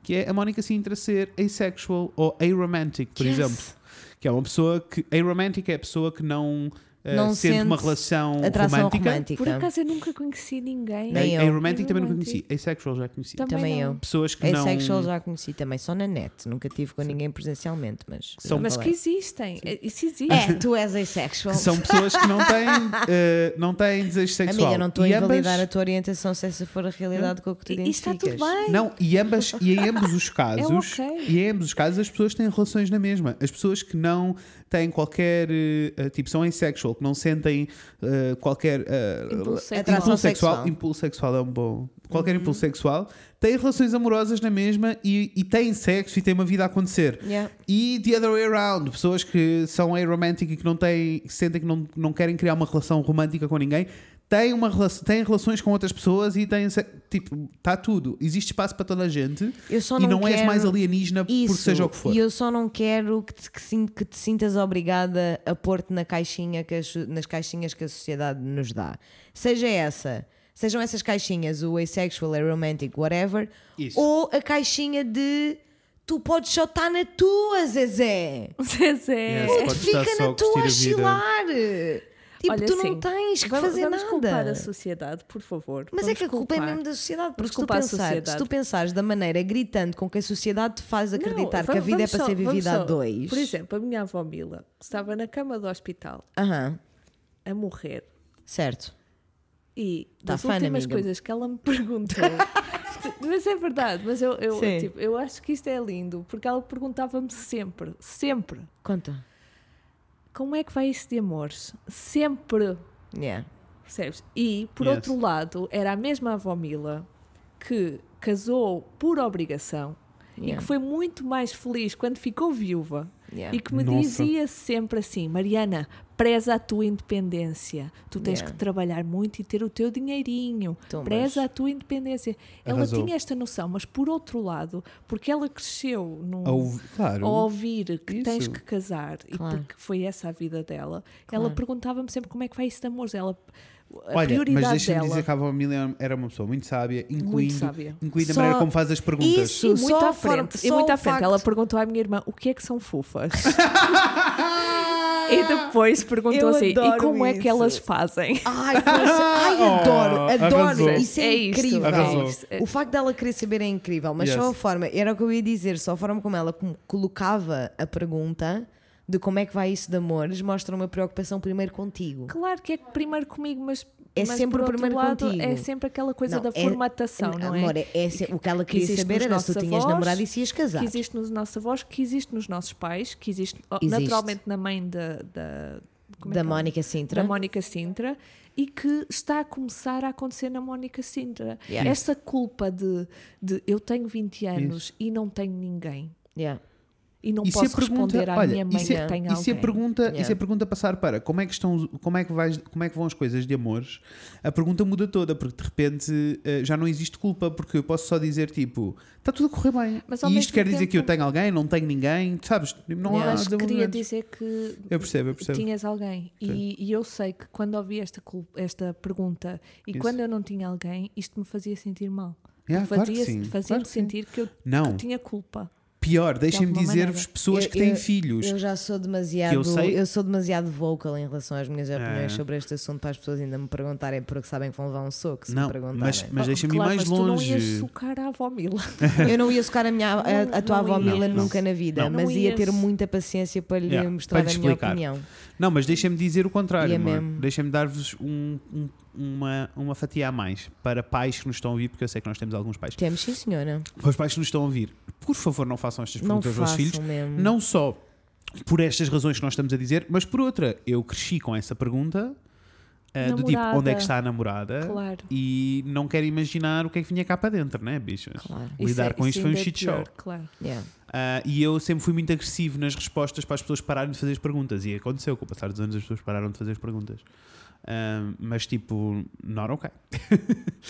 que é a Mónica Sintra ser asexual ou aromantic, por exemplo. Que é uma pessoa que. Aromantic é a pessoa que não, eh, Não sente, uma sente relação Atração romântica. romântica. Por acaso eu nunca conheci ninguém. Nem eu. A- Aromantic também não Aromantic. conheci. Asexual já conheci. Também não. eu. Pessoas que não. Asexual já conheci também, só na net. Nunca tive com ninguém presencialmente, mas. São- Mas que existem. Eh, Isso existe. É, *laughs* tu és asexual. um que são pessoas que não *laughs* têm, eh, não têm desejo sexual. Amiga, não estou a E ambas- invalidar a tua orientação se essa for a realidade com a que tu E está identificas. tudo bem. Não, e, ambas, e em ambos os casos, *laughs* É ok. e em ambos os casos as pessoas têm relações na mesma. As pessoas que não têm qualquer eh, eh, tipo, são asexual, que não sentem eh, qualquer eh, Impulso sexual. Atração sexual. Uhum. Impulso sexual é um bom. Qualquer impulso sexual têm relações amorosas na mesma e, e têm sexo e têm uma vida a acontecer. Yeah. E the other way around, pessoas que são aromantic e que não têm, que sentem que não, não querem criar uma relação romântica com ninguém, têm, uma, rela- têm relações com outras pessoas e têm. se- Tipo, está tudo. Existe espaço para toda a gente Eu só e não não és quero mais alienígena por Isso. seja o que for. E eu só não quero que te, que sin- que te sintas obrigada a pôr-te na caixinha que a so- nas caixinhas que a sociedade nos dá. Seja essa, sejam essas caixinhas, o asexual, aromantic, whatever, Isso. ou a caixinha de tu podes só estar na tua, Zezé. *laughs* Zezé. É, Fica na tua a chilar. Tipo, Olha, tu não assim, tens que vamos, fazer vamos nada. culpar a sociedade, por favor. Mas Vamos é que a culpa culpar. é mesmo da sociedade, porque Vamos se tu, culpar a pensar, se sociedade. tu pensares da maneira gritando com que a sociedade te faz Não, acreditar que a vamos- vida é vamos para só- ser vamos vivida a só- dois. Por exemplo, a minha avó Mila estava na cama do hospital Aham, a morrer certo. e Tá das fã, últimas amiga. coisas que ela me *laughs* perguntou. mas é verdade, mas eu, eu, Sim. tipo, eu acho que isto é lindo, porque ela perguntava-me sempre, sempre, Conta. como é que vai isso de amores? Sempre. Yeah. Percebes? E, por Yes. outro lado, era a mesma avó Mila que casou por obrigação e Yeah. que foi muito mais feliz quando ficou viúva Yeah. e que me Nossa. dizia sempre assim: Mariana, preza a tua independência. Tu tens Yeah. que trabalhar muito e ter o teu dinheirinho. Então, mas- preza a tua independência. Ela Arrasou. tinha esta noção, mas por outro lado, porque ela cresceu num claro. a ouvir que tens Isso. que casar Claro. e porque foi essa a vida dela, Claro. ela perguntava-me sempre como é que vai isso de amores. Ela, a Olha, prioridade mas deixa-me dela. dizer que a avó Mila era uma pessoa muito sábia, incluindo, sábia. incluindo a Só- maneira como faz as perguntas. Isso. e muito Só à a forma- frente, e só muito o à frente. facto- Ela perguntou à minha irmã o que é que são *laughs* fofas. e depois perguntou Eu assim: e adoro como é que isso." elas fazem? Ai, nossa, *laughs* ai, adoro, adoro. arrasou. Oh, Isso é, É isto, incrível. Arrasou. é isto. O facto dela querer saber é incrível, mas Yes. só a forma, era o que eu ia dizer, só a forma como ela com- colocava a pergunta de como é que vai isso de amores mostra uma preocupação primeiro contigo. Claro que é primeiro comigo, mas. É mas sempre por outro primeiro lado, contigo. É sempre aquela coisa Não, da é- formatação, não é? Amor, é, é se- o que ela queria existe saber nos era se tu nossos tinhas avós, namorado e se ias casar. que existe nos nossos avós, que existe nos nossos pais, que existe, oh, Existe. naturalmente na mãe da, da, como é Da que é? Mónica Sintra. da Mónica Sintra e que está a começar a acontecer na Mónica Sintra. Yeah. Essa culpa de, de eu tenho 20 anos e não tenho ninguém Yeah. e não E se a posso responder à olha, minha mãe e se, que tem e se a alguém. pergunta e se Yeah. a pergunta passar para como é que estão os- como é que vais como é que vão as coisas de amores a pergunta muda toda porque de repente eh, já não existe culpa porque eu posso só dizer tipo está tudo a correr bem Mas ao e isto mesmo quer dizer tempo- que eu tenho alguém não tenho ninguém sabes não Eu há acho que queria desenvolvimentos. dizer que eu percebo eu percebo tinhas alguém. E, e eu sei que quando ouvi esta, cul- esta pergunta e Isso. quando eu não tinha alguém, isto me fazia sentir mal. Yeah, claro que fazia sim, fazia-me claro que sim. sentir que eu, que eu Não. tinha culpa. pior deixem-me alguma dizer-vos maneira. pessoas Eu- que têm eu- filhos Eu já sou demasiado, eu, sei- É. sou demasiado vocal em relação às minhas opiniões sobre este assunto para as pessoas ainda me perguntarem porque sabem que vão levar um soco se não me perguntarem. mas *laughs* mas deixa-me claro, ir mais mas Tu não longe ias socar a avó Mila. Eu não ia socar a, minha, a, a tua não avó Mila ias. nunca na vida, Não. mas Não ia ter ias. muita paciência para lhe Yeah, mostrar para lhe a minha explicar. opinião. Não, mas deixem-me dizer o contrário, E é amor. mesmo. Deixem-me dar-vos um- um- uma, uma fatia a mais para pais que nos estão a ouvir, porque eu sei que nós temos alguns pais. Temos sim, senhora. Para os pais que nos estão a ouvir, por favor, não façam estas Não perguntas aos façam filhos. mesmo. Não só por estas razões que nós estamos a dizer, mas por outra. Eu cresci com essa pergunta. ah, do tipo Namorada. onde é que está a namorada Claro. e não quero imaginar o que é que vinha cá para dentro, né, bichas? Claro. Lidar Isso é- com isto isso foi um ainda é shit show. pior, Claro. Yeah. Ah, e eu sempre fui muito agressivo nas respostas para as pessoas pararem de fazer as perguntas. E aconteceu, com o passar dos anos as pessoas pararam de fazer as perguntas. Ah, mas tipo, not okay.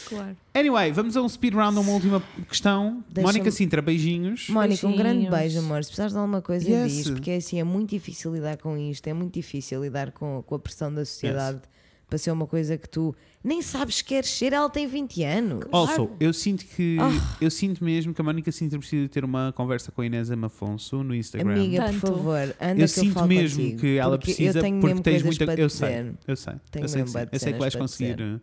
claro. Anyway, vamos a um speed round, a uma última questão. Deixa-me- Mónica Sintra, beijinhos. Mónica, um grande Beijinhos. beijo, amor. Se precisares de alguma coisa, Yes. diz, porque é assim, é muito difícil lidar com isto, é muito difícil lidar com, com a pressão da sociedade para ser uma coisa que tu nem sabes que queres ser, ela tem 20 anos. Also, eu sinto que Ah. eu sinto mesmo que a Mónica Sintra precisa de ter uma conversa com a Inês Amafonso no Instagram. Amiga, Tanto. por favor, anda eu que eu sinto falo mesmo contigo, que ela porque precisa eu tenho porque mesmo tens coisas muita para te eu sei, dizer. eu sei. Tenho eu sei, mesmo que, sim. bué de eu sei que cenas vais para te conseguir dizer. eh,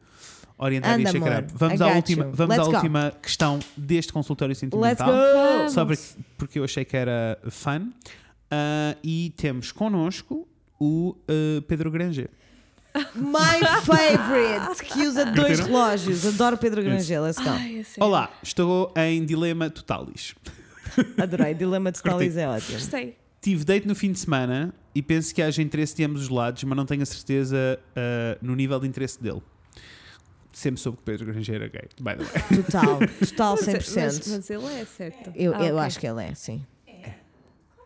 orientar e Anda, checar. amor, Vamos I à got última, you. vamos à Let's go. última questão deste consultório Let's sentimental. go! Só porque, porque eu achei que era fun. Ah, e temos connosco o eh, Pedro Granger. My favorite! Que usa dois Entenderam? relógios. Adoro Pedro Granger, let's go. Ai, é sério. Então, Olá, estou em dilema totalis. Adorei, dilema de Stalis é ótimo. Gostei. Tive date no fim de semana e penso que haja interesse de ambos os lados, mas não tenho a certeza ah, no nível de interesse dele. Sempre soube que Pedro Granger era gay, by the way. Total, total Mas- é, 100%. Mas, mas ele é certo. Eu, Ah, eu ok. acho que ele é, sim. *laughs*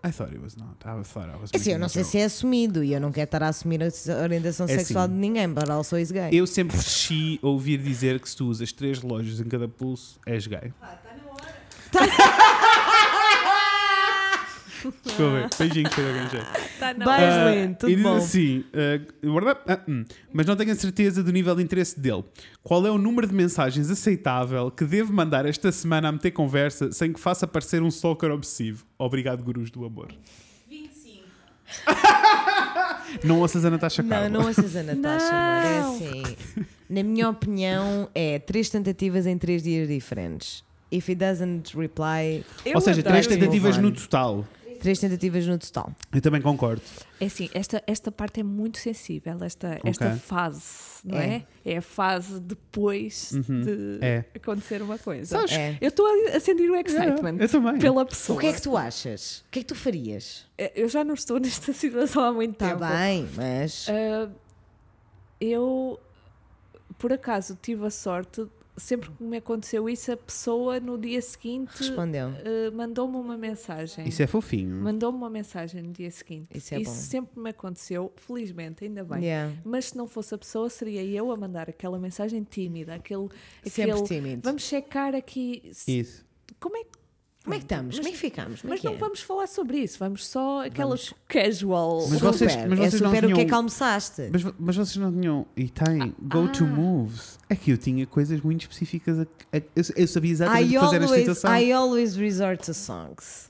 I thought it was not. I thought I was É assim, eu making não a sei joke. se é assumido e eu não quero estar a assumir a orientação É sexual assim. de ninguém, but also is é gay. Eu sempre cresci a ouvir dizer que se tu usas três relógios em cada pulso, és gay. Ah, tá está na hora. Desculpa, beijinhos Pedro Granger. Tá na hora. Bem Ah, lindo, e tudo diz bom. assim, ah, guarda- ah, hum, mas não tenho a certeza do nível de interesse dele. Qual é o número de mensagens aceitável que devo mandar esta semana a meter conversa sem que faça parecer um stalker obsessivo? Obrigado, gurus do amor. 25. Não ouças a Natasha Não, Carla. não ouças a Natasha, amor. É assim. Na minha opinião, é três tentativas em três dias diferentes. If he doesn't reply, Eu Ou seja, três adoro tentativa- tentativas Move no on. total. três tentativas no total. Eu também concordo. É assim, esta, esta parte é muito sensível, esta, esta Ok. fase, não é? é? a fase depois de É. acontecer uma coisa. Sabes- É, É. Eu estou a a sentir o excitement eu também. pela pessoa. É, O que é que tu achas? O que é que tu farias? Eu já não estou *laughs* nesta situação há muito Está tempo. bem, mas. Ah, eu, por acaso, tive a sorte, sempre que me aconteceu isso, a pessoa no dia seguinte Respondeu. ah, mandou-me uma mensagem. Isso é fofinho. Mandou-me uma mensagem no dia seguinte. Isso é bom. sempre me aconteceu, felizmente, ainda bem. Yeah. Mas se não fosse a pessoa, seria eu a mandar aquela mensagem tímida, aquele. Sempre aquele, tímido. Vamos checar aqui. se- Isso. Como é que. Como é que estamos? Mas- Como é que ficamos? Como é Mas que não é? vamos falar sobre isso, vamos só aquelas casual. Mas super. vocês- mas é vocês não super o que é que tinham- almoçaste? Mas, vo- mas vocês não tinham. E têm Ah, go-to moves. É que eu tinha coisas muito específicas. A, a- eu, eu sabia exatamente I o que fazer nesta always, situação. I always resort to songs.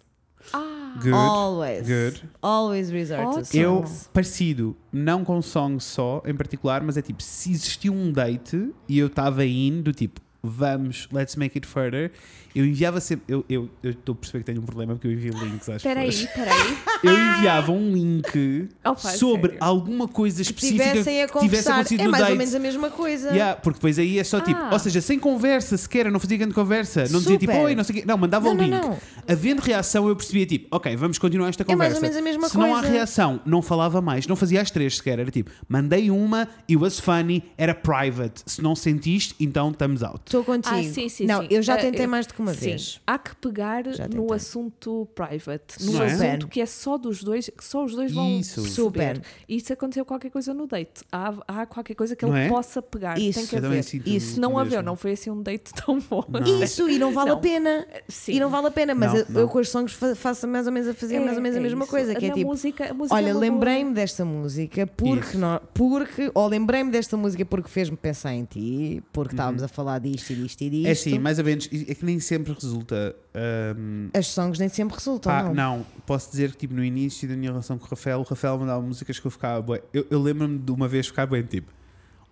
Good. always. good. Always resort to songs. Ótimo. Eu, parecido, não com song só em particular, mas é tipo, se existiu um date e eu estava indo, do tipo, vamos, let's make it further, eu enviava sempre. Eu eu- eu estou a perceber que tenho um problema porque eu envio links às Espera aí, pessoas. espera aí. Eu enviava *laughs* um link Opa, sobre sério? alguma coisa específica estivessem a que tivesse conversar, acontecido é no mais date. ou menos a mesma coisa. Yeah, porque depois aí é só tipo, Ah. ou seja, sem conversa sequer, eu não fazia grande conversa, não dizia tipo, Super. oi, não sei o quê. Não, mandava Não, o não, link. não. Havendo reação, eu percebia tipo, ok, vamos continuar esta É mais conversa. ou menos a mesma Se não há coisa. reação, não falava mais, não fazia as três sequer. Era tipo, mandei uma, it was funny, era private. Se não sentiste, então estamos out. Estou contigo. Ah, sim, sim, não, sim. eu já Ah, tentei eu- mais do que uma Sim, vez. Há que pegar Já no tentei. assunto private, no Não é? assunto que é só dos dois, que só os dois vão Isso. saber. Super. E se aconteceu qualquer coisa no date, há, há qualquer coisa que Não ele é? possa pegar. Isso. Tem que Eu também haver. sinto E se não mesmo. haver, não foi assim um date *laughs* tão bom. Isso, e não vale Não. a pena. Sim. E não vale a pena, mas Não, eu, não. eu com os songs fa- faço mais ou menos a fazer É, mais ou menos a é mesma isso. coisa, que é Na tipo, música- a música é olha, uma boa- lembrei-me desta música porque Isso. não, porque ou lembrei-me desta música porque fez-me pensar em ti, porque estávamos a falar disto e disto e disto. Uhum. É assim, mais ou menos, é que nem sempre resulta. hum, As songs nem sempre resultam, Pá, Então não. não, posso dizer que tipo, no início da minha relação com o Rafael, o Rafael mandava músicas que eu ficava bué. Eu, eu lembro-me de uma vez ficar bem tipo: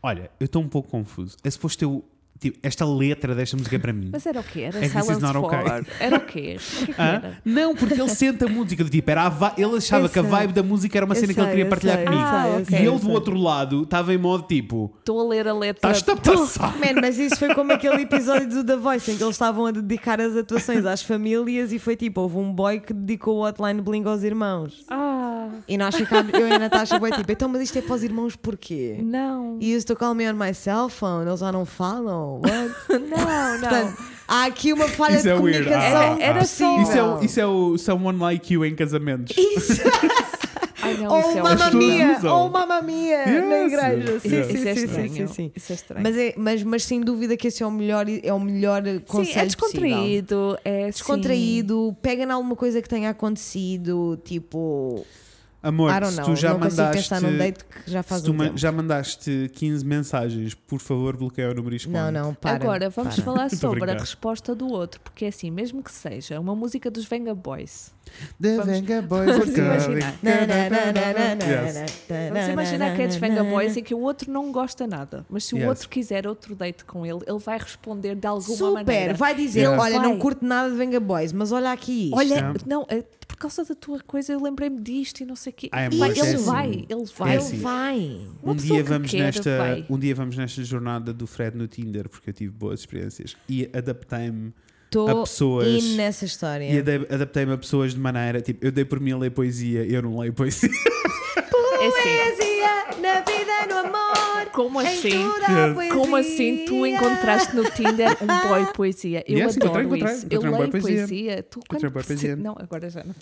Olha, eu estou um pouco confuso. É suposto eu. Tipo, esta letra desta música é para mim. Mas era o quê? Era É que this is Silence not okay. Ah? Forward. Era o quê? *laughs* O que é que Hã? era? Não, porque ele sente a música do tipo, era a vi- ele achava Eu que a sei. vibe da música era uma Eu cena que ele sei, queria eu partilhar sei, eu comigo. Ah, sei, eu ok. sei, e eu ele do sei. outro lado estava em modo tipo, Estou a ler a letra. estás-te a passar. Man, mas isso foi como aquele episódio do The Voice em que eles estavam a dedicar as atuações às famílias e foi tipo, houve um boy que dedicou o hotline bling aos irmãos. Ah, E nós ficámos, eu e a Natasha, bem tipo, então, mas isto é para os irmãos porquê? Não. E isso to call me on my cell phone, eles já não falam. What? Não, não. Portanto, há aqui uma falha Isso de é weird. comunicação. Ah, Era- era só- Isso é, o- isso é o Someone Like You em casamentos. Ai, não, Ou isso é uma As pessoas horrível. mamia, usam. ou uma mamia na Yes. igreja. Sim, Yes. sim, Isso é sim, sim, estranho. sim, sim. Isso é estranho. Mas, é, mas, mas sem dúvida que esse é o melhor, é o melhor conselho Sim, é possível. descontraído. É Descontraído, pega em alguma coisa que tenha acontecido, tipo, Amor, I don't se know, tu já não consigo mandaste. pensar num date que já faz se tu um ma- tempo. já mandaste 15 mensagens, por favor, bloqueia o número e Não, esconde. não, para. Agora vamos para. falar Tô a sobre a brincar. resposta do outro, porque é assim, mesmo que seja uma música dos Venga Boys, The Vamos- Venga *laughs* Boys vamos are coming. imaginar. Yes. vamos imaginar que é dos Venga Boys e que o outro não gosta nada, mas se Yes. o outro quiser outro date com ele, ele vai responder de alguma Super, maneira. vai dizer, Yeah. olha, não Vai. curto nada de Venga Boys, mas olha aqui isto. é um Olha, não, eh, por causa da tua coisa eu lembrei-me disto e não sei o quê. Ah, é Vai, mais ele assim. vai, ele vai. É ele assim. vai. vai. Uma um pessoa dia que vamos quer, nesta vai. um dia vamos nesta jornada do Fred no Tinder porque eu tive boas experiências e adaptei-me Estou a pessoas in nessa história. e adap- adaptei-me a pessoas de maneira tipo eu dei por mim a ler poesia eu não leio poesia É assim. Poesia na vida, no amor. Como em assim? tudo há poesia. Como assim tu encontraste no Tinder um boy poesia? Eu Yes, encontrei, adoro encontrei, isso. encontrei eu um boy leio poesia. poesia. Tu Encontrei quando um boy poesia. Não, agora já não.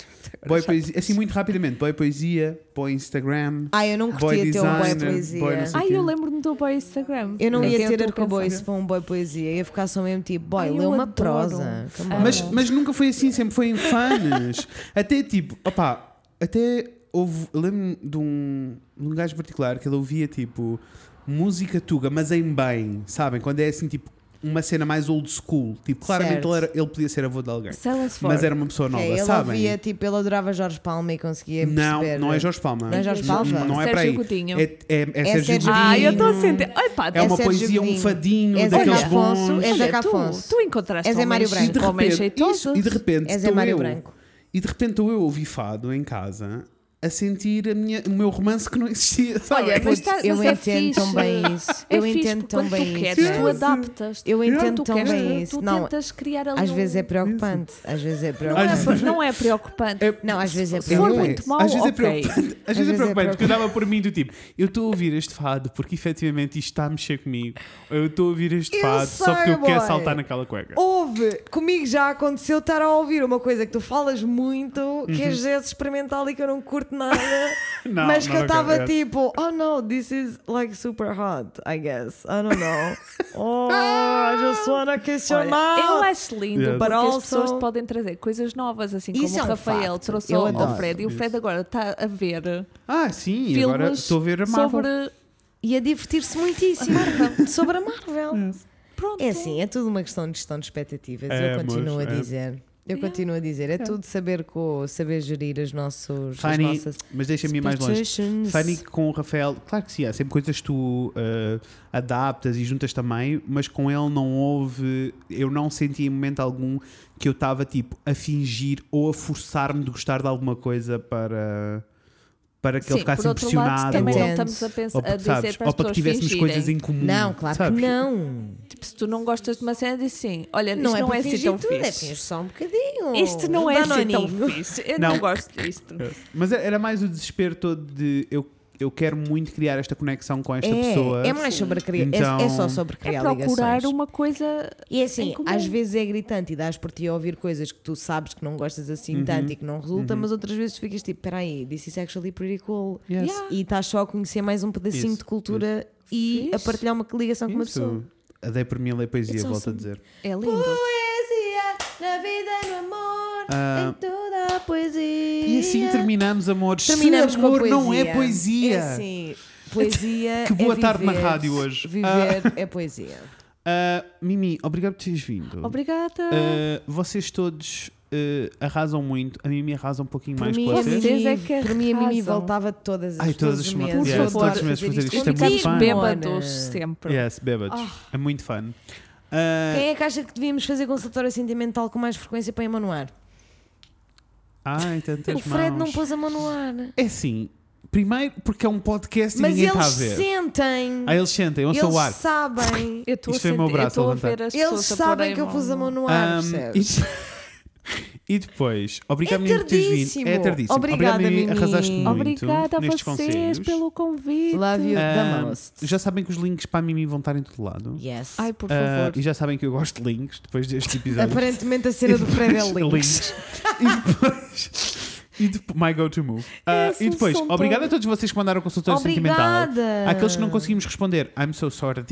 boy poesia assim muito rapidamente boy poesia boy Instagram Ai, eu não Boy curtia ter um boy designer, poesia. boy não sei- Ai, eu lembro-me do boy Instagram. eu não Esse ia eu ter estou a arcabouço pensar. para um boy poesia. Ia ficar só mesmo tipo, boy, Ai, lê eu uma adoro. prosa. Come on. mas, mas nunca foi assim sempre foi em *laughs* fãs até tipo opá até houve eu lembro-me de um, de um gajo particular que ele ouvia tipo música tuga mas em bem sabem quando é assim tipo uma cena mais old school tipo claramente Certo. ele, era- ele podia ser avô de alguém Silence for. Mas era uma pessoa nova, Ok, É, ele sabem? ouvia, tipo, ele adorava Jorge Palma e conseguia não, perceber. não é Jorge Palma. Não é Jorge Palma? Não, não é Sérgio para aí. Godinho. É, é, é Sérgio Sérgio Godinho. Ai, eu estou a sentir. Ai, pá, É uma Sérgio poesia, um Godinho. fadinho É Zé daqueles Afonso, bons. é Zé olha, tu, Afonso. tu encontraste É Zé homens- Mário E de Branco. homens repente, jeitosos. isso, e de repente É Zé estou Mário eu, Branco. E de repente estou eu a ouvir fado em casa a sentir a minha, o meu romance que não existia. Sabe? Olha, mas Putz, tá- eu mas é entendo fixe. tão bem isso. É eu fixe, entendo porque tão quando bem tu isso. queres, tu adaptas. Eu entendo tu tão queres, bem tu- isso. Tu Não, tentas criar ali Às um- vezes é preocupante. Às vezes é Não é, preocupante. Às- *laughs* não é preocupante. *laughs* Não, às vezes é Se for Não é. preocupante. muito mau, às vezes é ok. preocupante, às vezes é vezes é preocupante, porque eu dava por mim do tipo, eu estou a ouvir este fado porque efetivamente isto está a mexer comigo, ou eu estou a ouvir este Eu fado só porque sei, eu quero boy. Oh, saltar naquela cueca. Houve, comigo já aconteceu estar a ouvir uma coisa que tu falas muito, que às vezes experimental e que eu não curto nada, Uhum. *laughs* Não, mas que não, eu não estava quero, yes. tipo, oh no, this is like super hot, I guess. I don't *laughs* know. oh, I just wanna kiss your Olha, eu mouth. acho lindo Yes. porque But as pessoas also- podem trazer coisas novas, assim Isso como é um o Rafael facto. trouxe Eu ao, adoro. ao Fred e o Fred agora está a ver Ah, sim, filmes agora estou a ver a Marvel. sobre E a divertir-se *laughs* muitíssimo sobre a Marvel. pronto. É assim, é tudo uma questão de gestão de expectativas, É, eu continuo moço, a é. dizer. Eu Yeah. continuo a dizer, é tudo saber, co, saber gerir os nossos, as Fanny, nossas mas deixa-me ir mais longe. expectations. Fanny com o Rafael, claro que sim, há sempre coisas que tu eh, adaptas e juntas também, mas com ele não houve, eu não senti em momento algum que eu estava tipo a fingir ou a forçar-me de gostar de alguma coisa para, para que ele Sim, ficasse por outro lado, impressionado. também não ou- estamos a, pensar, ou, porque, a dizer sabes, para as ou para que pessoas tivéssemos fingirem. coisas em comum. Não, claro sabes? que não. Tipo, se tu não gostas de uma cena, diz assim: olha, Não isto é não para Um é assim fingir tão tudo, é fixe. fingir só um bocadinho. Isto não é assim tão Danoninho. fixe. Eu não, Não. É. gosto disto. Mas era mais o desespero todo de eu, eu quero muito criar esta conexão com esta é, pessoa. É mais sobre criar, Então- é, é só sobre É criar procurar ligações. uma coisa. E é em assim, comum. às vezes é gritante e dás por ti a ouvir coisas que tu sabes que não gostas assim Uhum. tanto e que não resulta, mas outras vezes tu ficas tipo, peraí, this is actually pretty cool. Yes. Yeah. E estás só a conhecer mais um pedacinho Isso, de cultura e Fixe. a partilhar uma ligação com uma pessoa. Então, Isso. Dei por mim a ler poesia, It's volto a awesome. dizer. É lindo. Poesia, na vida, no amor, Ah. em toda a poesia. E assim terminamos, amores. Terminamos Se com a amor não poesia. é poesia. É assim, poesia *laughs* Que boa é tarde na viver. rádio hoje. Viver é poesia. Ah, Mimi, obrigado por teres vindo. Obrigada. Ah, vocês todos ah, arrasam muito. A Mimi arrasa um pouquinho mais com a vocês. Mimi- Vocês é que para mim a Mimi arrasam. voltava todas as Ai, todas todos as os semanas. meses. Por Yes, favor, todos os meses fazer fazer isto isto. Isto é muito Ficamos contigo. fun. bêbados Mona. sempre. Yes, bêbados. É muito fun. Ah, Quem é que acha que devíamos fazer consultório sentimental com mais frequência para a mão no ar? Ah, Ai, tantas O Fred mãos. não pôs a mão no ar. É assim, primeiro porque é um podcast e Mas ninguém eles está a ver. sentem. Ah, eles sentem, ouçam eles o ar. sabem. Eu estou a Isto foi o meu sentir- eu braço a estou a levantar. ver as Eles pessoas a sabem porem que eu pus a mão no ar, Ahm, percebes? isto- *laughs* E depois, obrigado, É menino, por teres vindo. tardíssimo. É tardíssimo. Obrigada, Mimi. Mimi. Arrasaste muito Obrigada a nestes vocês conselhos. pelo convite. Love you the Ah, most. já sabem que os links para a Mimi vão estar em todo lado. Yes. Ai, por Ah, favor. e já sabem que eu gosto de links depois deste episódio. Aparentemente a cena do Fred é *laughs* Depois, links. e depois. E depois, my go to move. É Ah, e depois, solução obrigado a todos vocês que mandaram consultório Obrigada. sentimental. Aqueles que não conseguimos responder, I'm so sorry,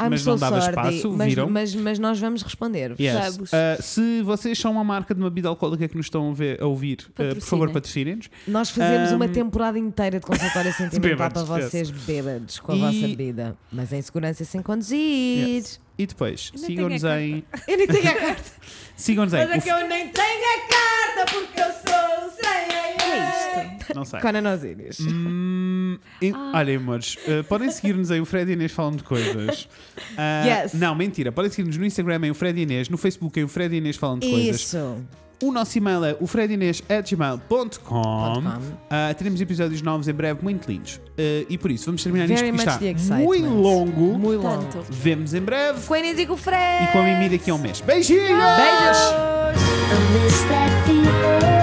I'm mas so não dava sorry, espaço, mas, viram? Mas, mas nós vamos responder. Yes. Sabes. Ah, se vocês são uma marca de uma bebida alcoólica que nos estão a, ver- a ouvir, ah, por Patrocinem. favor, patrocinem-nos. Nós fazemos Um, uma temporada inteira de consultório *laughs* sentimental Bêbados, para yes. vocês bêbados com a E- vossa bebida, mas em segurança e sem conduzir. Yes. E depois, nem tenho sigam-nos a carta. em. Eu nem tenho a carta. é Sigam-nos em. eu nem tenho a carta porque eu sou sem É isto. Não sei. Conan Osiris. Hum, e- Ah. Olha, amores, uh, podem seguir-nos em O Fred e Inês Falam de Coisas. Ah, Yes. Não, mentira. Podem seguir-nos no Instagram em O Fred e Inês, no Facebook em O Fred e Inês Falam de Coisas. Isso. O nosso e-mail é ofredinês.gmail.com Ah, Teremos episódios novos em breve, muito lindos. Ah, e por isso, vamos terminar Very isto much the que está excitement. muito longo. Muito longo. Tanto. Vemos em breve. Com a Inês e com o Fred. E com a Mimi daqui a um mês. Beijinhos! Beijos. I miss that feeling.